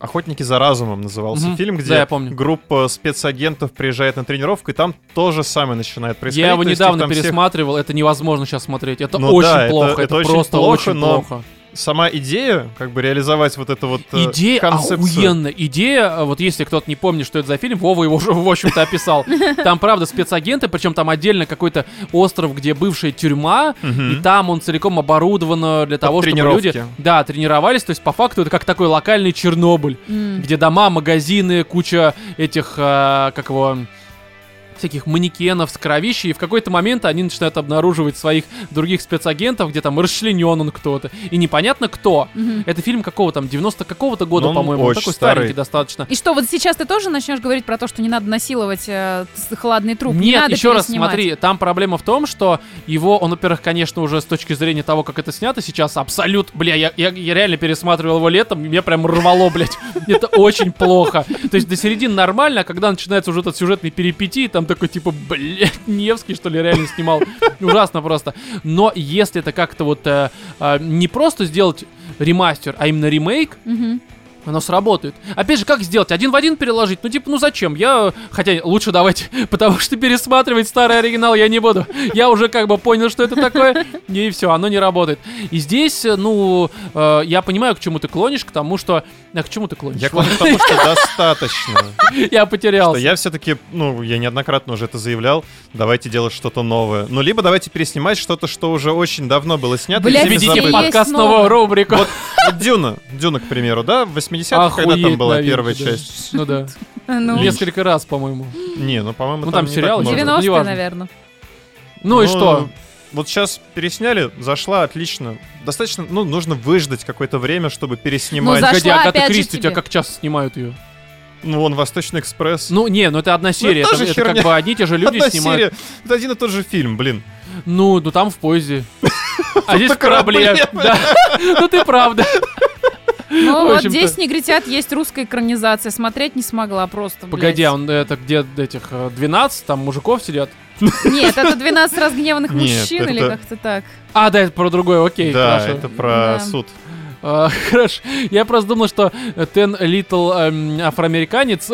Speaker 2: Охотники за разумом назывался
Speaker 1: Мгм.
Speaker 2: фильм, где
Speaker 1: Да, я помню.
Speaker 2: группа спецагентов приезжает на тренировку, и там то же самое начинает происходить.
Speaker 1: Я его
Speaker 2: То есть
Speaker 1: недавно
Speaker 2: их там всех-
Speaker 1: пересматривал, это невозможно сейчас смотреть. Это
Speaker 2: Ну
Speaker 1: очень
Speaker 2: да, это-
Speaker 1: плохо, это,
Speaker 2: это очень
Speaker 1: просто
Speaker 2: плохо,
Speaker 1: очень
Speaker 2: но
Speaker 1: плохо.
Speaker 2: Сама идея, как бы реализовать вот это вот э,
Speaker 1: Идея
Speaker 2: концепцию.
Speaker 1: охуенная. Идея, э, вот если кто-то не помнит, что это за фильм, Вова его уже, в общем-то, описал. Там, правда, спецагенты, причем там отдельно какой-то остров, где бывшая тюрьма,
Speaker 2: Мгм.
Speaker 1: и там он целиком оборудован э, для того, чтобы
Speaker 2: тренировки.
Speaker 1: люди... Да, тренировались, то есть по факту это как такой локальный Чернобыль,
Speaker 3: М.
Speaker 1: где дома, магазины, куча этих, э, как его... а, всяких манекенов с кровищей, и в какой-то момент они начинают обнаруживать своих других спецагентов, где там расчленен он кто-то, и непонятно кто.
Speaker 3: Мгм.
Speaker 1: Это фильм какого там, 90 какого-то года,
Speaker 2: Ну, он
Speaker 1: по-моему, он
Speaker 2: очень
Speaker 1: такой
Speaker 2: старый.
Speaker 1: старенький достаточно.
Speaker 3: И что, вот сейчас ты тоже начнешь говорить про то, что не надо насиловать э, с- хладный труп? не
Speaker 1: Нет,
Speaker 3: надо
Speaker 1: еще раз
Speaker 3: переснимать.
Speaker 1: смотри, там проблема в том, что его, он, во-первых, конечно, уже с точки зрения того, как это снято сейчас, абсолют, бля, я, я- я реально пересматривал его летом, и меня прям рвало, блядь, *laughs* это очень плохо. То есть до середины нормально, а когда начинается уже этот сюжетный перипетий, там такой типа, блядь, *laughs* Невский, что ли, реально снимал. Ужасно просто. Но если это как-то вот э, э, не просто сделать ремастер, а именно ремейк,
Speaker 3: Мгм.
Speaker 1: оно сработает. Опять же, как сделать? Один в один переложить? Ну, типа, ну зачем? Я... Хотя лучше давайте, *laughs* потому что пересматривать старый оригинал я не буду. Я уже как бы понял, что это такое, *laughs* и все, оно не работает. И здесь, э, ну, э, я понимаю, к чему ты клонишь, к тому, что... А к чему ты клонишь?
Speaker 2: Я клоню к тому, что достаточно.
Speaker 1: *laughs* Я потерялся.
Speaker 2: Что я все-таки, ну, я неоднократно уже это заявлял, давайте делать что-то новое. Ну, либо давайте переснимать что-то, что уже очень давно было снято. и
Speaker 3: Блядь,
Speaker 2: все
Speaker 1: Заведите
Speaker 2: забыли.
Speaker 3: есть
Speaker 1: подкаст
Speaker 3: новое.
Speaker 1: новую рубрику.
Speaker 2: Вот вот Дюна, Дюна, к примеру, да, в 80-х, когда
Speaker 1: Охуеть,
Speaker 2: там была
Speaker 1: новинка,
Speaker 2: первая
Speaker 1: да.
Speaker 2: часть.
Speaker 1: Ну да,
Speaker 3: *laughs* *laughs* Ну,
Speaker 2: Лес-
Speaker 1: несколько раз, по-моему.
Speaker 2: Не, ну, по-моему,
Speaker 1: Ну, там
Speaker 2: не
Speaker 1: сериалы
Speaker 2: так много.
Speaker 1: 90-е,
Speaker 3: 90-е,
Speaker 1: неважно.
Speaker 3: наверное.
Speaker 1: Ну и
Speaker 2: Ну,
Speaker 1: что?
Speaker 2: Вот сейчас пересняли, зашла отлично. Достаточно, ну, нужно выждать какое-то время, чтобы переснимать.
Speaker 1: Погоди,
Speaker 3: за- зашла
Speaker 1: Агата
Speaker 3: опять же
Speaker 1: Кристи, у тебя
Speaker 3: тебе.
Speaker 1: как часто снимают ее?
Speaker 2: Ну, вон Восточный экспресс.
Speaker 1: Ну, не, ну это одна серия, это,
Speaker 2: тоже
Speaker 1: это как
Speaker 2: херня.
Speaker 1: бы одни и те же люди
Speaker 2: Одна
Speaker 1: снимают.
Speaker 2: серия. Это один и тот же фильм, блин.
Speaker 1: Ну, ну там в
Speaker 2: *laughs*
Speaker 1: поезде. А здесь в
Speaker 2: на корабле.
Speaker 1: корабле. *laughs* Да. Ну ты правда.
Speaker 3: Ну
Speaker 1: В
Speaker 3: вот
Speaker 1: общем-то.
Speaker 3: «Здесь негритят» есть русская экранизация. Смотреть не смогла просто, блядь.
Speaker 1: Погоди, а он это где этих э, 12, там мужиков сидят.
Speaker 3: *laughs* Нет, это
Speaker 1: *laughs*
Speaker 3: 12 разгневанных
Speaker 2: Нет,
Speaker 3: мужчин или
Speaker 2: это-
Speaker 3: как-то так.
Speaker 1: А, да, это про другое, окей,
Speaker 2: да,
Speaker 1: хорошо.
Speaker 2: это про
Speaker 3: Да.
Speaker 2: суд.
Speaker 1: А, *laughs* хорошо. Я просто думал, что Ten Little эм,
Speaker 3: *laughs*
Speaker 1: афроамериканец,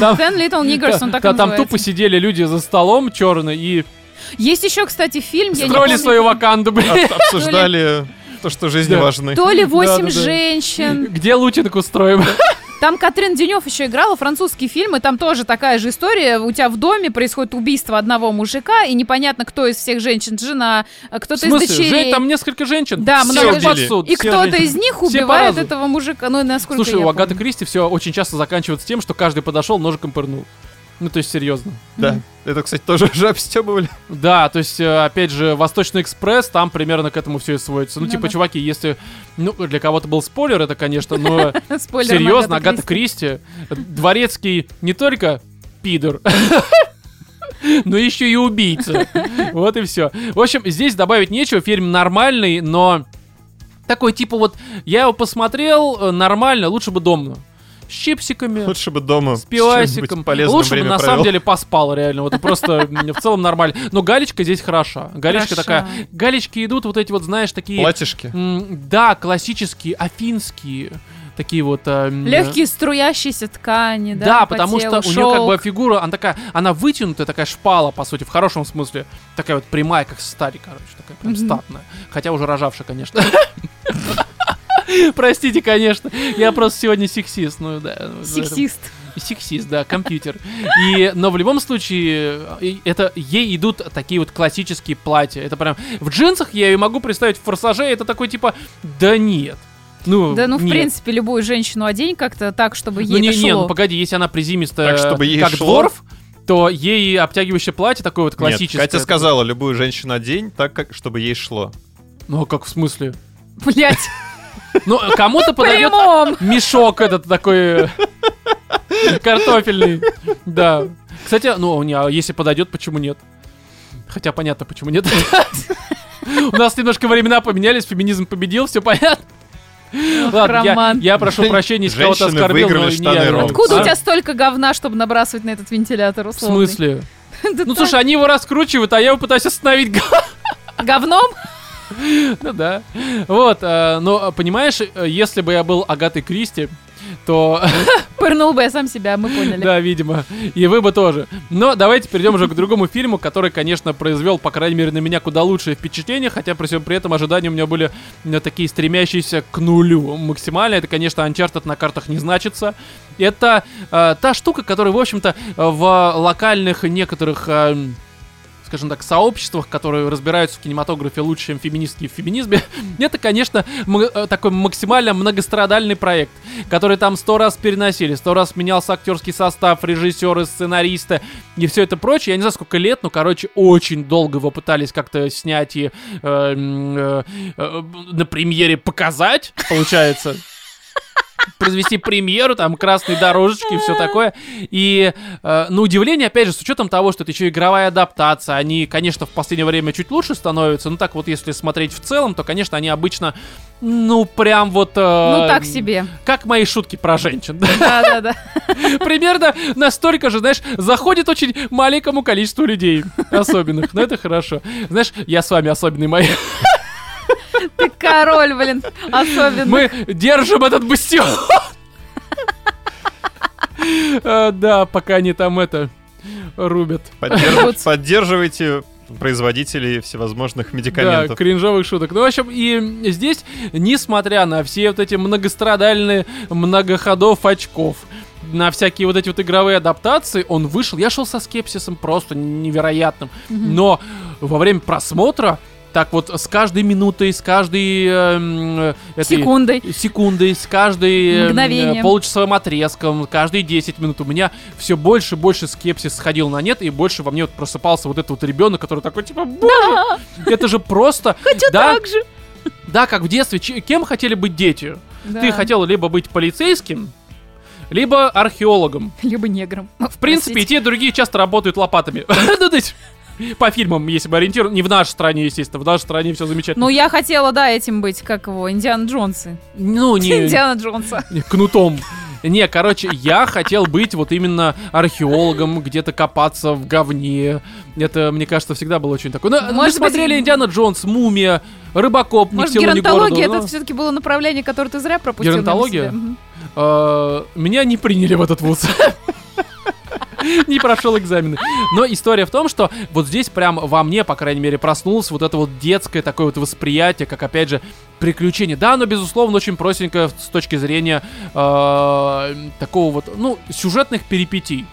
Speaker 1: там,
Speaker 3: Ten Little
Speaker 1: *laughs*
Speaker 3: Niggers, Ну, он так и
Speaker 1: та- там
Speaker 3: называется.
Speaker 1: тупо сидели люди за столом черные и
Speaker 3: Есть еще, кстати, фильм, я не
Speaker 1: строили
Speaker 3: помню,
Speaker 1: свою ваканду, блин.
Speaker 2: Об- *laughs* Обсуждали то, что жизни
Speaker 1: Да.
Speaker 2: важны.
Speaker 3: То ли
Speaker 1: Да, да,
Speaker 3: «Восемь
Speaker 1: да.
Speaker 3: женщин»,
Speaker 1: *laughs* Где лутинг устроим?
Speaker 3: Там Катрин Денев еще играла французский фильм, и там тоже такая же история. У тебя в доме происходит убийство одного мужика, и непонятно, кто из всех женщин, жена,
Speaker 1: *laughs*
Speaker 3: а
Speaker 1: В
Speaker 3: кто-то из
Speaker 1: смысле?
Speaker 3: дочерей.
Speaker 1: Жень, там несколько женщин.
Speaker 3: Да,
Speaker 1: Все
Speaker 3: много
Speaker 1: под
Speaker 2: женщин.
Speaker 1: суд,
Speaker 3: И
Speaker 1: все
Speaker 3: кто-то
Speaker 1: женщины.
Speaker 3: из них
Speaker 1: Все по
Speaker 3: убивает
Speaker 1: разу.
Speaker 3: этого мужика. Ну, насколько
Speaker 1: Слушай,
Speaker 3: я
Speaker 1: у Агаты
Speaker 3: помню.
Speaker 1: Кристи все очень часто заканчивается тем, что каждый подошел, ножиком пырнул. Ну, то есть, серьезно.
Speaker 2: Да. Это, кстати, тоже уже обстебывали.
Speaker 1: Да, то есть, э, опять же, Восточный экспресс, там примерно к этому все и сводится. Ну,
Speaker 3: Ну
Speaker 1: типа,
Speaker 3: да.
Speaker 1: чуваки, если... Ну, для кого-то был спойлер, это, конечно, но
Speaker 3: *laughs* *laughs* Спойлер,
Speaker 1: серьезно,
Speaker 3: Агата
Speaker 1: Агата Кристи, дворецкий не только пидор, *laughs* но еще и убийца. Вот и все. В общем, здесь добавить нечего, фильм нормальный, но такой, типа, вот, я его посмотрел, э, нормально, лучше бы домно. С чипсиками.
Speaker 2: Лучше бы дома
Speaker 1: С пивасиком.
Speaker 2: полезно
Speaker 1: Лучше бы
Speaker 2: время
Speaker 1: на
Speaker 2: провел.
Speaker 1: самом деле поспал, реально. Вот просто м, в целом нормально. Но галечка здесь хороша. Галечка
Speaker 3: Хороша.
Speaker 1: такая. Галечки идут, вот эти вот, знаешь, такие.
Speaker 2: Платьишки.
Speaker 1: м, Да, классические, афинские. Такие вот. э, м,
Speaker 3: Легкие струящиеся ткани, да,
Speaker 1: да,
Speaker 3: по
Speaker 1: потому
Speaker 3: телу,
Speaker 1: что у нее как бы
Speaker 3: шелк.
Speaker 1: фигура, она такая, она вытянутая, такая шпала, по сути, в хорошем смысле. Такая вот прямая, как старик, короче, такая прям
Speaker 3: Мгм.
Speaker 1: статная. Хотя уже рожавшая, конечно. *laughs* Простите, конечно. Я просто сегодня сексист. Ну, да. ну, в этом-
Speaker 3: Сексист.
Speaker 1: Сексист, да, компьютер. И, но в любом случае, и это ей идут такие вот классические платья. Это прям в джинсах я ее могу представить в форсаже, это такой типа, да нет. Ну,
Speaker 3: Да, ну, в
Speaker 1: нет.
Speaker 3: принципе, любую женщину одень как-то так, чтобы ей
Speaker 1: Ну, не,
Speaker 3: это
Speaker 1: не,
Speaker 3: шло.
Speaker 1: ну погоди, если она призимистая,
Speaker 2: Так, чтобы ей
Speaker 1: как
Speaker 2: шло?
Speaker 1: дворф, то ей обтягивающее платье такое вот
Speaker 2: Нет,
Speaker 1: классическое.
Speaker 2: Катя сказала, любую женщину одень так, как, чтобы ей шло.
Speaker 1: Ну, а как в смысле? *laughs*
Speaker 3: Блять,
Speaker 1: Ну, кому-то подойдет
Speaker 3: прямом!
Speaker 1: мешок этот такой э, картофельный. Да. Кстати, ну, не, а если подойдет, почему нет? Хотя понятно, почему нет. У нас немножко времена поменялись, феминизм победил, все понятно. Ладно, я,
Speaker 3: Роман.
Speaker 1: я прошу прощения, если кого-то
Speaker 2: Женщины
Speaker 1: оскорбил, но
Speaker 2: выиграли
Speaker 1: не
Speaker 2: штаны
Speaker 1: я виноват.
Speaker 2: Рома.
Speaker 3: Откуда у
Speaker 1: А?
Speaker 3: тебя столько говна, чтобы набрасывать на этот вентилятор,
Speaker 1: В
Speaker 3: условно? *laughs*
Speaker 1: смысле? Ну, слушай, они его раскручивают, а я его пытаюсь остановить. *laughs*
Speaker 3: А Говном?
Speaker 1: Ну да. Вот, э, но э, понимаешь, э, если бы я был Агатой Кристи, то
Speaker 3: Пырнул бы я сам себя, мы поняли. Ну,
Speaker 1: Да, видимо. И вы бы тоже. Но давайте перейдем уже к другому фильму, который, конечно, произвел, по крайней мере, на меня куда лучшее впечатление, хотя при всем при этом ожидания у меня были э, такие стремящиеся к нулю максимально. Это, конечно, Uncharted на картах не значится. Это э, та штука, которая, в общем-то, э, в локальных некоторых... эм, скажем так, сообществах, которые разбираются в кинематографе лучше, чем феминистки в феминизме, *laughs* это, конечно, м- э, такой максимально многострадальный проект, который там сто раз переносили, сто раз менялся актерский состав, режиссеры, сценаристы и все это прочее. Я не знаю, сколько лет, но, короче, очень долго его пытались как-то снять и э, м, э, э, на премьере показать, получается произвести премьеру, там, красные дорожечки и все такое. И э, на удивление, опять же, с учетом того, что это еще игровая адаптация, они, конечно, в последнее время чуть лучше становятся, ну так вот, если смотреть в целом, то, конечно, они обычно, ну, прям вот... э,
Speaker 3: Ну так себе.
Speaker 1: Как мои шутки про женщин. *laughs* да.
Speaker 3: Да-да-да.
Speaker 1: Примерно настолько же, знаешь, заходит очень маленькому количеству людей особенных. Но это хорошо. Знаешь, я с вами особенный мой.
Speaker 3: Ты король, блин, особенно.
Speaker 1: Мы держим этот бастион. Э, Да, пока они там это рубят.
Speaker 2: Поддерж- Поддерживайте производителей всевозможных
Speaker 1: Да,
Speaker 2: медикаментов.
Speaker 1: кринжовых шуток. Ну, в общем, и здесь, несмотря на все вот эти многострадальные многоходов очков, на всякие вот эти вот игровые адаптации, он вышел. Я шел со скепсисом просто невероятным. Но во время просмотра, так вот, с каждой минутой, с каждой... эм, э, этой-
Speaker 3: Секундой.
Speaker 1: секунды, с каждой э,
Speaker 3: Мгновением.
Speaker 1: э, получасовым отрезком, каждые 10 минут у меня все больше и больше скепсис сходил на нет, и больше во мне вот просыпался вот этот вот ребенок, который такой, типа, боже, это же просто... да,
Speaker 3: же.
Speaker 1: да, как в детстве, Чи- кем хотели быть дети? Ты хотел либо быть полицейским, либо археологом.
Speaker 3: Либо негром.
Speaker 1: В принципе, и те, и другие часто работают лопатами. *laughs* Ну, то есть, По фильмам, если бы ориентир, не в нашей стране, естественно, в нашей стране все замечательно.
Speaker 3: Ну, я хотела, да, этим быть, как его, Индиана Джонсы.
Speaker 1: Ну, *laughs*
Speaker 3: *laughs*
Speaker 1: не,
Speaker 3: Индиана Джонса.
Speaker 1: кнутом. Не, короче, я хотел быть вот именно археологом, где-то копаться в говне. Это, мне кажется, всегда было очень такое. Ну, мы
Speaker 3: Может быть,
Speaker 1: смотрели Индиана Джонс, Мумия, Рыбакоп, ни к
Speaker 3: Может,
Speaker 1: селу, ни к городу.
Speaker 3: геронтология
Speaker 1: но,
Speaker 3: это все-таки было направление, которое ты зря пропустил. наверное,
Speaker 1: Геронтология?
Speaker 3: себя. Мгм.
Speaker 1: э, Меня не приняли в этот вуз. *laughs* Не прошел экзамены. Но история в том, что вот здесь прям во мне, по крайней мере, проснулось вот это вот детское такое вот восприятие, как, опять же, приключение. Да, оно, безусловно, очень простенькое с точки зрения э, такого вот, ну, сюжетных перипетий.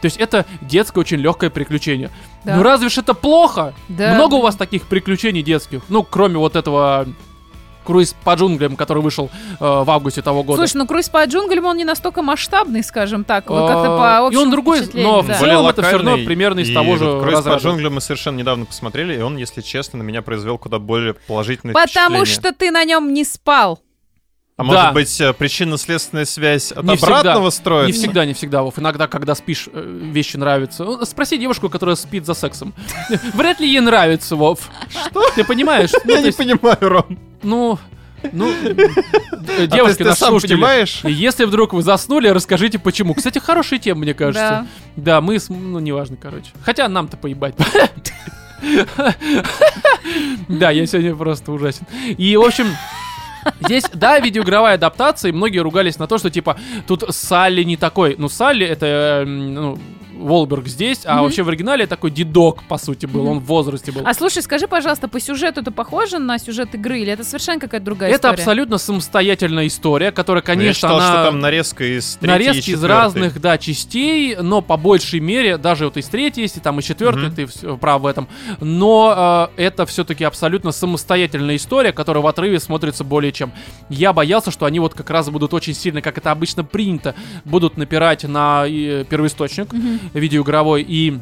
Speaker 1: То есть это детское очень легкое приключение.
Speaker 3: Да.
Speaker 1: Ну разве ж это плохо?
Speaker 3: Да.
Speaker 1: Много у вас таких приключений детских? Ну, кроме вот этого круиз по джунглям, который вышел э, в августе того года.
Speaker 3: Слушай, ну круиз по джунглям, он не настолько масштабный, скажем так. вот как-то
Speaker 1: А,
Speaker 3: по
Speaker 1: и он
Speaker 3: общему
Speaker 1: другой,
Speaker 3: впечатлению,
Speaker 1: но в
Speaker 3: да.
Speaker 1: целом это всё равно
Speaker 2: локальный,
Speaker 1: примерно из
Speaker 2: и
Speaker 1: того
Speaker 2: вот
Speaker 1: же
Speaker 2: «Круиз по
Speaker 1: разряда».
Speaker 2: джунглям» мы совершенно недавно посмотрели, и он, если честно, на меня произвел куда более положительное
Speaker 3: Потому
Speaker 2: впечатление.
Speaker 3: что ты на нем не спал.
Speaker 2: А
Speaker 1: Да.
Speaker 2: может быть, э, причинно-следственная связь от
Speaker 1: Не всегда.
Speaker 2: обратного строя?
Speaker 1: Не всегда, не всегда, Вов. Иногда, когда спишь, э, вещи нравятся. Ну, Спроси девушку, которая спит за сексом. *laughs* Вряд ли ей нравится, Вов. Что? Ты
Speaker 2: *laughs*
Speaker 1: понимаешь? Ну,
Speaker 2: Я
Speaker 1: то
Speaker 2: не
Speaker 1: есть,
Speaker 2: понимаю, Ром.
Speaker 1: Ну, ну, э,
Speaker 2: А
Speaker 1: девушки,
Speaker 2: ты- ты
Speaker 1: наши
Speaker 2: сам
Speaker 1: слушатели,
Speaker 2: понимаешь?
Speaker 1: Если вдруг вы заснули, расскажите почему. Кстати, хорошая тема, мне кажется.
Speaker 3: Да.
Speaker 1: Да, мы, с- ну, неважно, короче. Хотя нам-то поебать. Да, я сегодня просто ужасен. И, в общем... Здесь, да, видеоигровая адаптация, и многие ругались на то, что, типа, тут Салли не такой. Ну, Салли — это, эм, ну, Волберг здесь, а
Speaker 3: Мгм.
Speaker 1: вообще в оригинале такой дедок, по сути, был, он в возрасте был.
Speaker 3: А слушай, скажи, пожалуйста, по сюжету это похоже на сюжет игры или это совершенно какая-то другая
Speaker 1: Это
Speaker 3: история?
Speaker 1: абсолютно самостоятельная история, которая,
Speaker 2: Ну, Я
Speaker 1: конечно,
Speaker 2: считал,
Speaker 1: она...
Speaker 2: что там нарезка из третьей и
Speaker 1: нарезки из
Speaker 2: четвертой.
Speaker 1: разных, да, частей, но по большей мере, даже вот из третьей есть, и там и четвертой,
Speaker 2: Мгм.
Speaker 1: ты вс- прав в этом, но э, это все-таки абсолютно самостоятельная история, которая в отрыве смотрится более чем. Я боялся, что они вот как раз будут очень сильно, как это обычно принято, будут напирать на э, первоисточник
Speaker 3: Мгм.
Speaker 1: видеоигровой и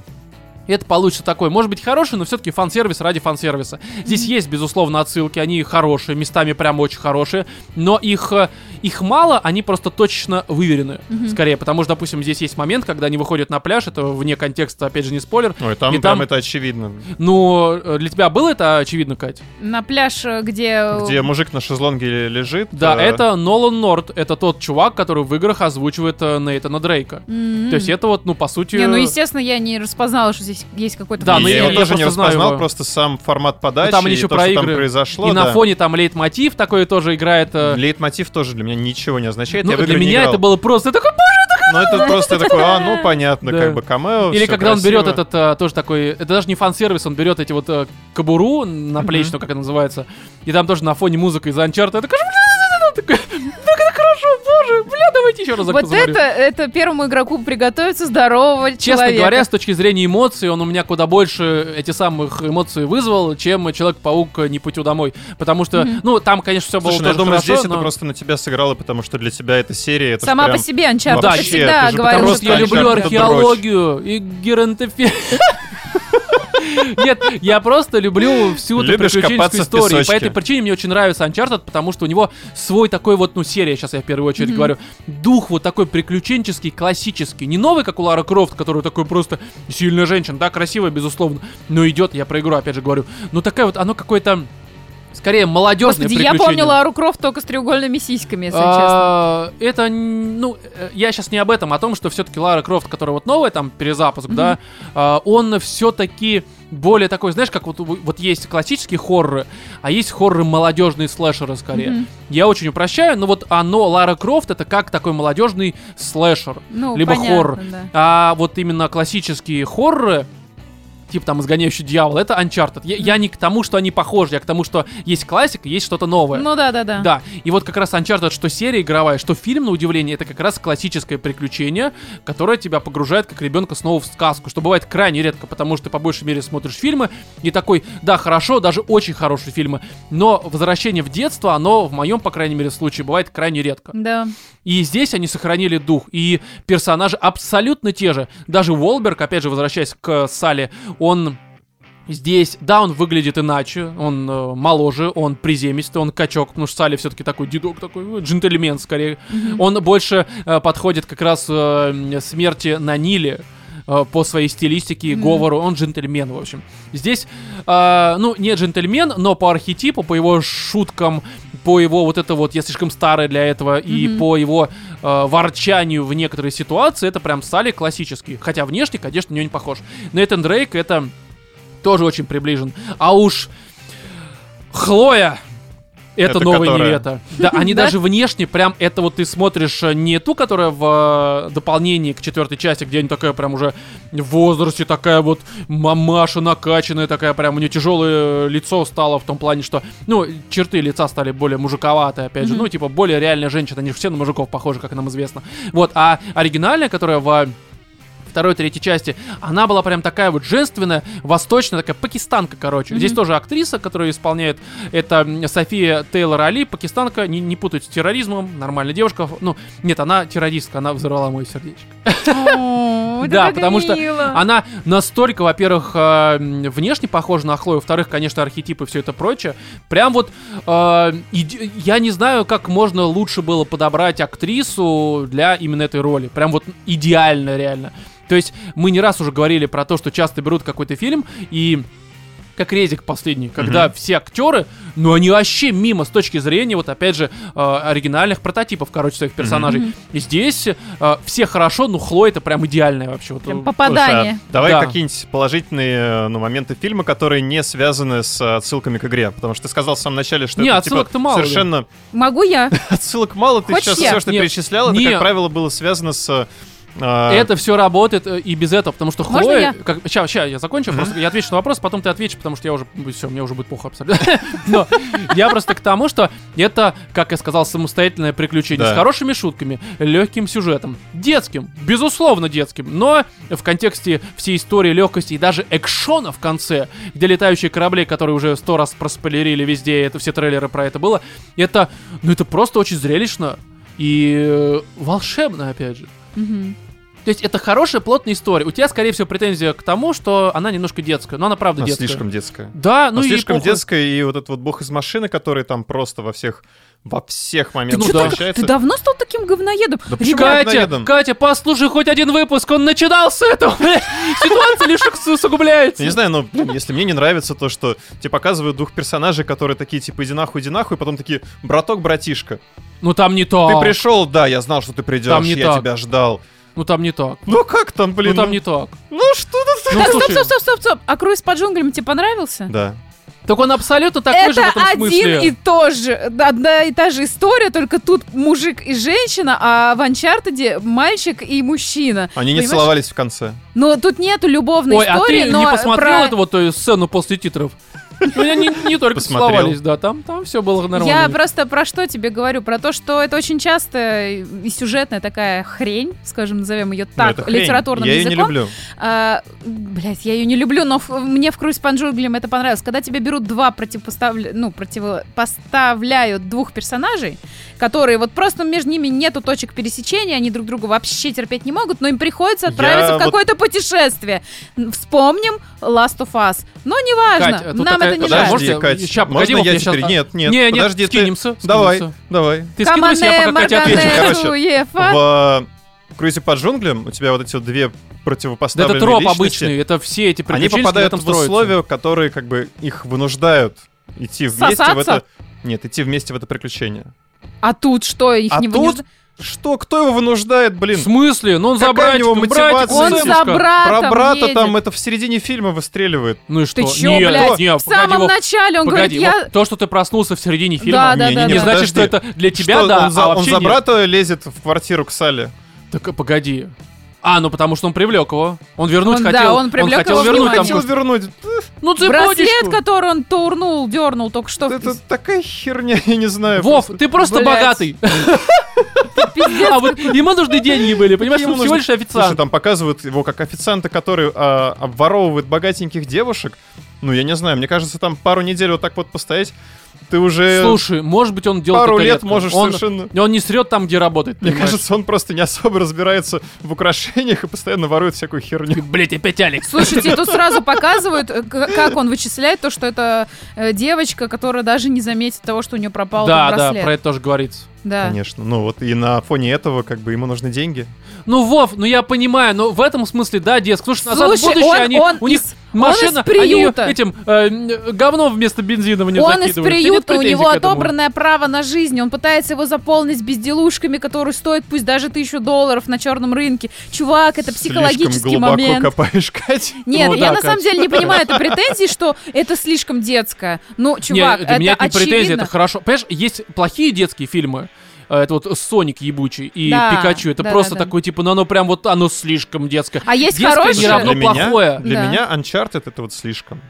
Speaker 1: это получится такой, может быть, хороший, но все-таки фан-сервис ради фан-сервиса. Здесь есть, безусловно, отсылки, они хорошие, местами прям очень хорошие, но их, э, их мало, они просто точечно выверены, скорее, потому что, допустим, здесь есть момент, когда они выходят на пляж, это вне контекста, опять же, не спойлер.
Speaker 2: Ой, там
Speaker 1: И
Speaker 2: прям
Speaker 1: там-
Speaker 2: это очевидно.
Speaker 1: Ну, э, для тебя было это очевидно, Кать?
Speaker 3: На пляж, э, где...
Speaker 2: Где мужик на шезлонге лежит.
Speaker 1: Да,
Speaker 2: э,
Speaker 1: это Нолан Норд, это тот чувак, который в играх озвучивает э, Нейтана Дрейка.
Speaker 3: М-м.
Speaker 1: То есть это вот, ну, по сути...
Speaker 3: Не, ну, естественно, я не распознала, что здесь есть какой-то...
Speaker 1: Да,
Speaker 2: и
Speaker 1: ну,
Speaker 2: я
Speaker 1: я-
Speaker 2: его
Speaker 1: я
Speaker 2: тоже не
Speaker 1: просто знаю
Speaker 2: распознал,
Speaker 1: его.
Speaker 2: просто сам формат подачи
Speaker 1: там
Speaker 2: и
Speaker 1: еще
Speaker 2: то,
Speaker 1: про
Speaker 2: что там
Speaker 1: игры.
Speaker 2: произошло.
Speaker 1: и на
Speaker 2: да.
Speaker 1: фоне там лейтмотив такой тоже играет... э,
Speaker 2: Лейтмотив тоже для меня ничего не означает.
Speaker 1: Ну,
Speaker 2: я в
Speaker 1: для
Speaker 2: игры не
Speaker 1: меня
Speaker 2: играл.
Speaker 1: это было просто такой
Speaker 2: Но
Speaker 3: *laughs*
Speaker 2: это просто такое, а, ну понятно,
Speaker 1: Да.
Speaker 2: как бы камео.
Speaker 1: Или
Speaker 2: Ну, всё
Speaker 1: когда он
Speaker 2: красиво.
Speaker 1: берет этот э, тоже такой, это даже не фан-сервис, он берет эти вот э, кобуру наплечную, как это называется, и там тоже на фоне музыка из Uncharted. Я такой, «Бля, бля, бля», такой, как это хорошо, «Ну, боже, бля, давайте еще разок
Speaker 3: Вот
Speaker 1: посмотрю.
Speaker 3: это, это первому игроку приготовиться здорового
Speaker 1: Честно
Speaker 3: человека.
Speaker 1: говоря, с точки зрения эмоций, он у меня куда больше эти самых эмоций вызвал, чем Человек-паук э, «Не путю домой». Потому что, ну, там, конечно, все было
Speaker 2: Слушай, ну, я
Speaker 1: тоже
Speaker 2: думаю,
Speaker 1: хорошо,
Speaker 2: здесь это
Speaker 1: но-
Speaker 2: просто на тебя сыграло, потому что для тебя эта серия... Это ж
Speaker 3: Сама
Speaker 2: прям-
Speaker 3: по себе Uncharted
Speaker 2: вообще,
Speaker 3: ты всегда
Speaker 2: ты же
Speaker 3: говорил,
Speaker 2: потому
Speaker 1: Просто
Speaker 2: что
Speaker 1: я
Speaker 2: Uncharted
Speaker 1: люблю
Speaker 2: это
Speaker 1: археологию и геронтофи... *laughs* Нет, я просто люблю всю эту
Speaker 2: Любишь
Speaker 1: приключенческую
Speaker 2: копаться в
Speaker 1: историю. И по
Speaker 2: песочке.
Speaker 1: этой причине мне очень нравится Uncharted, потому что у него свой такой вот, ну, серия, сейчас я в первую очередь говорю, дух вот такой приключенческий, классический. Не новый, как у Лара Крофт, который такой просто сильная женщина, да, красивая, безусловно, но идет, я про игру опять же говорю. Но такая вот, оно какое-то, скорее, молодежное
Speaker 3: Господи, я
Speaker 1: приключение.
Speaker 3: помнила Ару Крофт только с треугольными сиськами, если честно.
Speaker 1: А, Это, н- ну, э, я сейчас не об этом, а о том, что все-таки Лара Крофт, которая вот новая, там, перезапуск, да, а, он все-таки более такой, знаешь, как вот, у- вот есть классические хорроры, а есть хорроры молодежные слэшеры скорее.
Speaker 3: Мгм.
Speaker 1: Я очень упрощаю, но вот оно, Лара Крофт, это как такой молодежный слэшер.
Speaker 3: Ну,
Speaker 1: либо
Speaker 3: понятно,
Speaker 1: хоррор.
Speaker 3: да.
Speaker 1: А вот именно классические хорроры, типа там «Изгоняющий дьявол», это Uncharted. Я, я не к тому, что они похожи, я к тому, что есть классика, есть что-то новое.
Speaker 3: Ну да, да, да.
Speaker 1: Да, и вот как раз Uncharted, что серия игровая, что фильм, на удивление, это как раз классическое приключение, которое тебя погружает как ребенка снова в сказку, что бывает крайне редко, потому что ты по большей мере смотришь фильмы и такой, да, хорошо, даже очень хорошие фильмы, но возвращение в детство, оно в моем, по крайней мере, случае бывает крайне редко. *laughs*
Speaker 3: Да.
Speaker 1: И здесь они сохранили дух, и персонажи абсолютно те же. Даже Волберг, опять же, возвращаясь к э, Салли, он здесь, да, он выглядит иначе, он э, моложе, он приземистый, он качок, потому что Салли все-таки такой дедок, такой э, джентльмен скорее. Он больше э, подходит как раз э, м, смерти на Ниле э, по своей стилистике и
Speaker 3: Мгм.
Speaker 1: говору. Он джентльмен, в общем. Здесь, э, ну, не джентльмен, но по архетипу, по его шуткам, по его вот это вот «я слишком старый для этого» и
Speaker 3: Мгм.
Speaker 1: по его э, ворчанию в некоторые ситуации, это прям Салли классический. Хотя внешне, конечно, на него не похож. Нейтан Дрейк это тоже очень приближен. А уж Хлоя, это,
Speaker 2: Это
Speaker 1: новая
Speaker 2: которая?
Speaker 1: Нилетта. Да, они
Speaker 3: *laughs* Да?
Speaker 1: даже внешне прям это вот ты смотришь э, не ту, которая в э, дополнении к четвертой части, где они такая прям уже в возрасте, такая вот мамаша накачанная, такая прям у нее тяжелое лицо стало в том плане, что, ну, черты лица стали более мужиковатые, опять же,
Speaker 3: Мгм.
Speaker 1: ну, типа более реальная женщина, они же все на мужиков похожи, как нам известно. Вот, а оригинальная, которая в второй, третьей части, она была прям такая вот женственная, восточная, такая пакистанка, короче. Здесь тоже актриса, которая исполняет, это м, София Тейлор Али, пакистанка, не, не путать с терроризмом, нормальная девушка. Ну, нет, она террористка, она взорвала мое сердечко.
Speaker 3: О, это
Speaker 1: Да,
Speaker 3: как
Speaker 1: потому что
Speaker 3: мило.
Speaker 1: Она настолько, во-первых, э, м, внешне похожа на Хлою, во-вторых, конечно, архетипы и все это прочее. Прям вот э, иде- я не знаю, как можно лучше было подобрать актрису для именно этой роли. Прям вот идеально, реально. То есть мы не раз уже говорили про то, что часто берут какой-то фильм и как резик последний, когда все актеры, ну они вообще мимо с точки зрения, вот опять же, э, оригинальных прототипов, короче, своих персонажей. И здесь э, все хорошо, но Хлоя это прям идеальная вообще. Вот,
Speaker 3: Прям
Speaker 1: э,
Speaker 2: Слушай, а
Speaker 3: попадание.
Speaker 2: давай
Speaker 1: Да.
Speaker 2: какие-нибудь положительные э, ну, моменты фильма, которые не связаны с э, отсылками к игре. Потому что ты сказал в самом начале, что
Speaker 1: Не,
Speaker 2: это,
Speaker 1: отсылок-то
Speaker 2: типа,
Speaker 1: мало, блин.
Speaker 2: совершенно
Speaker 1: *laughs*
Speaker 3: Могу я?
Speaker 2: *laughs* отсылок мало. Ты
Speaker 3: Хочешь
Speaker 2: сейчас
Speaker 3: я?
Speaker 2: все, что
Speaker 1: Нет.
Speaker 2: перечислял, это,
Speaker 1: Не.
Speaker 2: как правило, было связано с... э,
Speaker 1: Это все работает э, и без этого, потому что
Speaker 3: Можно
Speaker 1: Хлоя...
Speaker 3: я?
Speaker 1: Как, сейчас, я закончу, просто я отвечу на вопрос, потом ты ответишь, потому что я уже... Все, мне уже будет плохо абсолютно. *laughs* Но я просто к тому, что это, как я сказал, самостоятельное приключение
Speaker 2: Да.
Speaker 1: с хорошими шутками, легким сюжетом, детским, безусловно детским, но в контексте всей истории легкости и даже экшона в конце, где летающие корабли, которые уже сто раз проспойлерили везде, это все трейлеры про это было, это, ну это просто очень зрелищно и э, волшебно, опять же.
Speaker 3: Мгм.
Speaker 1: То есть это хорошая, плотная история. У тебя, скорее всего, претензия к тому, что она немножко детская. Но она правда
Speaker 2: она
Speaker 1: детская.
Speaker 2: А ну, слишком детская.
Speaker 1: Да, ну
Speaker 2: Она
Speaker 1: и
Speaker 2: слишком
Speaker 1: похуй.
Speaker 2: детская, и вот этот вот бог из машины, который там просто во всех во всех
Speaker 3: Ты
Speaker 1: Ну
Speaker 2: моментах
Speaker 3: чё
Speaker 1: да.
Speaker 3: так-
Speaker 2: встречается.
Speaker 3: ты давно стал таким говноедом?
Speaker 2: Да почему
Speaker 3: Ребят,
Speaker 1: Катя,
Speaker 2: говноедом.
Speaker 1: Катя, послушай хоть один выпуск, он начинал *laughs* с этого. блядь. Ситуация лишь усугубляется.
Speaker 2: Я не знаю, но блин, если мне не нравится то, что тебе показывают двух персонажей, которые такие типа иди нахуй, иди нахуй, и потом такие браток, братишка.
Speaker 1: Ну там не
Speaker 2: Ты
Speaker 1: так.
Speaker 2: пришел, да, я знал, что ты придешь,
Speaker 1: Там не
Speaker 2: я
Speaker 1: так.
Speaker 2: тебя ждал.
Speaker 1: Ну там не так.
Speaker 2: Ну как там, блин?
Speaker 1: Ну там не так.
Speaker 2: ну что ты?
Speaker 1: Ну,
Speaker 3: так,
Speaker 1: слушай,
Speaker 3: стоп, стоп, стоп, стоп, стоп. А круиз по джунглям тебе понравился?
Speaker 2: Да.
Speaker 1: Так он абсолютно такой же в
Speaker 3: Это
Speaker 1: этом
Speaker 3: один и
Speaker 1: смысле.
Speaker 3: тот же, одна и та же история, только тут мужик и женщина, а в Uncharted мальчик и мужчина.
Speaker 2: Они не
Speaker 3: Понимаешь?
Speaker 2: целовались в конце. Ну,
Speaker 3: Но тут нету любовной
Speaker 1: Ой, а
Speaker 3: истории,
Speaker 1: ты
Speaker 3: но
Speaker 1: не посмотрел
Speaker 3: про-
Speaker 1: эту вот э, сцену после титров? Ну, я не, не только
Speaker 2: Посмотрел.
Speaker 1: целовались, да, там, там все было нормально.
Speaker 3: Я просто про что тебе говорю? Про то, что это очень часто и сюжетная такая хрень, скажем, назовем ее
Speaker 2: Ну,
Speaker 3: так,
Speaker 2: это хрень.
Speaker 3: литературным
Speaker 2: Я ее
Speaker 3: языком.
Speaker 2: не люблю.
Speaker 3: А, блядь, я ее не люблю, но ф- мне в «Круиз по джунглям» это понравилось. Когда тебе берут два противопоставля... ну, противопоставляют двух персонажей, которые вот просто между ними нету точек пересечения, они друг друга вообще терпеть не могут, но им приходится
Speaker 2: Я
Speaker 3: отправиться в
Speaker 2: вот-
Speaker 3: какое-то путешествие. Н- Вспомним Last of Us. Но неважно,
Speaker 1: Кать, э, тут
Speaker 3: нам
Speaker 1: такая-
Speaker 3: это не
Speaker 1: подожди,
Speaker 3: важно.
Speaker 2: Подожди,
Speaker 1: Можете-
Speaker 2: Кать,
Speaker 1: ща,
Speaker 2: можно
Speaker 1: погоди, вот
Speaker 2: я
Speaker 1: я щас- а?
Speaker 2: теперь? Нет, нет,
Speaker 1: не, нет,
Speaker 2: подожди, ты-
Speaker 1: скинемся, скинемся.
Speaker 2: Давай, давай.
Speaker 1: Ты скинусь, я пока Катя
Speaker 3: Командная
Speaker 1: отвечу.
Speaker 2: Маргане.
Speaker 3: Марганея
Speaker 2: Короче,
Speaker 3: Суефа.
Speaker 2: В э, круизе по джунглям у тебя вот эти вот две
Speaker 1: Да это
Speaker 2: противопоставленные
Speaker 1: троп
Speaker 2: личности,
Speaker 1: обычный, это все эти
Speaker 2: Они
Speaker 1: приключенческие
Speaker 2: попадают
Speaker 1: этом
Speaker 2: в
Speaker 1: строятся.
Speaker 2: условия, которые как бы их вынуждают идти вместе в
Speaker 3: Сосаться?
Speaker 2: это... Нет, идти вместе в это приключение.
Speaker 3: А тут что, их
Speaker 2: а
Speaker 3: не
Speaker 2: тут
Speaker 3: вынужда-
Speaker 2: что? Кто его вынуждает, блин?
Speaker 1: В смысле? Ну он
Speaker 2: Какая
Speaker 1: за братика,
Speaker 2: у него
Speaker 1: братик,
Speaker 2: мотивация?
Speaker 1: он
Speaker 3: Он
Speaker 2: Сэмушка,
Speaker 1: Сэмушка.
Speaker 3: за братом
Speaker 2: Про брата
Speaker 3: едет.
Speaker 2: там это в середине фильма выстреливает.
Speaker 1: Ну и что?
Speaker 3: Ты чё,
Speaker 1: Нет,
Speaker 3: блядь?
Speaker 1: нет,
Speaker 3: в самом
Speaker 1: погоди, вот-
Speaker 3: начале он
Speaker 1: погоди,
Speaker 3: говорит, я...
Speaker 1: вот то, что ты проснулся в середине
Speaker 3: Да,
Speaker 1: фильма,
Speaker 3: да,
Speaker 2: Не,
Speaker 3: да,
Speaker 2: не,
Speaker 1: не
Speaker 2: не,
Speaker 3: да.
Speaker 1: значит, что
Speaker 2: подожди.
Speaker 1: это для тебя,
Speaker 2: Что,
Speaker 1: да,
Speaker 2: он за,
Speaker 1: а
Speaker 2: он
Speaker 1: вообще
Speaker 2: за
Speaker 1: нет.
Speaker 2: брата лезет в квартиру к Салли.
Speaker 1: Так, э, погоди. А, ну потому что он привлек его. Он вернуть
Speaker 3: Он, да,
Speaker 1: хотел.
Speaker 3: он привлек
Speaker 1: хотел
Speaker 3: его
Speaker 1: вернуть
Speaker 3: внимание.
Speaker 1: там.
Speaker 2: Хотел
Speaker 1: просто-
Speaker 2: вернуть.
Speaker 1: Ну
Speaker 3: Браслет,
Speaker 1: цепочечку.
Speaker 3: который он турнул, дернул только что.
Speaker 2: Это такая херня, я не знаю.
Speaker 1: Вов, ты просто
Speaker 3: Блядь.
Speaker 1: богатый.
Speaker 3: *laughs*
Speaker 1: *laughs* А вот ему нужны деньги были, понимаешь,
Speaker 2: Ему
Speaker 1: он всего
Speaker 2: нужно-
Speaker 1: лишь
Speaker 2: Слушай,
Speaker 1: официант.
Speaker 2: там показывают его как официанта, который а, обворовывает богатеньких девушек. Ну, я не знаю, мне кажется, там пару недель вот так вот постоять, ты уже
Speaker 1: Слушай, может быть, он делал
Speaker 2: э, пару
Speaker 1: это
Speaker 2: лет
Speaker 1: редко.
Speaker 2: можешь
Speaker 1: Он-
Speaker 2: совершенно...
Speaker 1: Он не срет там, где работает.
Speaker 2: Мне
Speaker 1: понимаешь?
Speaker 2: кажется, он просто не особо разбирается в украшениях и постоянно ворует всякую херню.
Speaker 1: Блять, опять
Speaker 3: *laughs*
Speaker 1: Алекс.
Speaker 3: Слушайте, тут сразу показывают, э, к- как он вычисляет то, что это э, девочка, которая даже не заметит того, что у нее пропал
Speaker 1: Да,
Speaker 3: этот
Speaker 1: да,
Speaker 3: браслет.
Speaker 1: про это тоже говорится.
Speaker 3: Да.
Speaker 2: Конечно. Ну вот и на фоне этого как бы ему нужны деньги.
Speaker 1: Ну, Вов, ну я понимаю, но в этом смысле, да, детск. Слушай, назад в
Speaker 3: Слушай,
Speaker 1: будущее
Speaker 3: он-
Speaker 1: они,
Speaker 3: он
Speaker 1: у них
Speaker 3: из- он
Speaker 1: машина,
Speaker 3: из приюта.
Speaker 1: они её этим э, м, говном вместо бензина в неё
Speaker 3: Он из
Speaker 1: закидывают. У тебя нет
Speaker 3: приюта, у
Speaker 1: претензий
Speaker 3: него
Speaker 1: к этому?
Speaker 3: отобранное право на жизнь. Он пытается его заполнить безделушками, которые стоят пусть даже тысячу долларов на черном рынке. Чувак, это
Speaker 2: Слишком
Speaker 3: психологический
Speaker 2: глубоко
Speaker 3: момент.
Speaker 2: копаешь, *laughs* Кать.
Speaker 3: Нет,
Speaker 1: Ну
Speaker 3: я
Speaker 1: да,
Speaker 3: на самом
Speaker 1: Кать.
Speaker 3: деле не понимаю этой претензии, что это слишком детское. Ну,
Speaker 1: Не,
Speaker 3: чувак,
Speaker 1: для меня это не
Speaker 3: очевидно.
Speaker 1: претензия, это хорошо. Понимаешь, есть плохие детские фильмы. Э, Это вот Соник ебучий и
Speaker 3: Да,
Speaker 1: Пикачу. Это
Speaker 3: да,
Speaker 1: просто
Speaker 3: да, да.
Speaker 1: такой, типа, ну оно прям вот оно слишком детское.
Speaker 3: А есть
Speaker 1: Детское не
Speaker 3: хорошее.
Speaker 1: равно
Speaker 2: Для меня-
Speaker 1: плохое.
Speaker 2: Для
Speaker 3: Да.
Speaker 2: меня Uncharted это вот слишком.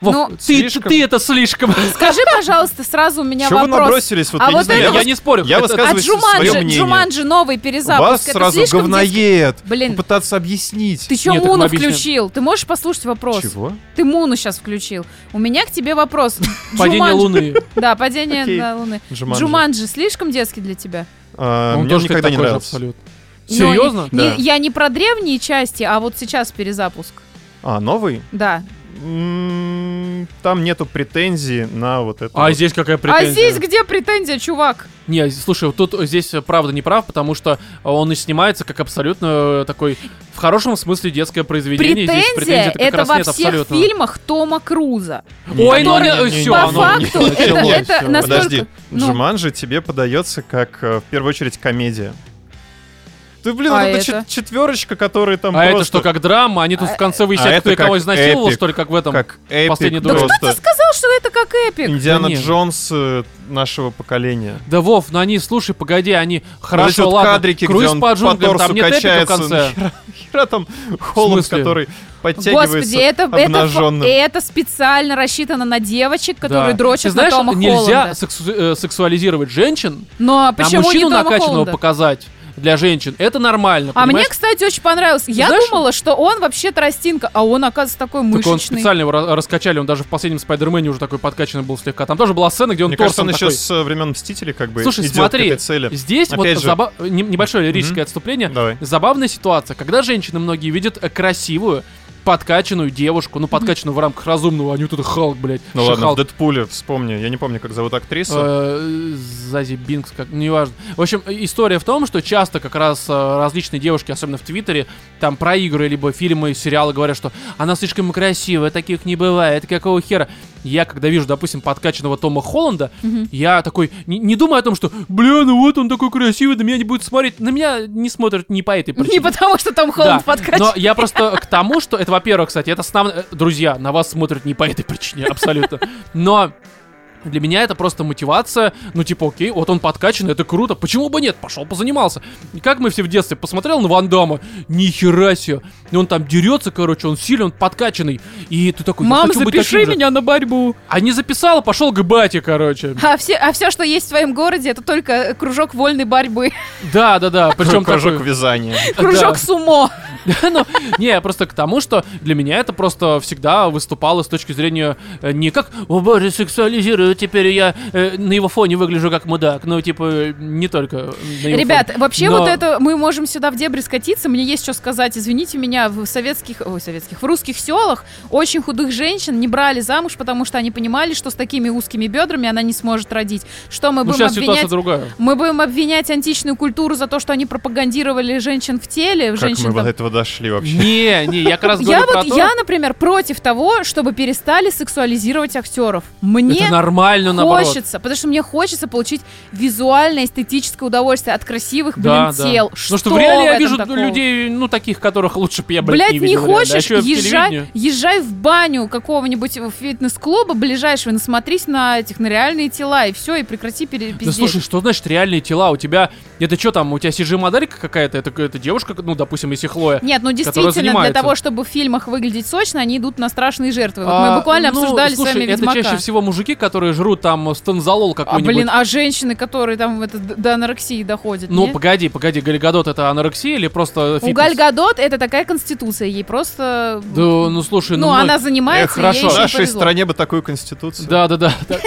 Speaker 1: Вов,
Speaker 3: Ну,
Speaker 1: ты,
Speaker 2: слишком.
Speaker 1: ты это слишком.
Speaker 3: Скажи, пожалуйста, сразу у меня
Speaker 2: Чего вы
Speaker 3: вопрос.
Speaker 2: набросились? Вот,
Speaker 3: А
Speaker 2: я
Speaker 3: вот
Speaker 2: не знаю,
Speaker 3: это
Speaker 2: я
Speaker 1: Я
Speaker 2: вас-
Speaker 1: не спорю.
Speaker 2: я
Speaker 1: Это-
Speaker 2: высказываю-
Speaker 3: А
Speaker 2: Рассказывайте своё
Speaker 3: Джуманджи,
Speaker 2: мнение.
Speaker 3: Джуманджи новый перезапуск.
Speaker 2: Вас
Speaker 3: это
Speaker 2: сразу
Speaker 3: слишком детский-
Speaker 2: говноед.
Speaker 3: Блин.
Speaker 2: Попытаться объяснить.
Speaker 3: Ты чё
Speaker 1: Нет, это мы
Speaker 3: Муну
Speaker 1: объясним.
Speaker 3: включил? Ты можешь послушать вопрос?
Speaker 2: Чего?
Speaker 3: Ты Муну сейчас включил. У меня к тебе вопрос.
Speaker 1: Падение
Speaker 3: Джуманджи-
Speaker 1: Луны.
Speaker 3: Да, падение
Speaker 2: Окей.
Speaker 3: да, Луны.
Speaker 2: Джуманджи.
Speaker 3: Джуманджи слишком детский для тебя?
Speaker 2: А,
Speaker 1: Он
Speaker 2: мне он
Speaker 1: тоже, кстати,
Speaker 2: никогда не
Speaker 1: такой же
Speaker 2: нравился.
Speaker 1: абсолютно.
Speaker 3: Но
Speaker 1: Серьезно?
Speaker 3: не- не-
Speaker 2: Да.
Speaker 3: Я не про древние части, а вот сейчас перезапуск.
Speaker 2: А, новый?
Speaker 3: Да.
Speaker 2: М, Там нету претензий на вот это.
Speaker 1: А
Speaker 2: вот.
Speaker 1: здесь какая
Speaker 3: А
Speaker 1: претензия?
Speaker 3: здесь где претензия, чувак?
Speaker 1: Не, слушай, вот тут здесь э, правда не прав, потому что э, он и снимается как абсолютно э, такой в хорошем смысле детское произведение. Здесь
Speaker 3: Претензия
Speaker 1: претензий-то как
Speaker 3: это
Speaker 1: раз
Speaker 3: во
Speaker 1: нет
Speaker 3: всех
Speaker 1: абсолютно.
Speaker 3: фильмах Тома Круза.
Speaker 2: М-м,
Speaker 1: Ой, ну
Speaker 3: Который
Speaker 1: э, всё,
Speaker 2: По
Speaker 1: оно-
Speaker 3: факту это-
Speaker 1: началось,
Speaker 3: это
Speaker 1: всё.
Speaker 3: на самом-
Speaker 2: Подожди,
Speaker 3: ну.
Speaker 2: Джуманджи тебе подается как э, в первую очередь комедия. Ты, блин,
Speaker 3: А
Speaker 2: это,
Speaker 3: это?
Speaker 2: чет- четверочка, которая там
Speaker 1: А
Speaker 2: просто...
Speaker 1: это что, как драма? Они тут в конце выясняют,
Speaker 2: А это
Speaker 1: кто и кого
Speaker 2: как
Speaker 1: изнасиловал,
Speaker 2: эпик,
Speaker 1: что ли, как в этом?
Speaker 2: как эпик
Speaker 1: последний
Speaker 3: Да
Speaker 1: Просто.
Speaker 3: кто-то сказал, что это как эпик.
Speaker 2: Индиана
Speaker 1: Да нет.
Speaker 2: Джонс э, нашего поколения.
Speaker 1: Да, Вов, ну они, слушай, погоди, они
Speaker 2: эти
Speaker 1: хорошо,
Speaker 2: вот
Speaker 1: ладно.
Speaker 2: кадрики,
Speaker 1: Круиз
Speaker 2: где он
Speaker 1: по
Speaker 2: по
Speaker 1: джунглям,
Speaker 2: торсу
Speaker 1: там нет эпика
Speaker 2: качается,
Speaker 1: в конце.
Speaker 2: нахера- *laughs* Хера там Холмс,
Speaker 1: смысле?
Speaker 2: который подтягивается
Speaker 3: Господи, это, это, фо- э,
Speaker 2: обнаженным.
Speaker 3: это специально рассчитано на девочек, которые
Speaker 1: Да.
Speaker 3: дрочат
Speaker 1: Ты знаешь,
Speaker 3: на Тома
Speaker 1: нельзя
Speaker 3: Холланда.
Speaker 1: сексу- э, сексуализировать женщин,
Speaker 3: Но почему
Speaker 1: а мужчину
Speaker 3: не Тома
Speaker 1: накачанного
Speaker 3: Холланда?
Speaker 1: показать для женщин. Это нормально,
Speaker 3: А мне,
Speaker 1: понимаешь?
Speaker 3: кстати, очень понравилось. Я
Speaker 1: Знаешь-
Speaker 3: думала, что он вообще тростинка, а он, оказывается, такой
Speaker 1: Так он
Speaker 3: мышечный.
Speaker 1: специально его ра- раскачали, он даже в последнем Спайдермене уже такой подкачанный был слегка. Там тоже была сцена, где он
Speaker 2: Мне кажется,
Speaker 1: торсом
Speaker 2: он еще
Speaker 1: такой.
Speaker 2: со времен Мстителей как бы
Speaker 1: Слушай,
Speaker 2: идет
Speaker 1: смотри,
Speaker 2: к этой цели.
Speaker 1: Здесь
Speaker 2: Опять
Speaker 1: вот
Speaker 2: же-
Speaker 1: заба- не- небольшое лирическое
Speaker 2: Мгм.
Speaker 1: отступление.
Speaker 2: Давай.
Speaker 1: Забавная ситуация, когда женщины многие видят э, красивую, подкачанную девушку, ну подкачанную в рамках разумного, а не вот это Халк, блядь.
Speaker 2: Ну ладно, в
Speaker 1: Шихалк.
Speaker 2: Дэдпуле вспомню. Я не помню, как зовут *laughs* актрису.
Speaker 1: Э, Зази Бинкс, как ну, неважно. В общем, э, история в том, что часто как раз э, различные девушки, особенно в Твиттере, там про игры, либо фильмы, сериалы говорят, что она слишком красивая, таких не бывает, какого хера. Я, когда вижу, допустим, подкачанного Тома Холланда, я такой, не, не думаю о том, что, бля, ну вот он такой красивый, на меня не будет смотреть. На меня не смотрят *laughs* не по этой причине.
Speaker 3: *laughs* Не потому, что Том
Speaker 1: Да.
Speaker 3: Холланд подкачан.
Speaker 1: Но я просто к тому, что э, это, во-первых, кстати, это основное... Друзья, на вас смотрят не по этой причине, абсолютно. Но Для меня это просто мотивация, ну типа, окей, вот он подкачан, это круто, почему бы нет, пошел позанимался. И Как мы все в детстве, посмотрел на Ван Дамма, нихера себе, и он там дерется, короче, он силен, он подкачанный, и ты такой, я
Speaker 3: Мам,
Speaker 1: хочу быть
Speaker 3: запиши
Speaker 1: таким же.
Speaker 3: меня на борьбу.
Speaker 1: А не записала, пошел к бате, короче.
Speaker 3: А все, а все, что есть в твоем городе, это только кружок вольной борьбы,
Speaker 1: Да, да, да, причем
Speaker 2: кружок
Speaker 1: такой...
Speaker 2: вязания.
Speaker 3: кружок
Speaker 1: Да.
Speaker 3: сумо.
Speaker 1: *laughs* Ну, не, просто к тому, что для меня это просто всегда выступало с точки зрения э, не как «О боже, сексуализирую, теперь я э, на его фоне выгляжу как мудак». Ну, типа, э, не только на его
Speaker 3: Ребят,
Speaker 1: фоне.
Speaker 3: вообще
Speaker 1: Эм. Но-
Speaker 3: вот это мы можем сюда в дебри скатиться. Мне есть что сказать. Извините меня, в советских, ой, советских, в русских селах очень худых женщин не брали замуж, потому что они понимали, что с такими узкими бедрами она не сможет родить. Что
Speaker 1: Ну,
Speaker 3: мы будем
Speaker 1: сейчас ситуация
Speaker 3: обвинять?
Speaker 1: другая.
Speaker 3: Мы будем обвинять античную культуру за то, что они пропагандировали женщин в теле,
Speaker 2: Как
Speaker 3: женщин
Speaker 2: мы
Speaker 3: там-
Speaker 2: до этого дошли вообще?
Speaker 1: Не, не, я как раз
Speaker 3: *laughs* Я
Speaker 1: говорю про
Speaker 3: вот,
Speaker 1: то,
Speaker 3: я, например, против того, чтобы перестали сексуализировать актеров. Мне
Speaker 1: это нормально, Ну, наоборот.
Speaker 3: хочется, потому что мне хочется получить визуальное эстетическое удовольствие от красивых, блин,
Speaker 1: Да, да.
Speaker 3: тел.
Speaker 1: Потому что в реале я
Speaker 3: этом
Speaker 1: вижу
Speaker 3: такого?
Speaker 1: людей, ну, таких, которых лучше бы я, блядь,
Speaker 3: Блять,
Speaker 1: не
Speaker 3: не
Speaker 1: видел реально. А
Speaker 3: хочешь,
Speaker 1: ещё в
Speaker 3: езжай,
Speaker 1: телевидении.
Speaker 3: езжай в баню какого-нибудь э, фитнес-клуба ближайшего, и насмотрись на этих, на реальные тела, и все, и прекрати перепиздеть.
Speaker 1: Да слушай, что значит реальные тела? У тебя, это что там, у тебя сижи моделька какая-то? Это, это девушка, ну, допустим, если Хлоя.
Speaker 3: Нет, ну
Speaker 1: которая
Speaker 3: действительно, для
Speaker 1: занимается.
Speaker 3: того, чтобы в фильмах выглядеть сочно, они идут на страшные жертвы. Вот мы
Speaker 1: А,
Speaker 3: буквально
Speaker 1: ну,
Speaker 3: обсуждали
Speaker 1: слушай,
Speaker 3: с вами
Speaker 1: это
Speaker 3: Ведьмака.
Speaker 1: чаще всего мужики, которые жрут там э, станзолол
Speaker 3: а,
Speaker 1: какой-нибудь.
Speaker 3: блин, а женщины, которые там это, д- до анорексии доходят,
Speaker 1: ну,
Speaker 3: не?
Speaker 1: погоди, погоди, Гальгадот это анорексия или просто
Speaker 3: У
Speaker 1: фитнес?
Speaker 3: Гальгадот это такая конституция, ей просто...
Speaker 1: Да, ну слушай, ну...
Speaker 3: ну,
Speaker 1: мы-
Speaker 3: она занимается,
Speaker 1: Э, хорошо.
Speaker 3: ей
Speaker 2: В
Speaker 3: еще
Speaker 2: нашей
Speaker 3: повезло.
Speaker 2: стране бы такую конституцию.
Speaker 1: Да, да,
Speaker 3: *laughs*
Speaker 1: ну, да.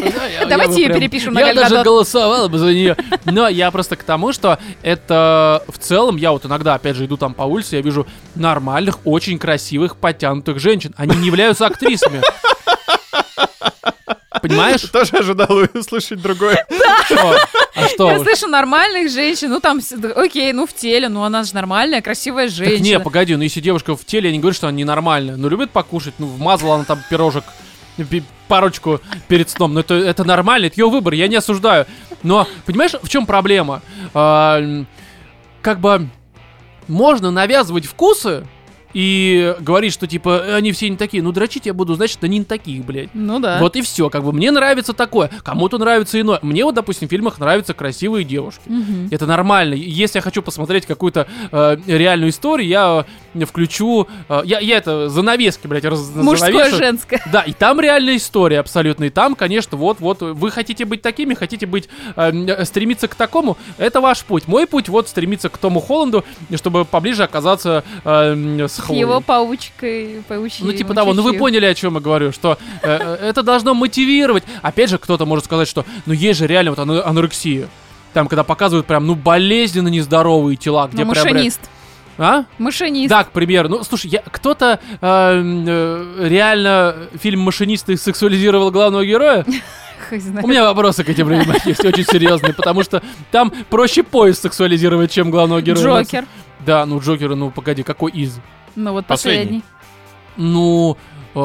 Speaker 3: Давайте её
Speaker 1: ее
Speaker 3: перепишем на
Speaker 1: Я даже
Speaker 3: Гальгадот.
Speaker 1: голосовал бы за нее. Но я просто к тому, что это в целом, я вот иногда, опять же, иду там по улице, я вижу нормальных, очень красивых, подтянутых женщин. Они не являются актрисами. Понимаешь?
Speaker 2: *laughs* Тоже ожидал *laughs* услышать другое.
Speaker 1: Что? А что?
Speaker 3: Я
Speaker 1: уж?
Speaker 3: слышу нормальных женщин, ну там, с- да, окей, ну в теле, ну она же нормальная, красивая
Speaker 1: Так не,
Speaker 3: женщина.
Speaker 1: погоди, ну если девушка в теле, я не говорю, что она ненормальная. Ну любит покушать, ну вмазала она там пирожек, пи- парочку перед сном. Ну это, это нормально, это ее выбор, я не осуждаю. Но, понимаешь, в чем проблема? А, м, как бы можно навязывать вкусы и говорить, что типа «Э, они все не такие. Ну дрочить я буду, значит, они не такие, блядь.
Speaker 3: Ну да.
Speaker 1: Вот и все, как бы мне нравится такое, кому-то нравится иное. Мне вот, допустим, в фильмах нравятся красивые девушки.
Speaker 3: Мгм.
Speaker 1: Это нормально. И Если я хочу посмотреть какую-то э, реальную историю, я э, включу... э, я, я это занавески, блядь, раз,
Speaker 3: Мужское,
Speaker 1: занавешу.
Speaker 3: женское.
Speaker 1: Да, и там реальная история абсолютно. И там, конечно, вот-вот, вы хотите быть такими, хотите быть, э, э, стремиться к такому, это ваш путь. Мой путь вот стремиться к Тому Холланду, и чтобы поближе оказаться э, м, с
Speaker 3: С
Speaker 1: Хлоей.
Speaker 3: Его паучкой, паучьей
Speaker 1: Ну, типа того, ну вы
Speaker 3: мучучью.
Speaker 1: поняли, о чем я говорю, что э, э, это должно мотивировать. Опять же, кто-то может сказать, что ну есть же реально вот ано- анорексия. Там, когда показывают прям, ну, болезненно нездоровые тела, где
Speaker 3: Ну,
Speaker 1: прям... реально-
Speaker 3: машинист.
Speaker 1: А?
Speaker 3: Машинист.
Speaker 1: Да, к примеру. Ну, слушай, я, кто-то э, м, э, реально фильм «Машинисты» сексуализировал главного героя.
Speaker 3: Хуй знает.
Speaker 1: У меня вопросы к этим людям есть очень серьезные, потому что там проще поезд сексуализировать, чем главного героя.
Speaker 3: Джокер.
Speaker 1: Да, ну, Джокера, ну, погоди, какой из?
Speaker 3: Ну вот
Speaker 2: Последний.
Speaker 3: последний.
Speaker 1: Ну, э,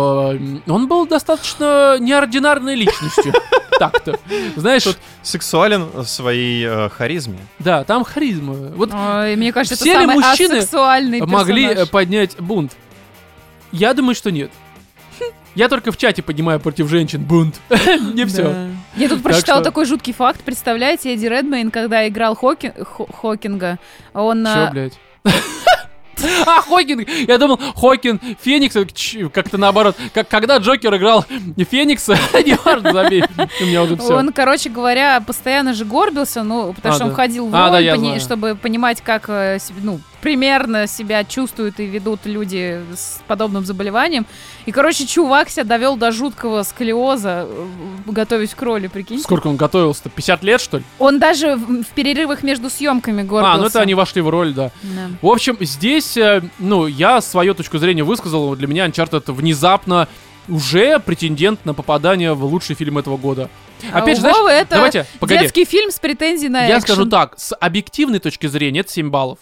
Speaker 1: он был достаточно неординарной
Speaker 3: *laughs*
Speaker 1: личностью. Так-то. Знаешь,
Speaker 2: Тут- Сексуален в своей э, харизме.
Speaker 1: да, там харизма. Вот
Speaker 3: Ой, мне кажется,
Speaker 1: Все ли
Speaker 3: это самый
Speaker 1: мужчины
Speaker 3: асексуальный
Speaker 1: могли э,
Speaker 3: Ну, персонаж.
Speaker 1: поднять бунт. Я думаю, что нет. Я только в чате поднимаю против женщин бунт. *laughs* Не все.
Speaker 3: Да. Я тут прочитала
Speaker 1: что-
Speaker 3: такой жуткий факт. Представляете, Эдди Редмейн, когда играл Хоки- Хо- Хокинга, он...
Speaker 1: Че,
Speaker 3: а,
Speaker 1: блядь? *laughs* А, Хокинг! Я думал, Хокин, Феникс, э, ч- как-то наоборот. Как, когда Джокер играл Феникса, *laughs* не важно, забей. У меня уже все.
Speaker 3: Он, короче говоря, постоянно же горбился, ну, потому
Speaker 1: А,
Speaker 3: что он
Speaker 1: да.
Speaker 3: ходил в
Speaker 1: А, да,
Speaker 3: роль,
Speaker 1: я
Speaker 3: пони-
Speaker 1: знаю.
Speaker 3: чтобы понимать, как э, себе- ну, примерно себя чувствуют и ведут люди с подобным заболеванием. И, короче, чувак себя довел до жуткого сколиоза, э, готовясь к роли, прикинь.
Speaker 1: Сколько он готовился-то? 50 лет, что ли?
Speaker 3: Он даже в, в перерывах между съемками горбился.
Speaker 1: А, ну это они вошли в роль, да.
Speaker 3: Да.
Speaker 1: В общем, здесь, э, ну, я свою точку зрения высказал. Для меня Uncharted это внезапно уже претендент на попадание в лучший фильм этого года. Опять
Speaker 3: А у
Speaker 1: же, знаешь,
Speaker 3: Вовы это
Speaker 1: давайте, погоди.
Speaker 3: детский фильм с претензией на
Speaker 1: я
Speaker 3: экшен.
Speaker 1: скажу так, с объективной точки зрения это 7 баллов.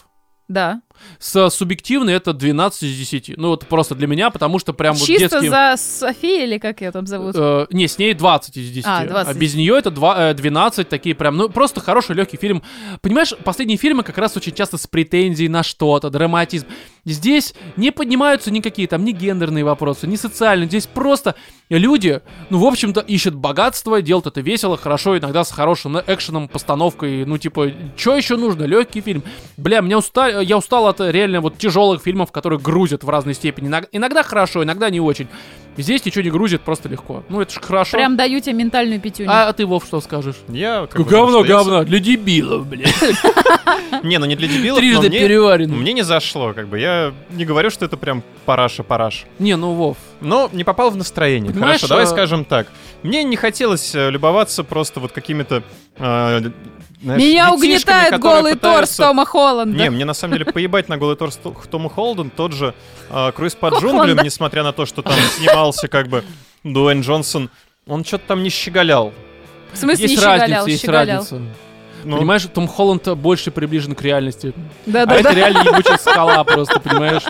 Speaker 3: Да.
Speaker 1: С субъективной это 12 из 10. Ну вот просто для меня, потому что прям вот
Speaker 3: Чисто
Speaker 1: детские...
Speaker 3: за Софию или как ее там зовут?
Speaker 1: э, не, с ней 20 из 10.
Speaker 3: А, 20.
Speaker 1: без нее это два- э, 12, такие прям, ну, просто хороший, легкий фильм. Понимаешь, последние фильмы как раз очень часто с претензией на что-то, драматизм. Здесь не поднимаются никакие там ни гендерные вопросы, ни социальные. Здесь просто люди, ну, в общем-то, ищут богатство, делают это весело, хорошо, иногда с хорошим ну, экшеном, постановкой. Ну, типа, что еще нужно? Легкий фильм. Бля, меня уста... я устал от реально вот тяжелых фильмов, которые грузят в разной степени. Иног- Иногда хорошо, иногда не очень. Здесь ничего не грузит, просто легко. Ну, это ж хорошо.
Speaker 3: Прям даю тебе ментальную пятюню.
Speaker 1: А ты, Вов, что скажешь?
Speaker 2: Я как бы
Speaker 1: говно,
Speaker 2: думаю, что
Speaker 1: говно, для дебилов, бля.
Speaker 2: я- Не, ну не для дебилов,
Speaker 1: *laughs*
Speaker 2: но
Speaker 1: Трижды
Speaker 2: мне...
Speaker 1: переварен.
Speaker 2: мне не зашло, как бы. Я не говорю, что это прям параша-параш.
Speaker 1: Не, ну, Вов,
Speaker 2: Но не попал в настроение.
Speaker 1: Понимаешь,
Speaker 2: Хорошо, давай
Speaker 1: а-
Speaker 2: скажем так. Мне не хотелось э, любоваться просто вот какими-то... э, знаешь,
Speaker 3: Меня
Speaker 2: детишками,
Speaker 3: угнетает
Speaker 2: которые
Speaker 3: голый торс
Speaker 2: пытаются-
Speaker 3: Тома Холланда.
Speaker 2: Не, мне на самом деле поебать на голый торс Ту- Тома Холден, тот же э, круиз по
Speaker 3: Холланда.
Speaker 2: джунглям, несмотря на то, что там снимался как бы Дуэйн Джонсон, он что-то там не щеголял.
Speaker 3: В смысле,
Speaker 1: есть
Speaker 3: не щеголял,
Speaker 1: разница, есть
Speaker 3: щеголял.
Speaker 1: разница.
Speaker 2: Ну,
Speaker 1: Понимаешь, Том Холланд больше приближен к реальности.
Speaker 3: Да,
Speaker 1: А
Speaker 3: да,
Speaker 1: это
Speaker 3: да.
Speaker 1: реально
Speaker 3: *laughs*
Speaker 1: ебучая скала просто, понимаешь?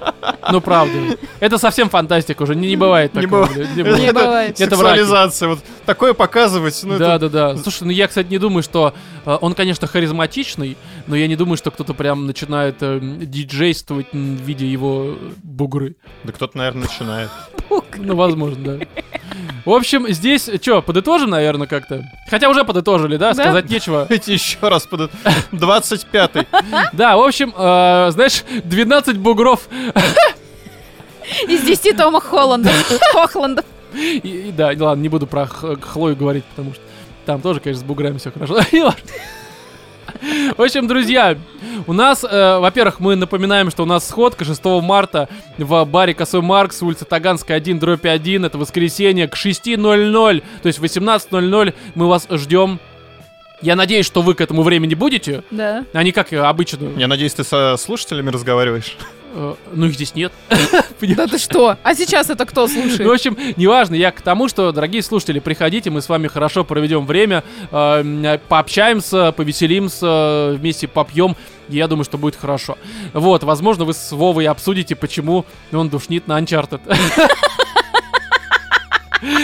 Speaker 1: Ну, правда. Это совсем фантастика уже, не, не бывает
Speaker 2: Не
Speaker 1: такого.
Speaker 2: бывает.
Speaker 1: блядь,
Speaker 2: это-
Speaker 1: бывает.
Speaker 2: это
Speaker 3: бывает.
Speaker 1: Это враки.
Speaker 2: сексуализация, вот такое показывать, *laughs* ну
Speaker 1: да,
Speaker 2: это...
Speaker 1: да, да. Слушай, ну я, кстати, не думаю, что э, он, конечно, харизматичный, но я не думаю, что кто-то прям начинает э, м, диджействовать м, в виде его бугры.
Speaker 2: Да кто-то, наверное, начинает.
Speaker 1: Ну, возможно, да. В общем, здесь что, подытожим, наверное, как-то? Хотя уже подытожили, да?
Speaker 3: Да.
Speaker 1: Сказать нечего.
Speaker 2: Давайте еще раз под 25-й.
Speaker 1: Да, в общем, э, знаешь, 12 бугров
Speaker 3: Из 10
Speaker 1: *laughs*
Speaker 3: Тома Холланда. Хохланда.
Speaker 1: И, и да, ладно, не буду про Х- Хлою говорить, потому что там тоже, конечно, с буграми все хорошо. *laughs* Не важно. В общем, друзья, у нас, э, во-первых, мы напоминаем, что у нас сходка 6 марта в баре Косой Маркс, улица Таганская 1, дробь 1, это воскресенье к 6.00, то есть 18.00 мы вас ждем. Я надеюсь, что вы к этому времени будете,
Speaker 3: Да.
Speaker 1: а не как э, обычно.
Speaker 2: Я надеюсь, ты со слушателями разговариваешь.
Speaker 1: Э, ну, их здесь нет.
Speaker 3: Да ты что? А сейчас это кто
Speaker 1: Ну, в
Speaker 3: *laughs* слушает?
Speaker 1: общем, неважно, я к тому, что, дорогие слушатели, приходите, мы с вами хорошо проведем время, э, м, пообщаемся, повеселимся, вместе попьем, и я думаю, что будет хорошо. Вот, возможно, вы с Вовой обсудите, почему он душнит на Uncharted. *laughs*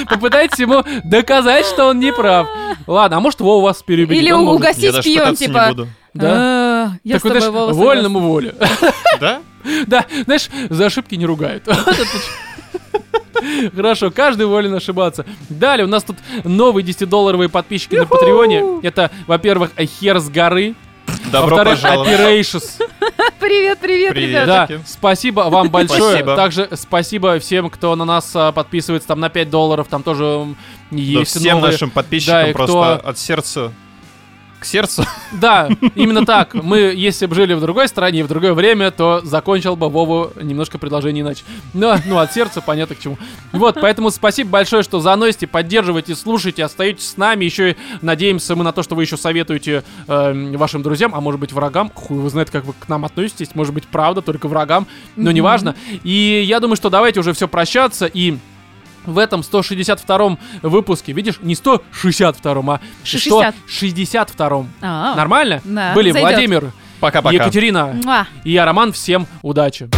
Speaker 1: Попытайтесь ему доказать, что он не прав. Ладно, а может, Вова вас переубедит.
Speaker 3: Или
Speaker 1: он может.
Speaker 3: угасит
Speaker 2: Я даже
Speaker 3: пьем,
Speaker 2: пытаться не
Speaker 3: типа.
Speaker 2: буду.
Speaker 1: Да.
Speaker 3: «А, Я с
Speaker 1: так вот,
Speaker 3: тобой,
Speaker 1: знаешь,
Speaker 3: Вова, согласна».
Speaker 1: вольному воле.
Speaker 2: Да?
Speaker 1: Да, знаешь, за ошибки не ругают. *laughs* Вот это ч- Хорошо, каждый волен ошибаться. Далее у нас тут новые 10-долларовые подписчики на Патреоне. Это, во-первых, Хер с горы.
Speaker 2: Добро
Speaker 1: во-вторых,
Speaker 2: пожаловать.
Speaker 1: Operations.
Speaker 3: *laughs* Привет, привет,
Speaker 2: Привет.
Speaker 3: ребята.
Speaker 1: Да,
Speaker 2: Таки.
Speaker 1: спасибо вам большое.
Speaker 2: Спасибо.
Speaker 1: Также спасибо всем, кто на нас а, подписывается там на 5 долларов. Там тоже м,
Speaker 2: Да
Speaker 1: есть
Speaker 2: всем
Speaker 1: новые-
Speaker 2: нашим
Speaker 1: Да, и
Speaker 2: подписчикам
Speaker 1: кто-
Speaker 2: просто от сердца к сердцу.
Speaker 1: Да, именно так. Мы, если бы жили в другой стране и в другое время, то закончил бы Вову немножко предложение иначе. Но, ну, от сердца понятно к чему. Вот, поэтому спасибо большое, что заносите, поддерживаете, слушаете, остаетесь с нами. Еще и надеемся мы на то, что вы еще советуете э, вашим друзьям, а может быть врагам. Хуй его знает, как вы к нам относитесь. Может быть, правда, только врагам. Но неважно. И я думаю, что давайте уже все прощаться и... В этом 162-м выпуске, видишь, не 162-м, а
Speaker 3: 60.
Speaker 1: 162-м.
Speaker 3: А,
Speaker 1: Нормально?
Speaker 3: Да,
Speaker 1: Были
Speaker 3: зайдёт.
Speaker 1: Владимир,
Speaker 2: Пока-пока.
Speaker 1: Екатерина
Speaker 3: муа.
Speaker 1: и я, Роман. Всем удачи.